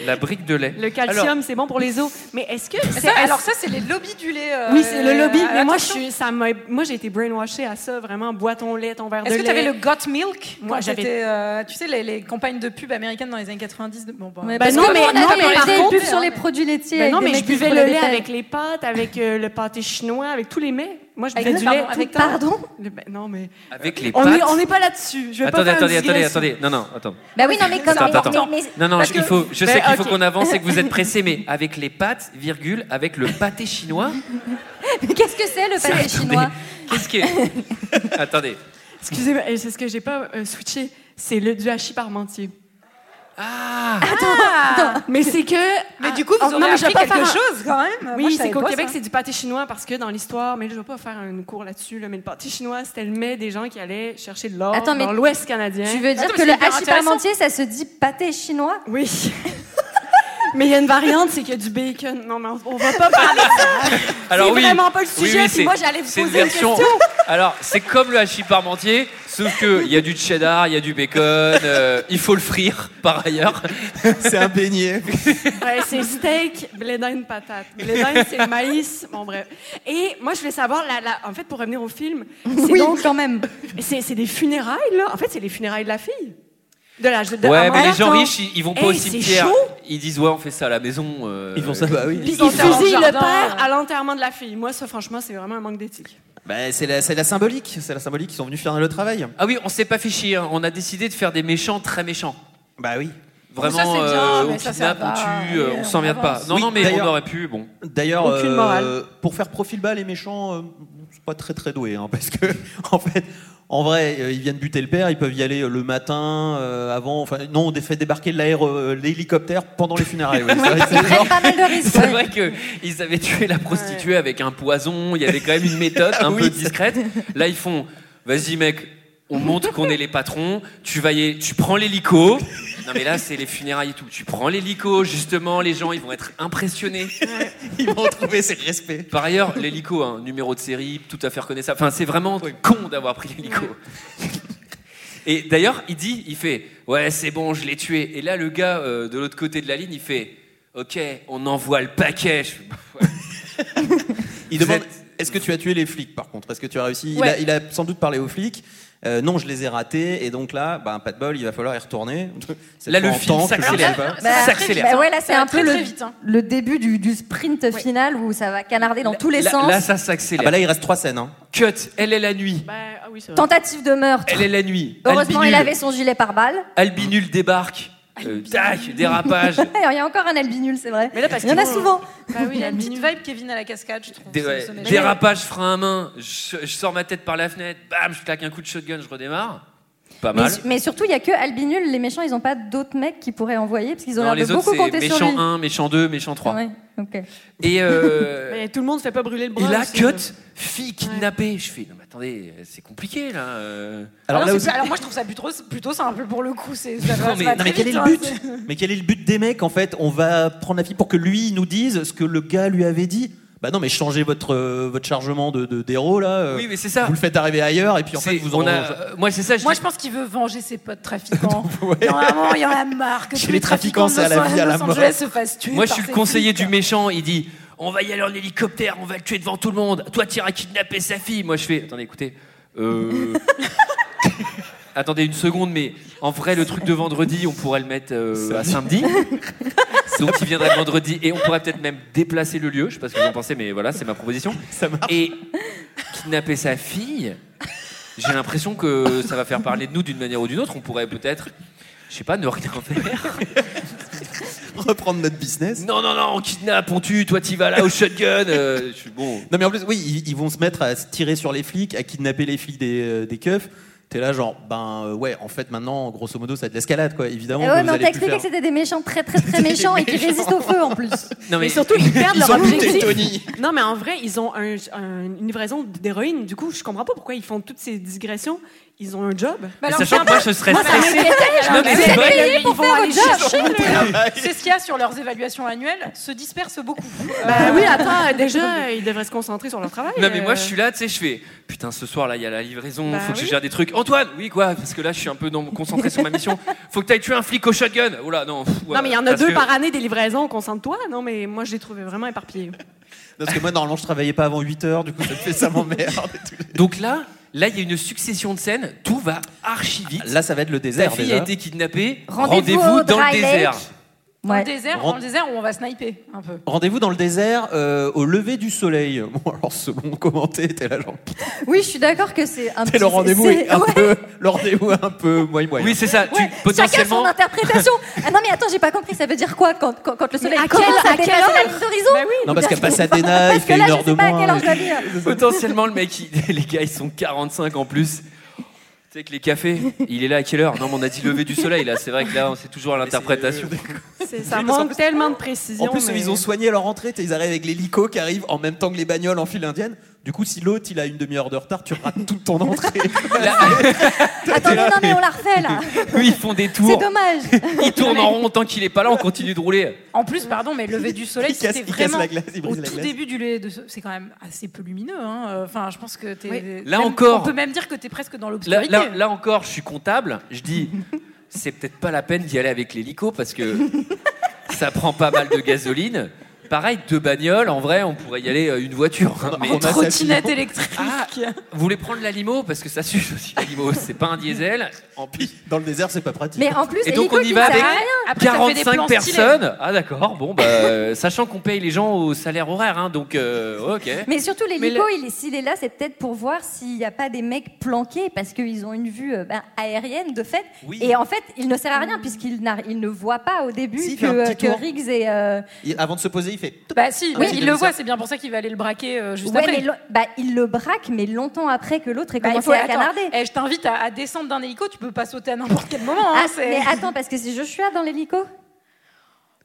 E: la brique de lait
J: Le
E: Alors,
J: calcium, c'est bon pour les os. Mais est-ce que c'est
H: Ça, alors ça, c'est les lobbies du lait. euh,
J: Oui, c'est le lobby.
H: euh,
J: Mais moi, je
H: attention.
J: suis, ça m'a- moi, j'ai été brainwashée à ça, vraiment. Bois ton lait, ton verre de
H: Est-ce
J: lait.
H: que tu avais le Got Milk
J: Moi,
H: quand
J: j'avais-
H: t'étais, euh, tu sais, les, les campagnes de pub américaines dans les années 90. de- Bon, bon.
G: Mais
J: Bah
G: parce
J: non,
G: que
J: mais-
G: nous, on a
J: non,
G: tapé
J: mais par
G: des
J: contre-
G: pubs sur les produits laitiers.
J: Ben
G: avec
J: non,
G: des
J: mais
G: mecs
J: je
G: qui
J: buvais
G: prenaient
J: le
G: des
J: lait
G: tailles.
J: avec les pâtes, avec euh, le pâté chinois, avec tous les mets. Moi, je buvais
G: Avec
J: du
G: pardon,
J: lait tout le
G: avec-
J: temps.
G: Pardon
J: Le- ben, non, mais
E: avec les
J: on
E: pattes
J: est- on n'est pas là-dessus. Je vais pas
E: attendez
J: faire une
E: attendez attendez
J: digression.
E: attendez non non attends
G: Bah oui, non, mais comme.
E: Attends,
G: mais-
E: attends.
G: mais- mais-
E: Non, non,
J: Parce
E: je,
J: que-
E: il faut, je
J: Ben,
E: sais qu'il faut
J: ok.
E: qu'on avance et que vous êtes pressé, mais avec les pâtes, virgule, avec le pâté chinois.
G: mais Qu'est-ce que c'est le pâté
E: Attendez,
G: chinois
E: Qu'est-ce que. Attendez.
J: Excusez-moi, euh, c'est ce que j'ai pas euh, switché. C'est le du hachis parmentier.
E: Ah
J: Mais c'est que. ah,
H: Mais du coup, vous
J: avez
H: aurez appris quelque chose quand même. Moi,
J: Oui,
H: je
J: c'est
H: savais
J: qu'au
H: pas
J: Québec,
H: ça.
J: c'est du pâté chinois parce que dans l'histoire, mais là, je vais pas faire un cours là-dessus, là, mais le pâté chinois, c'était le mets des gens qui allaient chercher de l'or
G: Attends, mais
J: dans l'Ouest canadien.
G: Tu veux dire
H: Attends,
G: que
H: mais
G: le
H: c'est hyper
G: hachis parmentier, ça se dit pâté chinois
J: Oui. mais il y a une variante, c'est qu'il y a du bacon. Non, mais on, on va pas parler de ça.
E: Alors
J: C'est
E: oui.
J: vraiment pas le
E: Oui,
J: sujet,
E: oui,
J: puis
E: c'est-
J: moi, j'allais vous
E: c'est
J: poser une question.
E: Alors, c'est comme le hachis parmentier, sauf que il y a du cheddar, il y a du bacon, euh, il faut le frire par ailleurs.
F: C'est un beignet.
J: Ouais, c'est steak, blé d'Inde, patate. Blé d'Inde, c'est le maïs. Bon, bref. Et moi, je voulais savoir, la- la- en fait, pour revenir au film, c'est
G: Oui,
J: donc-
G: quand même.
J: c'est c'est des funérailles, là. En fait, c'est les funérailles de la fille. De la, de-
E: Ouais,
J: ah,
E: mais les
J: attends.
E: gens riches, ils, ils vont pas
J: Hey,
E: au
J: c'est
E: cimetière.
J: chaud.
E: Ils disent, ouais, on fait ça à la maison. euh,
F: Ils font ça, bah oui.
J: Puis
H: Ils
J: ils
H: sont dans le
J: fusillent le
H: jardin.
J: père à l'enterrement de la fille. Moi, ça, franchement, c'est vraiment un manque d'éthique.
F: Bah, c'est la, c'est la symbolique. C'est la symbolique. Ils sont venus faire le travail.
E: Ah oui, on s'est pas fait chier, hein. on a décidé de faire des méchants très méchants.
F: Bah oui.
E: Vraiment,
H: ça, c'est bien,
E: euh, on
H: mais ça, ça
E: kidnappe,
H: va.
E: on tue, euh,
H: Allez,
E: on
H: on
E: s'en vient pas.
H: avance.
E: Non,
F: Oui,
E: non, mais on
F: d'ailleurs-
E: aurait pu, bon.
F: D'ailleurs, euh,
J: Aucune morale.
F: pour faire profil bas, les méchants, euh, c'est pas très très doué, hein, parce que en fait, en vrai, euh, ils viennent buter le père, ils peuvent y aller euh, le matin, euh, avant. Enfin, non, on les fait débarquer de l'aéro- euh, l'hélicoptère pendant les funérailles. ouais, c'est vrai,
G: Ils
F: c'est genre-
G: prennent pas mal de risques.
E: C'est vrai
G: ouais.
E: qu'ils avaient tué la prostituée avec un poison, il y avait quand même une méthode un
F: Oui,
E: peu
F: ça-
E: discrète. Là, ils font vas-y, mec, on montre qu'on est les patrons, tu vas y tu prends l'hélico. Non, mais là, c'est les funérailles et tout. Tu prends l'hélico, justement, les gens, ils vont être impressionnés.
F: ils vont trouver ces respects.
E: Par ailleurs, l'hélico, hein, numéro de série, tout à fait reconnaissable. Enfin, c'est vraiment con d'avoir pris l'hélico. Et d'ailleurs, il dit, il fait, ouais, c'est bon, je l'ai tué. Et là, le gars euh, de l'autre côté de la ligne, il fait, ok, on envoie le paquet. Je fais, Ouais.
F: Ils
E: Vous
F: demandent
E: êtes-
F: est-ce que tu as tué les flics par contre Est-ce que tu as réussi il,
H: Ouais.
F: a, il a sans doute parlé aux flics. Euh, non, je les ai ratés, et donc là, bah, pas de bol, il va falloir y retourner. Cette
E: Là, le
F: fois en
E: film
F: tank, je sais
E: s'accélère.
F: pas.
G: Bah,
E: Ça s'accélère.
G: bah ouais, là, c'est
H: va
G: un peu
H: très,
G: le,
H: très vite, hein.
G: le début du, du sprint final où ça va canarder dans tous les
E: là,
G: sens.
E: là, ça
F: Ah
E: s'accélère.
F: bah là, il reste trois scènes. hein.
E: Cut, elle est la nuit.
J: Ben, ah oui, c'est vrai.
G: Tentative de meurtre.
E: Elle est la nuit.
G: Heureusement,
E: Albinul.
G: il avait son gilet par balle.
E: Albinul débarque. Euh, tac, dérapage.
G: Alors, il y a encore un albinul, c'est vrai.
J: Mais là, parce
G: il y en a
J: qu'ils vont-
G: souvent.
H: Bah oui, il y a une petite vibe Kevin à la cascade, je trouve.
E: Dé-
H: ce-
E: ouais,
H: ce mec.
E: dérapage, frein à main. Je, je sors ma tête par la fenêtre. Bam, je claque un coup de shotgun, je redémarre. Pas
G: Mais,
E: mal.
G: su- mais surtout, il y a que albinul. Les méchants, ils n'ont pas d'autres mecs qui pourraient envoyer parce qu'ils ont
E: Non, les
G: l'air de
E: autres,
G: beaucoup
E: c'est
G: compter sur
E: méchant
G: lui.
E: 1, méchant 2, méchant 3.
G: Ouais, ok. Eh
E: Et, euh,
J: Mais tout le monde se fait pas brûler le
E: et
J: bras.
E: là,
J: aussi.
E: cut, fille kidnappée. Je fais, non, mais attendez, c'est compliqué là. euh.
H: Alors,
F: là
H: c'est
F: aussi-
H: plus- alors moi, je trouve ça plutôt, plutôt simple pour le coup. C'est, ça va-
E: Non,
H: ça
E: mais-
H: va
E: non,
H: très
F: Mais quel est
H: vite,
F: le
H: hein,
F: but
H: c'est-
F: Mais quel est le but des mecs en fait On va prendre la fille pour que lui il nous dise ce que le gars lui avait dit. Bah non, mais changez votre, euh, votre chargement de, de d'héros, là. euh,
E: Oui, mais c'est ça.
F: Vous le faites arriver ailleurs, et puis en
E: C'est-
F: fait, vous
E: on
F: en.
E: a- euh, moi, c'est ça. je
H: Moi,
E: dis-
H: je pense qu'il veut venger ses potes trafiquants. Normalement, il y en a marre que
F: Chez
H: tous
F: les trafiquants,
H: de
F: c'est à la
H: Los-
F: vie, à la
H: Los
F: mort.
H: Angeles se fassent tuer
E: Moi, je
H: par
E: suis le
H: ces
E: conseiller
H: flics.
E: du méchant. Il dit On va y aller en hélicoptère, on va le tuer devant tout le monde. Toi, t'iras kidnapper sa fille. Moi, je fais Attendez, écoutez. Euh... Attendez une seconde, mais en vrai, le truc de vendredi, on pourrait le mettre euh, à samedi. Donc, il viendrait le vendredi et on pourrait peut-être même déplacer le lieu. Je sais pas ce que vous en pensez, mais voilà, c'est ma proposition.
F: Ça marche.
E: Et kidnapper sa fille, j'ai l'impression que ça va faire parler de nous d'une manière ou d'une autre. On pourrait peut-être, je sais pas, ne rien faire.
F: reprendre notre business.
E: Non, non, non, on kidnappe, on tue, toi t'y vas là au shotgun. euh, je suis bon.
F: Non, mais en plus, oui, ils, ils vont se mettre à se tirer sur les flics, à kidnapper les flics des, euh, des keufs. T'es là, genre, ben euh, ouais, en fait, maintenant, grosso modo, ça va de l'escalade, quoi. Évidemment,
G: Eh
F: que
G: ouais,
F: vous
G: mais on
F: allez plus
G: t'expliquait
F: faire.
G: que c'était des méchants très très très méchants et qui résistent au feu en plus.
E: Non, mais,
J: Et surtout, ils perdent
F: Ils
J: leur
F: ont looté
J: objectif.
F: Tony.
J: Ah, Non, mais en vrai, ils ont un- un- une livraison d'héroïne. Du coup, je comprends pas pourquoi ils font toutes ces digressions. Ils ont un job.
H: Bah, alors,
E: sachant que moi je serais stressé. Non, mais c'est vrai.
H: ils vont aller chercher.
F: job.
H: C'est ce qu'il y a sur leurs évaluations annuelles, se dispersent beaucoup. Euh,
J: Bah oui, attends, déjà, ils devraient se concentrer sur leur travail.
E: Non, mais moi je
J: euh.
E: suis là, tu sais, je fais putain, ce soir là, il y a la livraison,
J: Bah
E: faut que je
J: oui.
E: gère des trucs. Antoine, oui, quoi, parce que là je suis un peu dans- concentré sur ma mission. Faut que t'ailles tuer un flic au shotgun. Oh là, non. pff, ouais,
J: Non, mais il y en a
E: parce
J: deux
E: que-
J: par année des livraisons, concentre-toi. Non, mais moi, je les trouvais vraiment éparpillés.
F: Parce que moi, normalement, je travaillais pas avant 8 heures, du coup, ça me fait ça m'emmerde. et tout.
E: Donc là, là, il y a une succession de scènes, tout va archi vite.
F: Là, ça va être le
E: Ta
F: désert.
E: fille
F: déjà.
E: a été kidnappée,
G: Rendez-vous
E: rendez-vous
G: au
E: dans le
G: Dry Lake.
E: désert.
H: Dans le
G: Ouais.
H: désert,
F: Rend-
H: dans le désert où on va sniper un peu.
F: Rendez-vous dans le désert euh, au lever du soleil. Bon, alors, ce bon commenté, t'es là, genre, putain,
G: Oui, je suis d'accord que c'est un
F: le rendez-vous est
G: c'est-
F: un
G: ouais.
F: peu. Le rendez-vous est un peu moyen moyen.
E: Oui, c'est ça,
G: Ouais,
E: tu,
G: Chacun son
E: potentiellement.
G: interprétation. Ah non mais attends, j'ai pas compris. Ça veut dire quoi quand, quand, quand le soleil
J: Mais à
G: commence
J: quelle- à
G: à
J: quelle
G: dépasser
J: heure
G: la ligne d'horizon
J: Bah oui.
F: Non, parce qu'à
G: Parce que-
F: Pasadena, il
G: parce que
F: fait
G: là,
F: une
G: je sais
F: heure de
G: pas à quelle
F: moins.
G: heure je dois venir.
E: Potentiellement, le mec, il- les gars, ils sont 45 en plus. Tu sais que les cafés, il est là à quelle heure Non, mais on a dit lever du soleil, là. C'est vrai que là, on- c'est toujours à l'interprétation.
J: C'est- Ça
F: Oui, parce qu'en
J: manque
F: plus-
J: tellement de précision.
F: En plus,
J: mais-
F: ils ont soigné leur entrée. t'sais, Ils arrivent avec l'hélico qui arrive en même temps que les bagnoles en file indienne. Du coup, si l'autre il a une demi-heure de retard, tu rates toute ton entrée.
G: Attendez, non mais on la refait là.
E: Eux, ils font des
G: C'est
E: tours.
G: dommage.
E: Ils tournent en rond tant qu'il est pas là, on continue de rouler.
H: En plus, pardon, mais lever du soleil,
F: Il casse-
H: c'était
F: il casse
H: vraiment
F: la glace, il
H: au
F: brise la
H: tout
F: glace.
H: début du lait. De... ce- C'est quand même assez peu lumineux. hein. Enfin, je pense que t'es.
J: Oui.
E: Là
H: même-
E: encore.
H: On peut même dire que t'es presque dans
E: Là,
H: l'obscurité.
E: là, là encore, je suis comptable. Je dis, c'est peut-être pas la peine d'y aller avec l'hélico parce que ça prend pas mal de gasoline. Pareil, deux bagnoles, en vrai, on pourrait y aller euh, une voiture. hein, mais-
F: on a-
H: Trottinette électrique.
E: Ah, vous voulez prendre la limo parce que ça suce aussi la limo. C'est pas un diesel. En plus,
F: Dans le désert, c'est pas pratique.
G: Mais en plus,
E: Et donc,
G: Hélico
E: on y
G: qui
E: va
G: sert à
E: avec-
G: rien.
H: Après, ça fait des
E: 45
H: plans stylés.
E: personnes Ah d'accord, bon, bah, euh, sachant qu'on paye les gens au salaire horaire, hein, donc euh, ok.
G: Mais surtout, l'hélico,
E: Mais
G: il est- s'il est là, c'est peut-être pour voir s'il n'y a pas des mecs planqués parce qu'ils ont une vue euh, ben, aérienne de fait.
E: Oui.
G: Et en fait, il ne sert à rien puisqu'il n'a- il ne voit pas au début
F: Si, il fait
G: que,
F: un petit
G: que
F: tour.
G: Riggs et. euh,
F: Il- Avant de se poser, il fait.
G: Ah,
H: Bah si,
F: Oui.
H: il le voit, c'est bien pour ça qu'il va aller le braquer euh, juste
G: ouais,
H: après.
G: mais lo- bah, il le braque, mais longtemps après que l'autre ait
H: Bah, il
G: commencé
H: faut-
G: à
H: attends,
G: canarder.
H: eh, je t'invite à, à descendre d'un hélico, tu peux pas sauter à n'importe quel moment. hein,
G: Ah,
H: c'est-
G: mais attends, parce que c'est Joshua dans l'hélico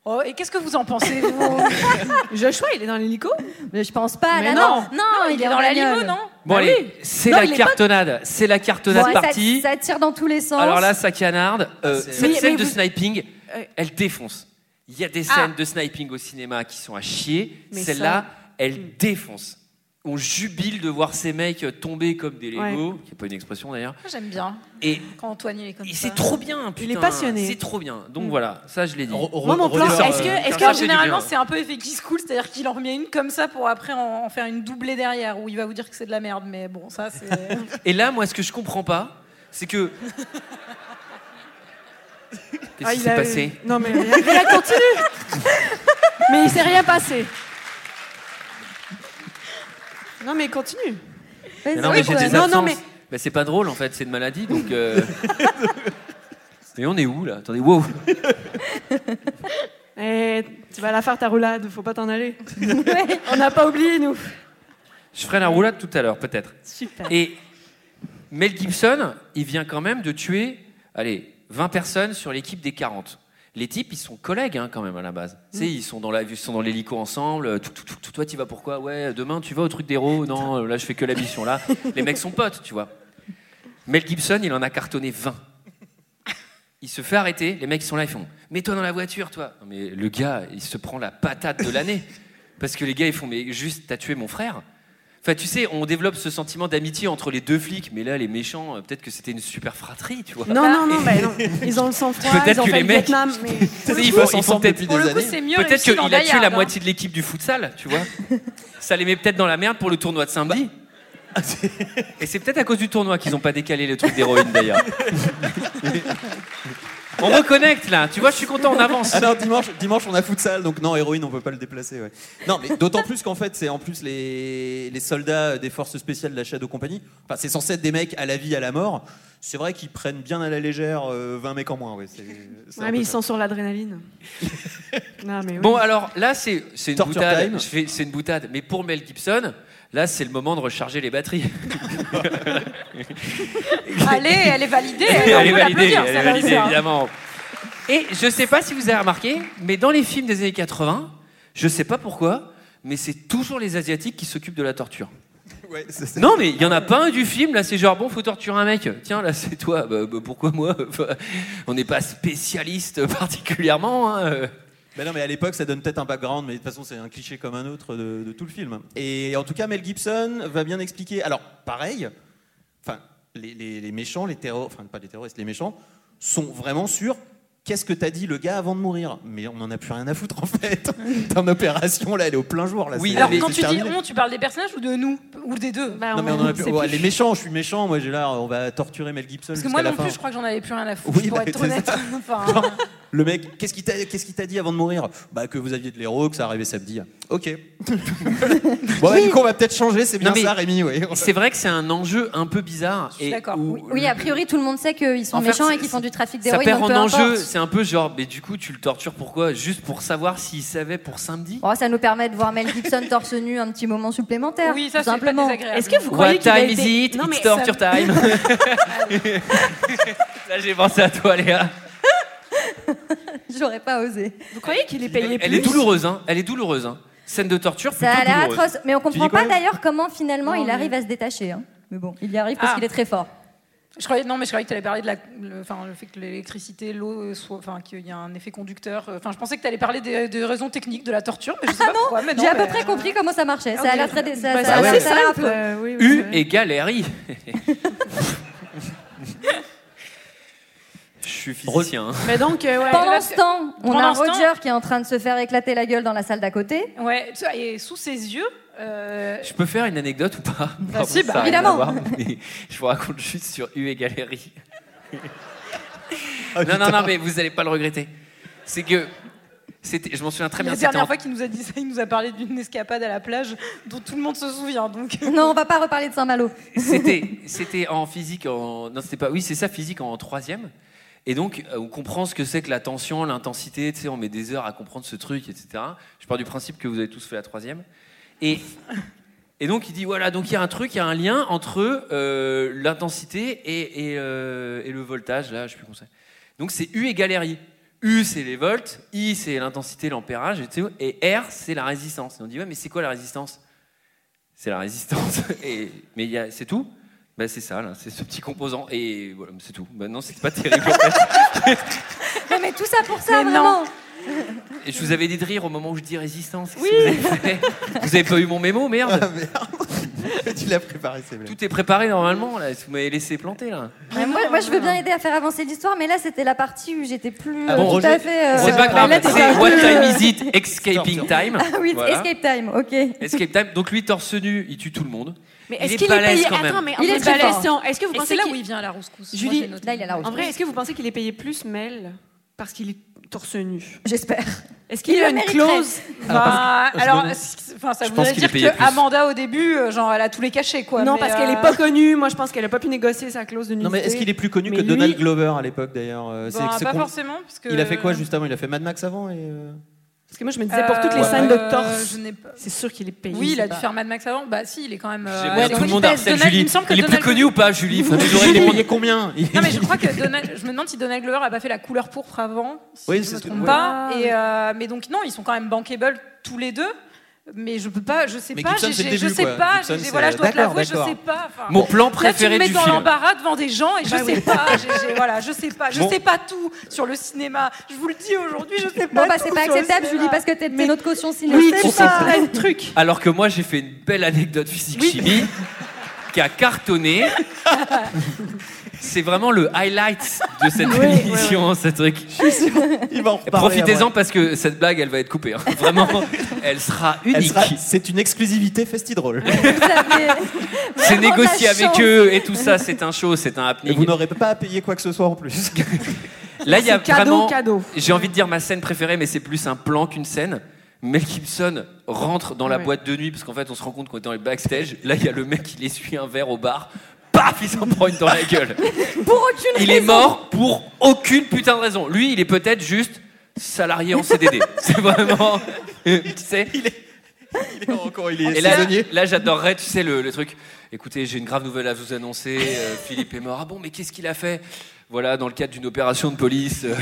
H: Oh, et qu'est-ce que vous en pensez vous
J: Joshua, il est dans l'hélico.
G: Mais je pense pas.
H: Mais
G: là,
H: non.
G: Ah, non. non, il, est
H: dans la
G: bagnole.
H: limo, non
E: Bon
H: Ah
E: allez,
H: oui.
E: c'est
H: Non,
E: la
H: il est pas-
E: cartonnade, c'est la cartonnade
G: Ouais, ça-
E: partie.
G: ça, tire dans tous les sens.
E: Alors là, ça canarde. Euh,
F: c'est-
E: cette
J: Mais-
E: scène
J: mais
E: de
J: vous-
E: sniping,
J: Euh.
E: elle défonce. Il y a des
H: Ah.
E: scènes de sniping au cinéma qui sont à chier.
J: Mais
E: Celle-là, elle défonce. On jubile de voir ces mecs tomber comme des Legos, qui n'est pas une expression d'ailleurs.
H: J'aime bien
E: Et,
H: quand Antoine il est comme
E: et
H: ça.
E: c'est trop bien, putain.
J: Il est passionné.
E: C'est trop bien. Donc voilà, ça je l'ai dit.
J: Moi, mon plan,
F: Roger,
J: est-ce que. Est -ce
E: ça
F: euh,
E: fait
H: Alors,
E: du
J: que...
H: généralement,
E: bien.
H: c'est un peu effet qui se coule, c'est-à-dire qu'il en remet une comme ça pour après en, en faire une doublée derrière, où il va vous dire que c'est de la merde, mais bon, ça c'est.
E: Et là, moi, ce que je comprends pas, c'est que. Qu'est-ce
J: Ah,
E: qui
J: il
E: s'est
J: a-
E: passé
J: Non, mais elle continue. mais il s'est rien passé. Non, mais continue.
G: Vas-y,
E: Non, mais j'ai
G: Antoine.
E: des
J: Non, non,
E: absences.
J: mais-
E: Bah, c'est pas drôle en fait, c'est une maladie donc. euh, Mais on est où là Attendez, wow
J: Eh, tu vas la faire ta roulade, faut pas t'en aller. On n'a pas oublié, nous.
E: Je ferai la roulade tout à l'heure, peut-être.
J: Super.
E: Et Mel Gibson, il vient quand même de tuer, allez, 20 personnes sur l'équipe des 40. Les types, ils sont collègues hein, quand même à la base. Tu
J: Mm.
E: sais, ils sont dans la, ils sont dans l'hélico ensemble. euh, Tout, tout, tout, tout, toi, tu vas pourquoi Ouais, demain, tu vas au truc d'héros. Non, euh, là, je fais que la mission. Là, les mecs sont potes, tu vois. Mel Gibson, il en a cartonné 20. Il se fait arrêter. Les mecs ils sont là, ils font Mets-toi dans la voiture, toi. Non, mais le gars, il se prend la patate de l'année. Parce que les gars, ils font, mais juste, t'as tué mon frère Enfin, tu sais, on développe ce sentiment d'amitié entre les deux flics, mais là, les méchants, euh, peut-être que c'était une super fratrie, tu vois.
J: Non, non, non,
E: Et-
J: bah, non. ils ont le sang-froid,
E: Ah. Peut-être
J: ils ont
E: que
J: fait
E: les
J: le
E: mecs-
J: Vietnam, mais...
E: Tu sais, ils
F: Ils
E: bossent
F: bossent
E: ensemble
F: ensemble
E: peut-être
F: depuis
H: Pour
F: des
H: le coup,
F: années.
H: c'est mieux
E: Peut-être
H: réussi
E: qu'il
H: dans
E: a
H: Die
E: tué la
H: Hard, hein.
E: moitié de l'équipe du futsal, tu vois. Ça les met peut-être dans la merde pour le tournoi de samedi.
F: Bah.
E: Et c'est peut-être à cause du tournoi qu'ils n'ont pas décalé le truc d'héroïne d'ailleurs. on reconnecte là, tu vois, je suis content, on avance.
F: Ah non, dimanche, dimanche on a futsal, donc non, héroïne, on peut pas le déplacer. ouais. Non, mais d'autant plus qu'en fait, c'est en plus les, les soldats des forces spéciales de la Shadow Company. Enfin, c'est censé être des mecs à la vie, à la mort. C'est vrai qu'ils prennent bien à la légère euh, 20 mecs en moins. Ouais, c'est- c'est un
J: Ouais,
F: peu
J: mais ils
F: ça.
J: sont sur l'adrénaline. non, mais oui.
E: Bon alors là c'est c'est une
F: Torture
E: boutade,
F: time.
E: Je fais- c'est une boutade, mais pour Mel Gibson, là c'est le moment de recharger les batteries.
H: Allez, elle hein, est validée.
E: elle est
H: on peut
E: validée,
H: l'applaudir,
E: elle
H: ça
E: est
H: va
E: validée,
H: faire.
E: évidemment. Et je sais pas si vous avez remarqué, mais dans les films des années 80, je sais pas pourquoi, mais c'est toujours les Asiatiques qui s'occupent de la torture.
F: Ouais, c'est- c'est-
E: Non, mais il y en a pas un du film, là c'est genre bon, faut torturer un mec. Tiens, là c'est toi, Bah, bah, pourquoi moi Enfin, On n'est pas spécialiste particulièrement. hein.
F: Ben non, mais à l'époque, ça donne peut-être un background, mais de toute façon, c'est un cliché comme un autre de, de tout le film. Et en tout cas, Mel Gibson va bien expliquer. Alors, pareil, enfin, les, les- les méchants, les terroristes, enfin, pas les terroristes, les méchants, sont vraiment sûrs. Qu'est-ce que t'as dit le gars avant de mourir Mais on n'en a plus rien à foutre en fait. Ton opération là, elle est au plein jour là.
E: Oui,
F: c'est-
E: alors,
F: c'est
H: Quand tu dis
F: terminé.
H: on, tu parles des personnages ou de nous Ou des deux
J: Bah,
F: Non mais on en a plus-
J: sait
F: ouais,
J: plus.
F: les méchants, je suis méchant. Moi, j'ai là, on va torturer Mel Gibson
H: Parce que
F: jusqu'à
H: moi
F: la
H: non
F: fin.
H: plus, je crois que j'en avais plus rien à foutre,
F: Oui,
H: pour
F: bah,
H: être
F: c'est
H: honnête.
F: ça.
H: Enfin,
F: Genre, le mec, qu'est-ce qu'il t'a, qu'est-ce qu'il t'a dit avant de mourir Bah que vous aviez de l'héros, que ça arrivait samedi. Ok. bon, bah, du coup, on va peut-être changer. C'est bien
E: Non, mais-
F: ça, Rémi. Oui.
E: C'est vrai que c'est un enjeu un peu bizarre.
H: suis
E: et
H: d'accord,
E: où
H: oui.
G: Oui,
E: le-
G: a priori, tout le monde sait qu'ils sont
E: En fait,
G: méchants
E: c'est-
G: et qu'ils font du trafic
E: ça
G: d'héroïnes.
E: perd
G: donc
E: en
G: peu
E: enjeu.
G: importe.
E: C'est un peu genre, mais du coup, tu le tortures pourquoi Juste pour savoir s'il savait pour samedi
G: Bon, Oh, ça nous permet de voir Mel Gibson torse nu un petit moment supplémentaire.
H: oui, ça
G: tout
H: c'est pas
G: simplement.
H: désagréable.
J: Est-ce que vous
E: What
J: croyez qu'il a
E: time
J: été...
E: is it
J: Non, mais
E: It's torture time. Là, j'ai pensé à toi, Léa.
G: J'aurais pas osé.
J: Vous croyez qu'il est payé
E: Elle
J: plus
E: est douloureuse, hein. Elle est douloureuse, hein. Scène de torture
G: Ça
E: plutôt euh,
G: a l'air
E: douloureuse.
G: atroce, mais on comprend
F: quoi
G: pas d'ailleurs comment finalement
J: Non,
G: il
J: mais-
G: arrive à se détacher. hein. Mais bon, il y arrive parce
H: Ah.
G: qu'il est très fort.
H: Je croyais, non, mais je croyais que tu allais parler de la, le, enfin, le fait que l'électricité, l'eau, euh, soit, enfin, qu'il y a un effet conducteur. euh, Enfin, je pensais que tu allais parler des, des raisons techniques de la torture, mais je
J: Ah
H: sais pas pourquoi. mais non,
G: J'ai à peu
H: mais- euh,
G: près compris comment ça marchait. Ça a l'air très. Ça,
J: Bah,
G: ça-
J: c'est
G: ça-
J: assez
G: ça a l'air un
J: simple.
G: peu-
J: euh, oui, oui,
E: U
J: c'est vrai.
E: égale RI. Je suis physicien. hein.
J: Mais donc, euh, ouais.
G: Pendant ce temps, on
H: Pendant
G: a
H: ce temps-
G: Roger qui est en train de se faire éclater la gueule dans la salle d'à côté.
H: Ouais, tu vois, et sous ses yeux. euh,
E: Je peux faire une anecdote ou pas Pardon,
H: si, bah,
E: ça a rien à
G: évidemment.
E: voir, mais je vous raconte juste sur U égale RI. non, non, non, mais vous n'allez pas le regretter. C'est que. c'était- Je m'en souviens très bien.
H: la
E: c'était
H: dernière
E: en-
H: fois qu'il nous a dit ça, il nous a parlé d'une escapade à la plage dont tout le monde se souvient. Donc,
G: Non, on va pas reparler de Saint-Malo.
E: C'était, c'était en physique, en... non, c'était pas, oui, c'est ça, physique en troisième. Et donc, euh, on comprend ce que c'est que la tension, l'intensité, tu sais, on met des heures à comprendre ce truc, etc. Je pars du principe que vous avez tous fait la troisième. Et, et donc, il dit, voilà, donc il y a un truc, il y a un lien entre euh, l'intensité et, et, euh, et le voltage, là, je sais plus comment c'est. Donc, c'est U égale RI. U, c'est les volts, I, c'est l'intensité, l'ampérage, et, tu sais, et R, c'est la résistance. Et on dit, ouais, mais c'est quoi la résistance c'est la résistance. Et, mais il y a- c'est tout ben, C'est ça, là, c'est ce petit composant. Et voilà, c'est tout. Ben, non, c'est pas terrible. en fait.
G: Non, mais tout ça pour ça,
H: Mais non.
G: vraiment.
E: Et je vous avais dit de rire au moment où je dis résistance. Qu'est-ce que Vous avez, fait Vous avez pas eu mon mémo,
H: Ah,
E: merde.
F: tu l'as préparé, c'est vrai.
E: Tout est préparé normalement, là. Vous m'avez laissé planter, là.
G: Mais moi, moi, je veux bien aider à faire avancer l'histoire, mais là, c'était la partie où j'étais plus
F: Ah
G: euh,
F: bon,
G: tout
F: Roger,
G: à fait. euh,
E: C'est pas grave.
G: là, t'es
E: C'est
G: pas- euh,
E: what time is it Escaping time.
G: Ah oui,
E: Voilà.
G: escape time, ok.
E: Escape time. Donc lui, torse nu, il tue tout le monde.
J: Mais
E: Il
J: est-ce
E: est
J: qu'il est
E: balèze
J: payé
E: quand même.
J: Attends, mais
G: Il est
J: en
G: très
J: fait,
G: fort.
J: Christian, Est-ce que vous
H: et
J: pensez
H: c'est là
J: qu'il-
H: où il vient la rouscousse.
J: Julie,
H: Moi, j'ai noté.
G: Là, il a la
J: En
G: route.
J: vrai, est-ce que vous pensez qu'il est payé plus, Mel, parce qu'il est torse nu
G: J'espère.
J: Est-ce qu'il
G: Il
J: a
G: le
J: une
G: mériterait.
J: clause
H: Bah,
F: que- je
H: alors,
F: me-
H: c'est- enfin, ça
E: Je pense
H: voudrait
E: qu'il est
H: dire
E: payé
H: que
E: plus.
H: Amanda au début, euh, genre, elle a tous les cachets, quoi.
J: Non,
H: mais,
J: parce
H: euh,
J: qu'elle est pas connue. Moi, je pense qu'elle a pas pu négocier sa clause de nudité.
F: Non, mais est-ce qu'il est plus connu
J: Mais
F: que
J: lui-
F: Donald Glover à l'époque d'ailleurs Euh,
H: bah,
F: c'est- c'est
H: pas
F: con-
H: forcément, parce que-
F: Il a fait quoi juste avant Il a fait Mad Max avant et. euh,
J: Parce que moi, je me disais pour toutes les
H: Euh,
J: scènes de
H: je
J: torse,
H: n'ai pas-
J: c'est sûr qu'il est payé.
H: Oui, il a
J: c'est
H: dû
J: pas-
H: faire Mad Max avant. Bah, si, il est quand même. euh,
E: J'aime
H: ouais,
E: bien tout le
H: il
E: monde
H: pèse
E: harcèle
H: Donald- Il
E: Julie.
H: me semble que
E: Il est plus
H: Donald-
E: connu ou pas, Julie Faut
F: Mais
E: toujours
F: Julie,
E: répondre.
F: il est combien Il-
H: Non, mais je crois que Donald- je me demande si Donald Glover a pas fait la couleur pourpre avant. Si
F: Oui,
H: je
F: c'est
H: me
F: ce que-
H: trompe
F: ouais.
H: pas.
J: Ah,
H: Et, euh, mais donc non, ils sont quand même bankable tous les deux. Mais je peux pas, je sais
F: Mais
H: pas,
F: Gibson,
H: j'ai-
F: c'est le
H: j'ai- je
F: début,
H: sais
F: quoi.
H: pas,
F: Gibson,
H: j'ai-
F: c'est-
H: voilà, je dois te
F: d'accord,
H: l'avouer, je
F: d'accord.
H: sais pas. enfin.
E: Mon plan
H: Là,
E: préféré
H: tu me mets
E: du
H: dans
E: film.
H: l'embarras devant des gens et je sais pas, j'ai- j'ai- voilà, je sais pas, je
F: Bon.
H: sais pas tout sur le cinéma. Je vous le dis aujourd'hui, je sais pas.
G: Bon, bah,
H: tout
G: c'est pas
H: sur le
G: acceptable,
H: cinéma.
G: Julie, parce que t'es t'es notre caution cinéma.
H: Oui,
G: C'est
H: c'est
G: ça.
H: ça, le truc.
E: Alors que moi, j'ai fait une belle anecdote physique-chimie qui a cartonné. C'est vraiment le highlight de cette émission, ce truc.
F: Il va en reparler
E: Profitez-en
F: après.
E: parce que cette blague, elle va être coupée. hein. Vraiment, elle sera
F: Elle
E: unique.
F: sera- C'est une exclusivité festidrôle.
G: Vous avez euh,
E: C'est
G: vraiment
E: négocié
G: de la
E: avec
G: chance.
E: eux et tout ça. C'est un show, c'est un
F: Et
E: happening.
F: vous n'aurez pas à payer quoi que ce soit en plus.
E: Là, il y a
J: C'est cadeau,
E: vraiment.
J: cadeau.
E: J'ai envie de dire ma scène préférée, mais c'est plus un plan qu'une scène. Mel Gibson rentre dans la
J: Ouais.
E: boîte de nuit parce qu'en fait, on se rend compte qu'on est dans les backstage. Là, il y a le mec qui essuie un verre au bar. Paf, il s'en prend une dans la gueule.
G: Pour aucune
E: Il est mort pour aucune putain de raison. Lui, il est peut-être juste salarié en CDD. C'est vraiment. Tu sais
F: Encore, il est
E: Et là,
F: saisonnier.
E: là j'adorerais, tu sais, le, le truc. Écoutez, j'ai une grave nouvelle à vous annoncer. Euh, Philippe est mort. Ah bon, mais qu'est-ce qu'il a fait Voilà, dans le cadre d'une opération de police. euh,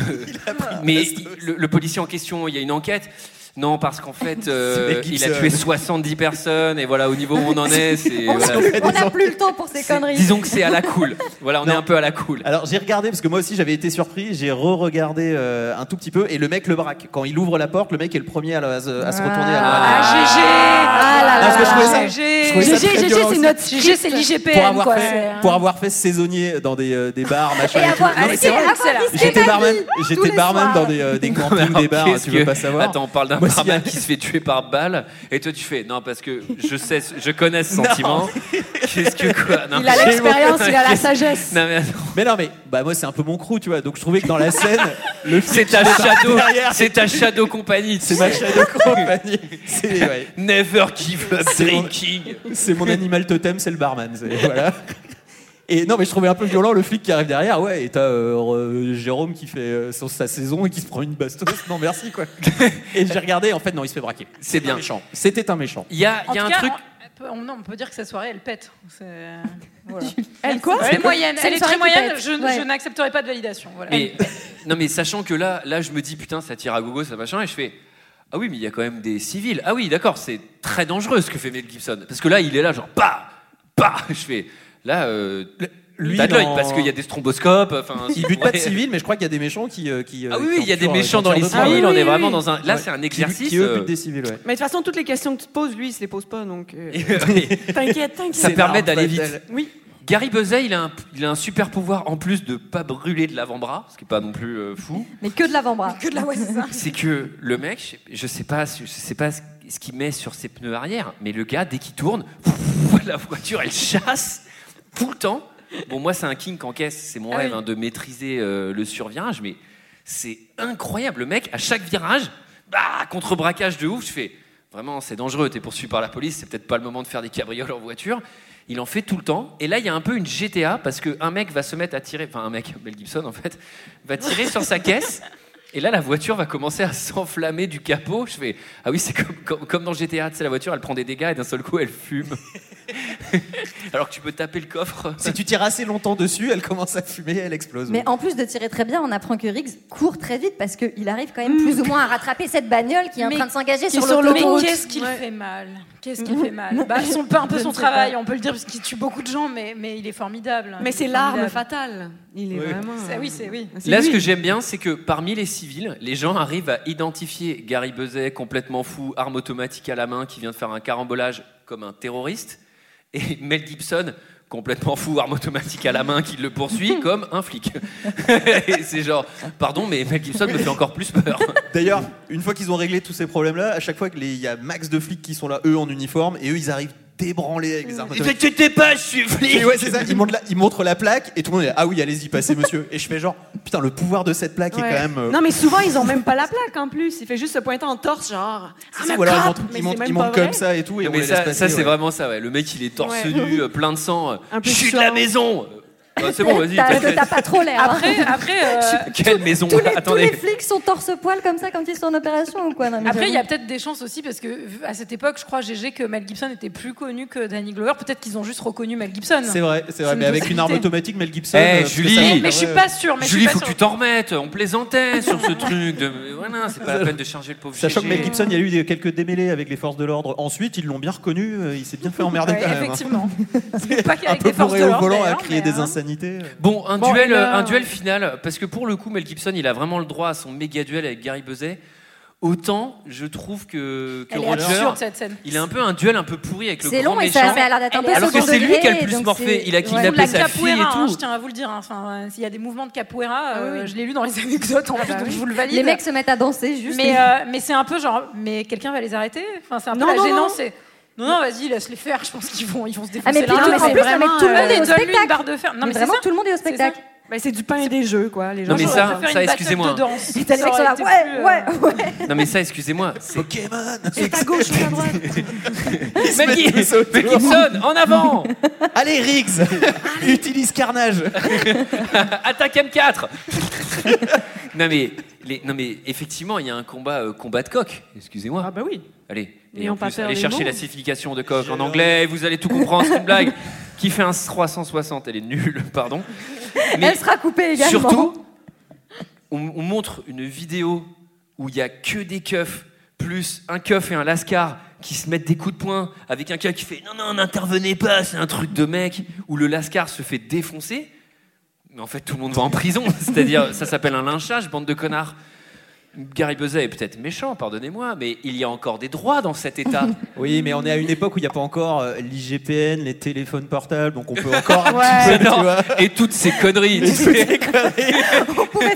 E: mais il- le, le policier en question, il y a une enquête. Non, parce qu'en fait, euh,
F: Mel
E: il a
F: Gibson.
E: tué 70 personnes. Et voilà, au niveau où on en est, c'est.
G: On
E: voilà.
G: a- on n'a plus le temps pour ces
E: Euh, C'est-
G: conneries.
E: Disons que c'est à la cool. Voilà, on
F: Non.
E: est un peu à la cool.
H: Ah,
F: Alors j'ai regardé parce que moi aussi j'avais été surpris, j'ai re-regardé euh, un tout petit peu et le mec le braque. Quand il ouvre la porte, le mec est le premier à, la- à se retourner. À la-
H: Ah, GG Ah
G: là
F: là parce que je trouvais ça- je trouvais ça
H: GG,
F: très
H: GG,
F: violent
H: c'est
F: aussi.
H: notre GG, c'est l'IGPN,
F: pour avoir
H: quoi. c'est,
F: fait
H: hein.
F: pour avoir fait saisonnier dans des, euh, des bars machin
G: Et
F: et tout.
G: avoir
F: Non, mais
H: risqué
F: c'est vrai.
H: la-
F: J'étais barman, j'étais
G: les
F: barman
G: soirs.
F: dans des, euh, des campings, des bars,
E: Qu'est-ce
F: tu
E: que-
F: veux pas savoir.
E: Attends, on parle d'un
F: Moi, s'il y a-
E: barman qui se fait tuer par balle, et toi tu fais non parce que je sais, je connais ce sentiment. Qu'est-ce que quoi Non,
H: Il a
E: mais-
H: l'expérience, il a la
E: Qu'est-ce-
H: sagesse.
E: Non mais attends,
F: Mais non mais bah moi c'est un peu mon crew, tu vois. Donc je trouvais que dans la scène, le
E: c'est ta shadow, c'est ta shadow compagnie.
F: c'est ma chaîne de compagnie. C'est ouais.
E: Never give up
F: C'est mon-
E: drinking.
F: C'est mon animal totem, c'est le barman. c'est- Voilà. Et non, mais je trouvais un peu violent le flic qui arrive derrière, ouais, et t'as euh, re- Jérôme qui fait euh, son- sa saison et qui se prend une bastos. Non, merci, quoi. Et j'ai regardé, en fait, non, il se fait braquer.
E: C'est bien.
F: Un méchant. C'était un méchant.
E: Il y a, il y a
H: En
E: un
H: tout cas,
E: truc.
H: on- On, non, on peut dire que cette soirée, elle pète. C'est- euh, voilà.
J: Elle quoi
H: Elle est moyenne,
G: C'est
H: elle
G: une
H: est très
G: soirée qui
H: moyenne.
G: pète.
H: Je,
G: Ouais.
H: je n'accepterai pas de validation. Voilà.
E: Mais, non mais sachant que là, là je me dis putain ça tire à gogo ça machin et je fais ah oui mais il y a quand même des civils ah oui d'accord c'est très dangereux ce que fait Mel Gibson parce que là il est là genre bah bah je fais là euh,
F: lui,
E: t'as de l'œil
F: dans-
E: parce qu'il y a des stromboscopes enfin
F: Il bute pas de
E: ouais.
F: civils, mais je crois qu'il y a des méchants qui. euh, qui euh,
E: ah oui
F: qui
E: oui,
F: en
E: il y a des
F: tirent- qui en
E: méchants dans les
F: tirent deux, trois,
E: civils
F: ouais.
J: Ah
E: on
J: oui,
E: est
J: oui,
E: vraiment
J: oui.
E: dans un là c'est un
F: Qui-
E: exercice
F: Qui, eux, butent
E: euh,
F: des civils, ouais.
J: Mais de toute façon, toutes les questions que tu te poses, lui, il se les pose pas, donc. euh, T'inquiète, t'inquiète.
E: ça permet d'aller vite
J: Oui.
E: Gary Buzet, il a, un, il a un super pouvoir en plus de pas brûler de l'avant-bras, ce qui est pas non plus euh, fou.
G: Mais que de l'avant-bras.
H: que de la ouais, c'est ça.
E: c'est que le mec, je sais- je sais pas, je sais pas ce ce qu'il met sur ses pneus arrière, mais le gars, dès qu'il tourne, la voiture, elle chasse tout le temps. Bon, moi, c'est un king en caisse, c'est mon
J: Ah
E: rêve
J: oui.
E: hein, de maîtriser euh, le survirage, mais c'est incroyable. Le mec, à chaque virage, bah, contre-braquage de ouf, je fais vraiment, c'est dangereux, t'es poursuivi par la police, c'est peut-être pas le moment de faire des cabrioles en voiture. Il en fait tout le temps. Et là, il y a un peu une GTA parce qu'un mec va se mettre à tirer, enfin, un mec, Mel Gibson en fait, va tirer sur sa caisse. Et là, la voiture va commencer à s'enflammer du capot. Je fais Ah oui, c'est comme, comme, comme dans GTA, tu sais, la voiture, elle prend des dégâts et d'un seul coup, elle fume. Alors que tu peux taper le coffre.
F: Si tu tires assez longtemps dessus, elle commence à fumer et elle explose.
G: Mais en plus de tirer très bien, on apprend que Riggs court très vite parce qu'il arrive quand même plus ou moins à rattraper cette bagnole qui est en
H: Mais-
G: train de s'engager
H: Qui est
G: sur
H: sur
G: l'autoroute.
H: Mais qu'est-ce qu'il fait mal Qu'est-ce qu'il fait mal bah, Son pas un peu
G: Je
H: son
G: ne sais
H: travail,
G: pas.
H: on peut le dire, parce qu'il tue beaucoup de gens, mais, mais il est formidable.
J: Mais c'est
H: Il est
J: l'arme
H: formidable.
J: fatale. Il est
F: Oui.
J: vraiment.
H: C'est- Oui, c'est oui.
J: C'est
E: Là, ce
J: lui.
E: que j'aime bien, c'est que parmi les civils, les gens arrivent à identifier Gary Buzet, complètement fou, arme automatique à la main, qui vient de faire un carambolage comme un terroriste, et Mel Gibson, complètement fou, arme automatique à la main, qui le poursuit comme un flic. Et c'est genre, pardon, mais Mel Gibson me fait encore plus peur.
F: D'ailleurs, une fois qu'ils ont réglé tous ces problèmes-là, à chaque fois qu'il y a max de flics qui sont là, eux en uniforme, et eux ils arrivent débranlés avec des armes. automatiques.
E: t'inquiète pas, je suis flic
F: Et ouais, c'est ça, ils montrent, la, ils montrent la plaque et tout le monde est là, Ah oui, allez-y, passez, monsieur. Et je fais genre Putain, le pouvoir de cette plaque est
J: Ouais.
F: quand même. euh,
J: Non, mais souvent, ils ont même pas la plaque en plus. Il fait juste se pointer en torse, genre.
F: si,
J: I'm a
F: ou alors ils
J: cop,
F: montrent,
J: mais
F: ils
J: c'est
F: montrent-
J: même
F: ils
J: pas
F: montrent
J: vrai.
F: comme ça et tout. Et
E: Non,
F: on
E: mais
F: les
E: ça,
F: laisse passer,
E: ça, c'est
F: ouais.
E: vraiment ça, ouais. Le mec, il est torse
J: Ouais.
E: nu, euh, plein de sang. euh,
J: Un peu
E: Je suis de la
J: chiant.
E: maison Ah, C'est bon, vas-y. t'as-
G: T'as- que T'as pas trop l'air. hein.
H: Après, après, euh,
E: Quelle maison
G: Tous les, tous les
E: Attendez.
G: flics sont torse-poil comme ça quand ils sont en opération ou quoi non, mais
H: après, il y a
G: j'avoue.
H: peut-être des chances aussi parce que vu- à cette époque, je crois, GG, que Mel Gibson était plus connu que Danny Glover. Peut-être qu'ils ont juste reconnu Mel Gibson.
F: C'est vrai, c'est vrai.
H: une
F: Mais avec une arme
H: possibilité.
F: automatique, Mel Gibson.
E: Eh,
F: euh, parce que
E: Julie
F: ça-
H: Mais, mais je suis pas sûre. Mais je suis
E: Julie,
H: pas
E: faut que
H: sûre.
E: tu t'en remettes. On plaisantait sur ce truc. De... voilà. non, non, c'est pas la peine de changer le pauvre
F: Sachant que
E: GG.
F: Mel Gibson, il y a eu des- quelques démêlés avec les forces de l'ordre. Ensuite, ils l'ont bien reconnu. euh, Il s'est bien fait emmerder
H: Ouais,
F: quand même. hein.
H: effectivement. pas
F: Un
H: qu'avec
F: peu
H: les forces
F: bourré
H: de
F: au
H: l'ordre.
F: volant à
H: d'ailleurs, mais,
F: crier des
H: hein.
F: insanités. euh.
E: Bon, un
H: Bon,
E: duel, euh,
H: et là-
E: un duel final, parce que pour le coup, Mel Gibson, il a vraiment le droit à son méga duel avec Gary Buzet. Autant, je trouve que, que
H: Elle est
E: Roger,
H: absurde, cette scène.
E: il a un peu un duel un peu pourri avec le
G: C'est
E: grand
G: long et
E: méchant.
G: ça, ça a l'air d'être un
H: Elle
G: peu
H: est-
E: alors que
G: second
E: c'est lui qui a le
G: degré,
E: plus
G: donc
E: morphé.
G: c'est-
E: Il a
G: ouais.
E: kidnappé
H: la
E: sa fille et
H: capoeira, hein,
E: tout.
H: je tiens à vous le dire. hein. Enfin, euh, s'il y a des mouvements de capoeira,
J: Ah
H: euh,
J: oui. Ah bah
H: je l'ai lu dans les anecdotes en plus, donc je vous le valide.
G: Les mecs se mettent à danser juste.
H: mais euh, mais c'est un peu genre, mais quelqu'un va les arrêter Enfin, c'est un peu
J: Non,
H: la
J: non,
H: gênance.
J: non.
H: c'est- Non, non, vas-y, laisse-les faire. Je pense qu'ils vont, ils vont se défoncer.
G: Ah, mais puis
H: là,
G: tout-
H: hein,
G: en
H: c'est
G: plus,
H: vraiment,
G: avec tout le
H: euh,
G: monde est au
H: Donne-lui une
G: spectacle.
H: barre de fer. Non,
G: mais
H: mais c'est
G: vraiment,
H: ça.
G: tout le monde est au
H: C'est ça.
G: spectacle.
J: Bah, c'est du pain et des jeux, quoi. Les gens
E: Non, mais
H: Moi,
J: sont-
E: ça,
H: j'aurais préféré
E: ça,
H: une battle
E: excusez-moi.
H: de danse.
G: Et t'as les
H: Ça
G: mecs qui sont
H: aurait
G: là,
H: été
G: ouais,
H: plus, euh,
G: ouais, ouais.
E: Non, mais ça, excusez-moi. c'est-
J: Sur ta gauche, sur ta droite.
E: Mel Gib- Mel Gibson, en avant
F: Allez, Riggs Utilise Carnage
E: Attaque M4 Non mais, les- non mais effectivement, il y a un combat, euh, combat de coq, excusez-moi.
J: Ah bah oui.
E: Allez, et
J: N'ayons
E: en
J: pas
E: plus,
J: peur
E: allez
J: des
E: chercher
J: mots.
E: la signification de coq en anglais, vous allez tout comprendre, c'est une blague qui fait un 360, elle est nulle, pardon. Mais
G: Elle sera coupée également.
E: surtout, on, on montre une vidéo où il y a que des keufs, plus un keuf et un lascar qui se mettent des coups de poing, avec un keuf qui fait « Non, non, n'intervenez pas, c'est un truc de mec », où le lascar se fait défoncer. Mais en fait, tout le monde va en prison, c'est-à-dire, ça s'appelle un lynchage, bande de connards. Gary Buzet est peut-être méchant, pardonnez-moi, mais il y a encore des droits dans cet État.
F: Oui, mais on est à une époque où il n'y a pas encore euh, l'IGPN, les téléphones portables, donc on peut encore un
H: Ouais.
F: petit peu, tu
E: Non.
F: vois.
E: Et toutes ces conneries, tu sais,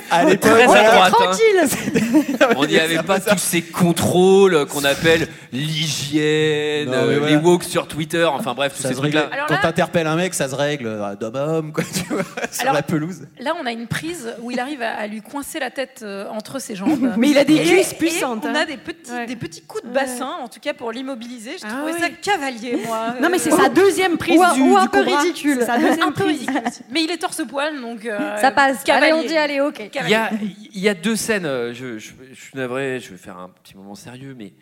F: À
E: très
F: l'époque,
E: à droite. hein.
G: Tranquille.
E: On n'y avait pas tous ces contrôles qu'on appelle l'hygiène,
F: Non, mais
E: euh, les
F: voilà.
E: woke sur Twitter, enfin bref, tous
F: ça
E: ces
F: se règle.
E: trucs-là.
H: Alors
F: Quand
H: là-
F: t'interpelles un mec, ça se règle euh, d'homme à homme, quoi, tu vois, sur
H: Alors-
F: la pelouse.
H: Là, on a une prise où il arrive à, à lui coincer la tête euh, entre ses jambes.
J: Mais il a des
H: Et-
J: cuisses
H: et
J: puissantes,
H: On
J: hein.
H: a des petits,
J: Ouais.
H: des petits coups de bassin, en tout cas pour l'immobiliser. J'ai
J: Ah
H: trouvé
J: oui.
H: ça cavalier, moi.
J: Non, mais c'est
H: Euh,
J: sa deuxième prise
G: Ou un-
J: du,
G: ou un
J: du
G: peu
J: cobra.
G: ridicule.
J: C'est Sa deuxième
H: un peu
J: prise.
H: ridicule. Mais il est torse poil, donc. euh,
G: Ça passe.
H: cavalier.
G: Allez, on dit, allez, ok.
E: Il y a, il y a deux scènes, euh, je, je- je suis navré, je vais faire un petit moment sérieux, mais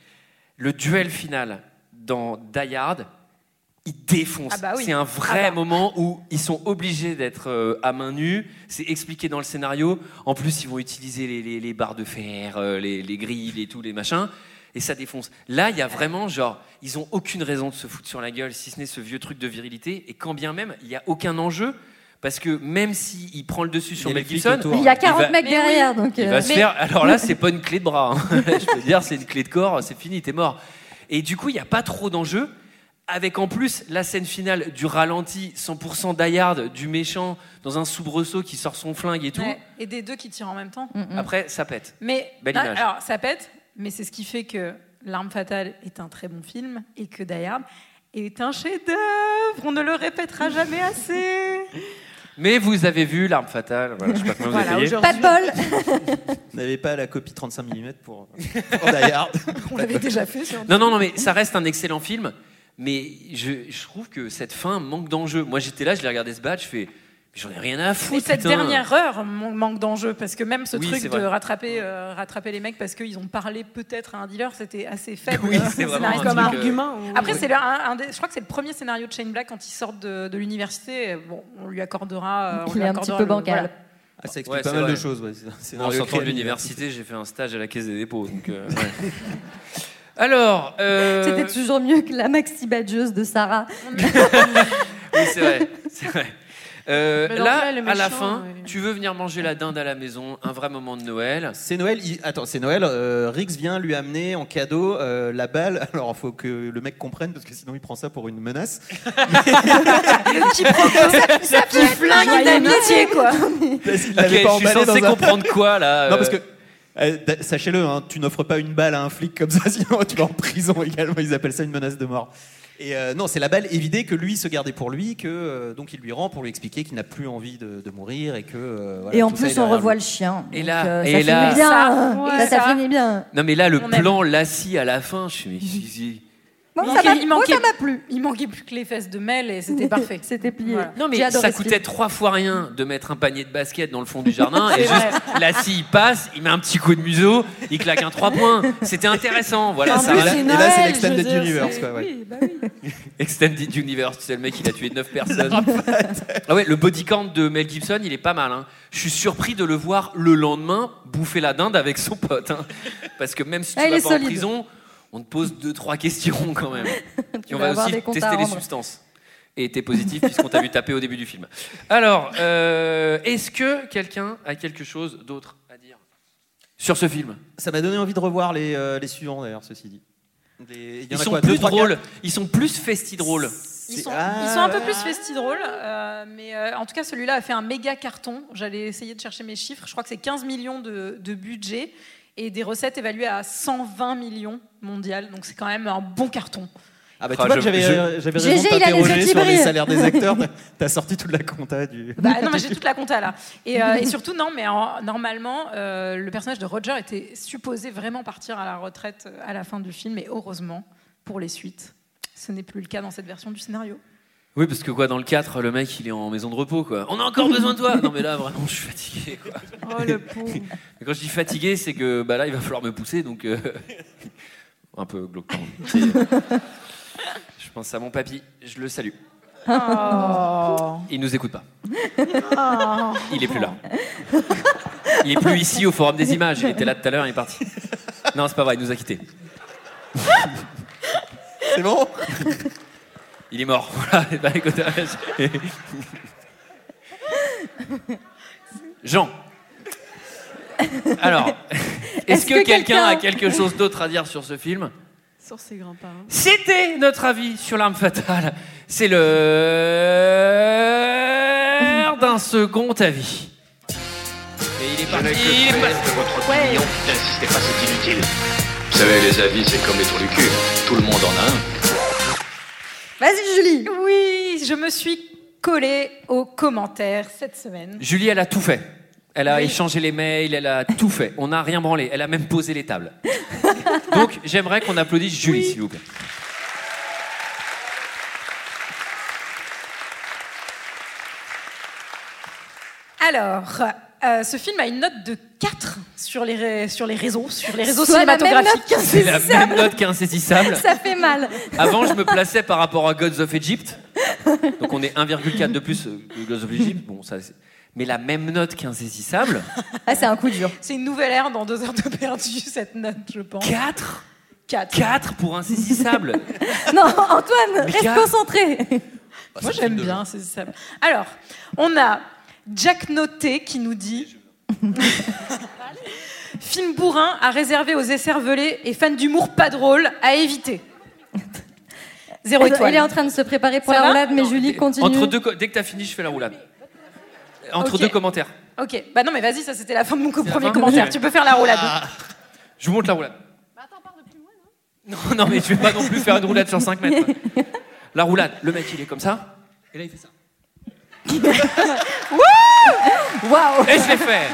E: le duel final dans Die Hard, il défonce.
H: Ah bah oui.
E: C'est un vrai
H: Ah bah.
E: moment où ils sont obligés d'être euh, à main nue, c'est expliqué dans le scénario. En plus, ils vont utiliser les, les- les barres de fer, euh, les, les grilles et tous les machins. Et ça défonce. Là, il y a vraiment, genre, ils ont aucune raison de se foutre sur la gueule, si ce n'est ce vieux truc de virilité. Et quand bien même, il n'y a aucun enjeu, parce que même s'il prend le dessus sur
F: y a les
E: Mel
F: flics
E: Gibson,
F: autour.
G: Il y a
E: Il
G: 40
E: va-
G: mecs
H: Mais oui.
G: derrière, donc.
E: il
G: euh,
E: va se
H: Mais-
E: faire. Alors là, c'est pas une clé de bras. hein. Je peux dire, c'est une clé de corps, c'est fini, t'es mort. Et du coup, il n'y a pas trop d'enjeux. Avec en plus la scène finale du ralenti 100% d'Ayard, du méchant, dans un soubresaut qui sort son flingue et tout.
H: Ouais, et des deux qui tirent en même temps.
G: Mm.
E: Après, ça pète.
H: Mais
E: Belle
H: non,
E: image.
H: alors ça pète, mais c'est ce qui fait que L'arme fatale est un très bon film et que Die Hard est un chef-d'œuvre. On ne le répétera jamais assez.
E: Mais vous avez vu l'arme fatale. Voilà, je sais pas comment vous
J: Voilà,
E: avez payé.
G: Pas de bol.
F: Vous n'avez pas la copie 35 mm pour, pour Die Hard.
H: On l'avait déjà fait sur.
E: Non, non, non, mais ça reste un excellent film. Mais je, je trouve que cette fin manque d'enjeu. Moi, j'étais là, je l'ai regardé se battre, je fais. mais J'en ai rien à foutre.
H: Et cette
E: putain.
H: dernière heure man- manque d'enjeu parce que même ce
E: Oui,
H: truc
E: c'est
H: de
E: vrai.
H: rattraper, euh, rattraper les mecs parce qu'ils ont parlé peut-être à un dealer, c'était assez faible.
E: Oui,
H: euh,
E: c'est vraiment
H: scénaristiquement.
E: un
J: Comme
E: truc, euh,
J: argument. ou-
H: Après, c'est le- un- un des- je crois que c'est le premier scénario de Shane Black quand il sort de, de l'université. Bon, on lui accordera. euh, on
G: Il
H: lui
G: est un petit
H: accordera
G: peu
H: le-
G: bancal.
F: Ah, ça explique
E: Ouais,
F: pas
E: c'est
F: mal
E: vrai.
F: de choses. Ouais. C'est un
E: En sortant de l'université, j'ai fait un stage à la Caisse des dépôts. donc, euh, ouais. Alors, euh,
G: C'était toujours mieux que la maxi badgeuse de Sarah.
E: oui, c'est vrai. c'est vrai. Euh,
J: Mais dans le
E: là,
J: cas, elle est
E: à la
J: méchante,
E: fin,
J: elle est-
E: tu veux venir manger la dinde à la maison, un vrai moment de Noël.
F: C'est Noël, il- attends, c'est Noël, euh, Rix vient lui amener en cadeau euh, la balle. Alors, il faut que le mec comprenne parce que sinon il prend ça pour une menace.
H: Qui flingue d'amitié, quoi.
F: Parce qu'il
E: Ok,
F: l'avait pas
E: je suis
F: emballé
E: censé
F: dans un-
E: comprendre quoi là
F: Non, parce que
E: euh,
F: euh, d- sachez-le, hein, tu n'offres pas une balle à un flic comme ça, sinon tu vas en prison également. Ils appellent ça une menace de mort. Et euh, non, c'est la balle évidée que lui se gardait pour lui, que euh, donc il lui rend pour lui expliquer qu'il n'a plus envie de, de mourir et que. euh, voilà,
G: Et en
F: tout ça est
G: plus, on
F: derrière
G: revoit
F: lui.
G: le chien.
E: Et
G: Donc,
E: là,
G: euh, ça
E: et là.
G: finit bien.
H: Ça,
G: hein.
H: ouais.
G: Ça, ça
H: ça.
G: finit bien.
E: Non, mais là, le
H: On aime.
E: plan Lassie à la fin, je suis.
G: Bon,
H: Il
G: ça m'a
H: manquait- il manquait-
G: moi, ça m'a plu.
H: Il manquait plus que les fesses de Mel et c'était parfait.
G: C'était plié.
H: Voilà.
E: Non, mais
G: J'ai adoré
E: ça
G: ce
E: coûtait
G: film.
E: trois fois rien de mettre un panier de basket dans le fond du jardin. et
H: C'est vrai.
E: juste, la scie, il passe, il met un petit coup de museau, il claque un trois points. C'était intéressant. Voilà,
J: En
E: ça
J: plus,
E: relève-
F: et là, c'est
J: Noël,
F: l'extended
J: je veux dire,
F: universe,
J: c'est-
F: quoi, ouais.
J: oui, bah oui.
E: Extended Universe, tu sais, le mec, il a tué 9 personnes. ah ouais, le body count de Mel Gibson, il est pas mal. hein. Je suis surpris de le voir le lendemain bouffer la dinde avec son pote. hein. Parce que même si tu
G: Ah, il
E: vas pas
G: est solide.
E: en prison, on te pose deux trois questions quand même.
G: Tu
E: Et on
G: vas
E: va
G: avoir
E: aussi
G: des comptes à
E: tester les
G: rendre.
E: substances. Et t'es positif puisqu'on t'a vu taper au début du film. Alors, euh, est-ce que quelqu'un a quelque chose d'autre à dire sur ce film
F: Ça m'a donné envie de revoir les, euh, les suivants, d'ailleurs, ceci dit. Des- il y en
E: Ils
F: a
E: sont
F: quoi,
E: plus
F: deux, trois,
E: drôles,
F: quatre
E: ils sont plus festi drôles.
H: Ils
F: C'est-
H: sont,
F: Ah,
H: ils sont un peu
F: ouais.
H: plus festi drôles, euh, mais euh, en tout cas celui-là a fait un méga carton. J'allais essayer de chercher mes chiffres. Je crois que c'est 15 millions de, de budget et des recettes évaluées à 120 millions mondiales. Donc c'est quand même un bon carton.
F: Ah bah tu
E: Ah,
F: vois
E: je-
F: que j'avais
E: je-
F: euh, j'avais
G: GG,
F: raison
G: il
F: de
G: a les yeux
F: t'interroger
G: qui
F: sur les
G: brillent.
F: salaires des acteurs. T'as- T'as sorti toute la compta du...
H: Bah non, mais j'ai toute la compta là. Et, euh, et surtout, non, mais en- normalement, euh, le personnage de Roger était supposé vraiment partir à la retraite euh, à la fin du film, et heureusement, pour les suites, ce n'est plus le cas dans cette version du scénario.
E: Oui, parce que quoi, dans le 4, le mec, il est en maison de repos, quoi. On a encore besoin de toi Non, mais là, vraiment, je suis fatigué, quoi.
J: Oh le pauvre.
E: Et quand je dis fatigué, c'est que bah, là, il va falloir me pousser, donc. euh, Un peu glauque. pardon. C'est- Je pense à mon papy, je le salue. Il nous écoute pas. Il est plus là. Il est plus ici au Forum des images. Il était là tout à l'heure, il est parti. Non, c'est pas vrai, il nous a quittés.
F: C'est bon
E: Il est mort. Voilà. Bah, écoute, je- Jean. Alors, est-ce
G: Est-ce
E: que,
G: que
E: quelqu'un
G: quelqu'un-
E: a quelque chose d'autre à dire sur ce film
J: Sur ses grands-parents.
E: C'était notre avis sur l'arme fatale. C'est l'heure d'un second avis. Et il est parti. il est parti.
B: N'insistez pas, c'est inutile. Vous savez, les avis, c'est comme les trous du cul. Tout le monde en a un.
G: Vas-y, Julie.
H: Oui, je me suis collée aux commentaires cette semaine.
E: Julie, elle a tout fait. Elle a
H: Oui.
E: échangé les mails, elle a tout fait. On n'a rien branlé. Elle a même posé les tables. Donc, j'aimerais qu'on applaudisse Julie, s'il vous plaît.
H: Alors, euh, ce film a une note de 4 sur les, ré- sur les réseaux, sur les réseaux
G: Soit la même
H: cinématographiques.
G: note qu'un
E: C'est la
G: saisissable.
E: même note qu'insaisissable.
G: Ça fait mal.
E: Avant, je me plaçais par rapport à Gods of Egypt. Donc, on est 1,4 de plus euh, que Gods of Egypt. Bon, ça, c'est- Mais la même note qu'insaisissable.
G: Ah, c'est un coup dur.
H: C'est une nouvelle ère dans deux heures de perdu, cette note, je pense.
E: 4
H: 4.
E: 4 pour insaisissable.
G: Non, Antoine,
E: Mais
G: reste
E: calme.
G: concentré.
H: Moi, j'aime bien, Ah, c'est ça. Alors, on a Jack Noté qui nous dit. Film bourrin à réserver aux esservelés et fans d'humour pas drôle à éviter. Zéro
G: Attends,
H: étoile.
G: Il est en train de se préparer pour
H: Ça
G: la
H: va
G: roulade, mais
E: Non,
G: Julie
E: dès-
G: continue.
E: Entre deux, co- dès que t'as fini, je fais la roulade. Entre
H: Ok.
E: deux commentaires.
H: Ok, bah non, mais vas-y, ça c'était la fin de mon Ah. co-
E: la
H: premier
E: fin
H: commentaire.
E: Ouais.
H: Tu peux faire la roulade.
E: Je vous montre la roulade. attends, Non, non, mais je vais pas non plus faire une roulade sur 5 mètres. La roulade, le mec, il est comme ça. Et là, il fait ça.
G: Waouh.
E: Et je l'ai fait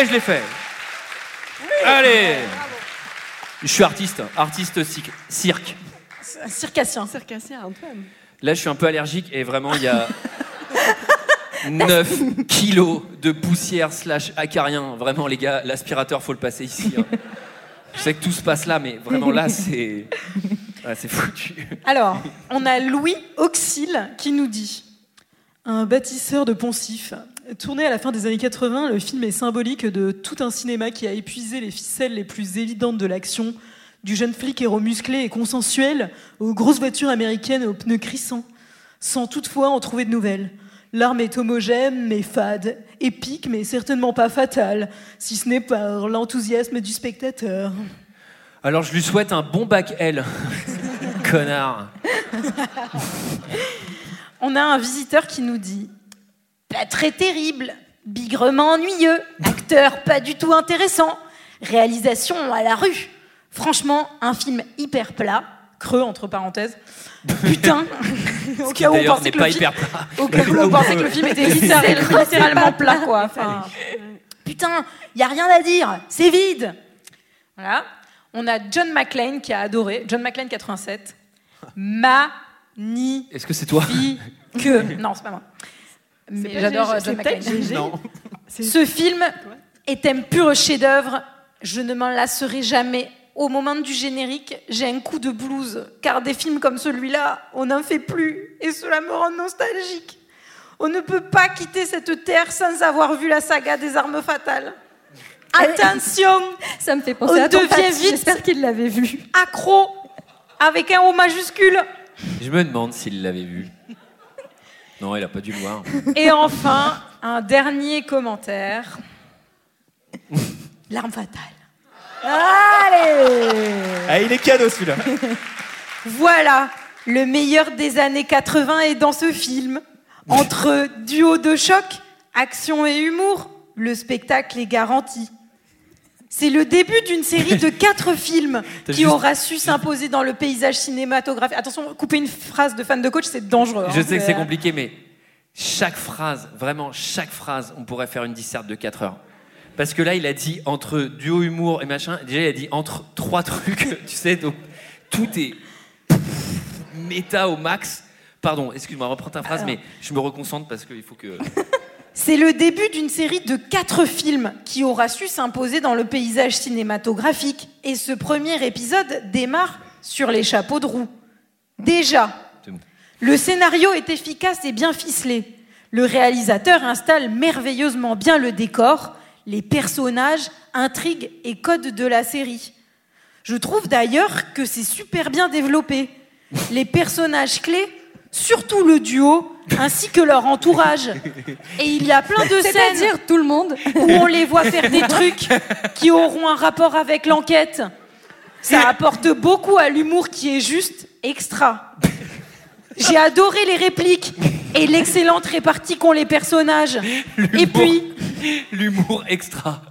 E: Et je l'ai fait Allez Je suis artiste, artiste cir- cirque.
H: Un circassien.
J: Circassien Antoine.
E: Là, je suis un peu allergique et vraiment, il y a 9 kilos de poussière slash acarien. Vraiment, les gars, l'aspirateur, faut le passer ici. hein. Je sais que tout se passe là, mais vraiment là, c'est. Ah, c'est foutu.
H: Alors, on a Louis Auxil qui nous dit Un bâtisseur de poncifs. Tourné à la fin des années 80, le film est symbolique de tout un cinéma qui a épuisé les ficelles les plus évidentes de l'action, du jeune flic héros musclé et consensuel aux grosses voitures américaines aux pneus crissants, sans toutefois en trouver de nouvelles. L'arme est homogène mais fade, épique mais certainement pas fatale, si ce n'est par l'enthousiasme du spectateur.
E: Alors, je lui souhaite un bon bac L. Connard.
H: On a un visiteur qui nous dit Pas très terrible, bigrement ennuyeux, acteur pas du tout intéressant, réalisation à la rue. Franchement, un film hyper plat, creux entre parenthèses. Putain Au cas où on
E: D'ailleurs,
H: pensait
E: n'est
H: que le
E: pas
H: film-
E: hyper plat.
H: au cas où on pensait que le film était littéralement littéralement plat, quoi. Enfin, euh, putain, y a rien à dire, c'est vide. Voilà. On a John McClane qui a adoré, John McClane 87. Magnifique.
E: Est-ce que c'est toi
H: Non, c'est pas moi.
J: C'est
H: Mais
J: pas
H: j'adore
J: Gégé,
H: euh, John
J: c'est peut-être
H: McClane.
J: Gégé. Non. C'est-
H: Ce film est un pur chef-d'œuvre. Je ne m'en lasserai jamais. Au moment du générique, j'ai un coup de blues, car des films comme celui-là, on n'en fait plus, et cela me rend nostalgique. On ne peut pas quitter cette terre sans avoir vu la saga des armes fatales.
G: Ah
H: Attention,
G: ça me fait
H: on
G: penser à ton
H: devient
G: papy,
H: vite
G: J'espère qu'il l'avait vu.
H: accro avec un O majuscule.
E: Je me demande s'il l'avait vu. Non, il a pas dû le voir.
H: Et enfin, un dernier commentaire. L'arme fatale.
G: Ah
H: Allez
F: Ah, il est cadeau celui-là.
H: Voilà, le meilleur des années 80 est dans ce film. Entre duo de choc, action et humour, le spectacle est garanti. C'est le début d'une série de quatre films
E: T'as
H: qui
E: juste-
H: aura su s'imposer dans le paysage cinématographique. Attention, couper une phrase de fan de coach, c'est dangereux.
E: Je
H: hein,
E: sais que c'est
H: mais-
E: compliqué, mais chaque phrase, vraiment chaque phrase, on pourrait faire une disserte de 4 heures. Parce que là, il a dit entre duo humour et machin, déjà, il a dit entre trois trucs, tu sais, donc tout est méta au max. Pardon, excuse-moi, reprends ta phrase, mais je me reconcentre parce qu'il faut que.
H: C'est le début d'une série de quatre films qui aura su s'imposer dans le paysage cinématographique. Et ce premier épisode démarre sur les chapeaux de roue. Déjà,
E: C'est bon.
H: le scénario est efficace et bien ficelé. Le réalisateur installe merveilleusement bien le décor, les personnages, intrigues et codes de la série. Je trouve d'ailleurs que c'est super bien développé. Les personnages clés, surtout le duo, ainsi que leur entourage. Et il y a plein de scènes
G: C'est-à-dire tout le monde.
H: où on les voit faire des trucs qui auront un rapport avec l'enquête. Ça apporte beaucoup à l'humour qui est juste extra. J'ai adoré les répliques et l'excellente répartie qu'ont les personnages. Et puis,
E: L'humour extra.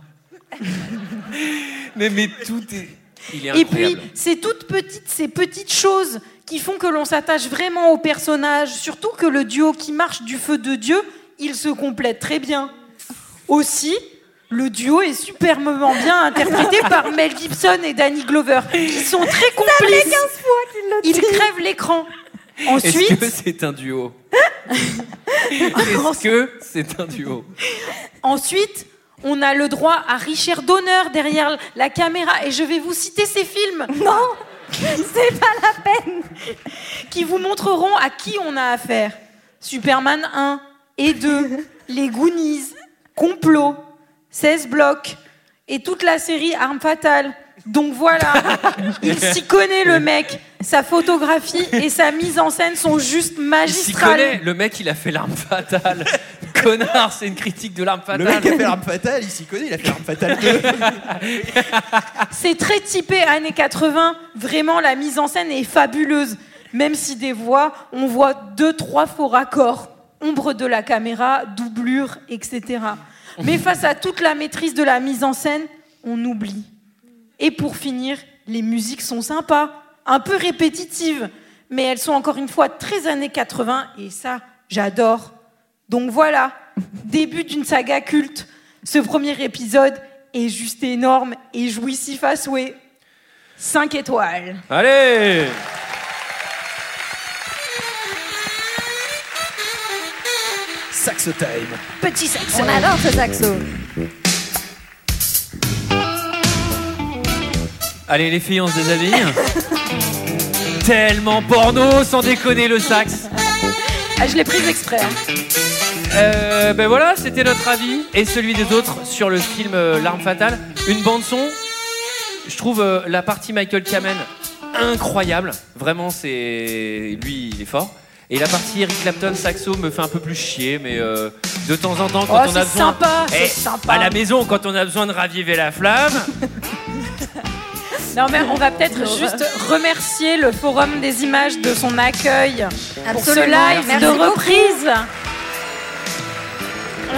E: mais, mais tout est. Il est
H: et puis
E: incroyable.
H: ces toutes petites, ces petites choses qui font que l'on s'attache vraiment aux personnages, surtout que le duo qui marche du feu de Dieu, il se complète très bien. Aussi, le duo est superbement bien interprété par Mel Gibson et Danny Glover, qui sont très complices. Ils crèvent l'écran.
E: Est-ce que
H: Ensuite,
E: c'est un duo Est-ce que c'est un duo
H: ensuite, on a le droit à Richard Donner derrière la caméra, et je vais vous citer ses films.
G: Non, c'est pas la peine.
H: qui vous montreront à qui on a affaire. Superman 1 et 2, les Goonies, Complot, 16 blocs et toute la série Arme fatale. Donc voilà, il s'y connaît le mec. Sa photographie et sa mise en scène sont juste
E: Il s'y
H: magistrales.
E: connaît. Le mec, il a fait l'arme fatale. Connard, c'est une critique de l'arme
F: Le
E: fatale.
F: mec a fait l'arme fatale, il s'y connaît, il a fait l'arme fatale 2.
H: C'est très typé années 80. Vraiment, la mise en scène est fabuleuse. Même si des voix, on voit deux, trois faux raccords. Ombre de la caméra, doublure, etc. Mais face à toute la maîtrise de la mise en scène, on oublie. Et pour finir, les musiques sont sympas, un peu répétitives, mais elles sont encore une fois très années 80 et ça, j'adore. Donc voilà, début d'une saga culte. Ce premier épisode est juste énorme et jouissif à souhait. 5 étoiles.
E: Allez
F: Sax time.
H: Petit sexe.
G: On adore ce saxo.
E: Allez, les filles, on se déshabille. Tellement porno, sans déconner le sax.
H: Ah, je l'ai prise exprès. hein.
E: Euh, ben voilà, c'était notre avis et celui des autres sur le film euh, L'arme fatale. Une bande son. Je trouve euh, la partie Michael Kamen incroyable. Vraiment, c'est lui, il est fort. Et la partie Eric Clapton saxo me fait un peu plus chier, mais euh, de temps en temps,
H: Oh,
E: quand on a
H: c'est
E: besoin.
H: sympa, c'est
E: Eh,
H: sympa.
E: À la maison, quand on a besoin de raviver la flamme,
H: Non, mais on va peut-être juste remercier le Forum des images de son accueil pour ce
G: Absolument.
H: live
G: Merci
H: de
G: beaucoup.
H: reprise.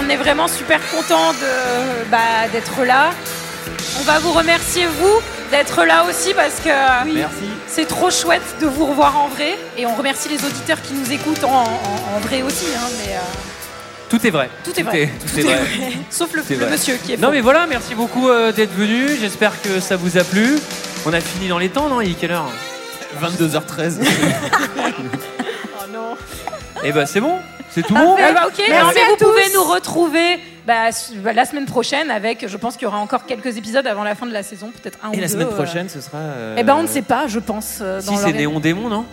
H: On est vraiment super content de bah, d'être là. On va vous remercier vous d'être là aussi parce que
F: Merci.
H: c'est trop chouette de vous revoir en vrai et on remercie les auditeurs qui nous écoutent en, en- en vrai aussi. hein, mais euh,
E: tout est vrai.
H: tout est vrai,
E: tout est vrai.
H: sauf le,
E: C'est
H: le
E: vrai.
H: monsieur qui est.
E: Non
H: faux.
E: mais voilà, merci beaucoup euh, d'être venu. J'espère que ça vous a plu. On a fini dans les temps, non Il est quelle heure
F: 22h13.
J: Oh non.
E: Et bah c'est bon, c'est tout bon.
H: Parfait. Ah bah, ok.
E: Merci
H: Alors, mais
E: à
H: vous
E: tous.
H: pouvez nous retrouver bah, su- bah, la semaine prochaine avec, je pense qu'il y aura encore quelques épisodes avant la fin de la saison, peut-être un ou
F: Et
H: deux.
F: la semaine
H: euh.
F: prochaine, ce sera. euh,
H: Eh ben on ne sait pas, je pense. euh, dans
E: Si c'est
H: leur-
E: Néon Démon, non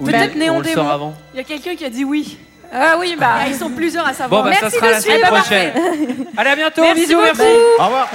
E: Ou
H: Peut-être
E: on-
H: Néon
E: On le sort
H: Démon.
E: avant.
J: Il y a quelqu'un qui a dit oui.
H: Ah oui, bah.
J: Ah, ils sont plusieurs à
E: Bon,
J: savoir.
E: bah, ça
H: Merci
E: sera
H: de
E: la
H: suivre.
E: semaine
H: Eh ben,
E: prochaine. Allez, à bientôt,
H: Merci
E: bisous, merci.
H: beaucoup.
F: Au revoir.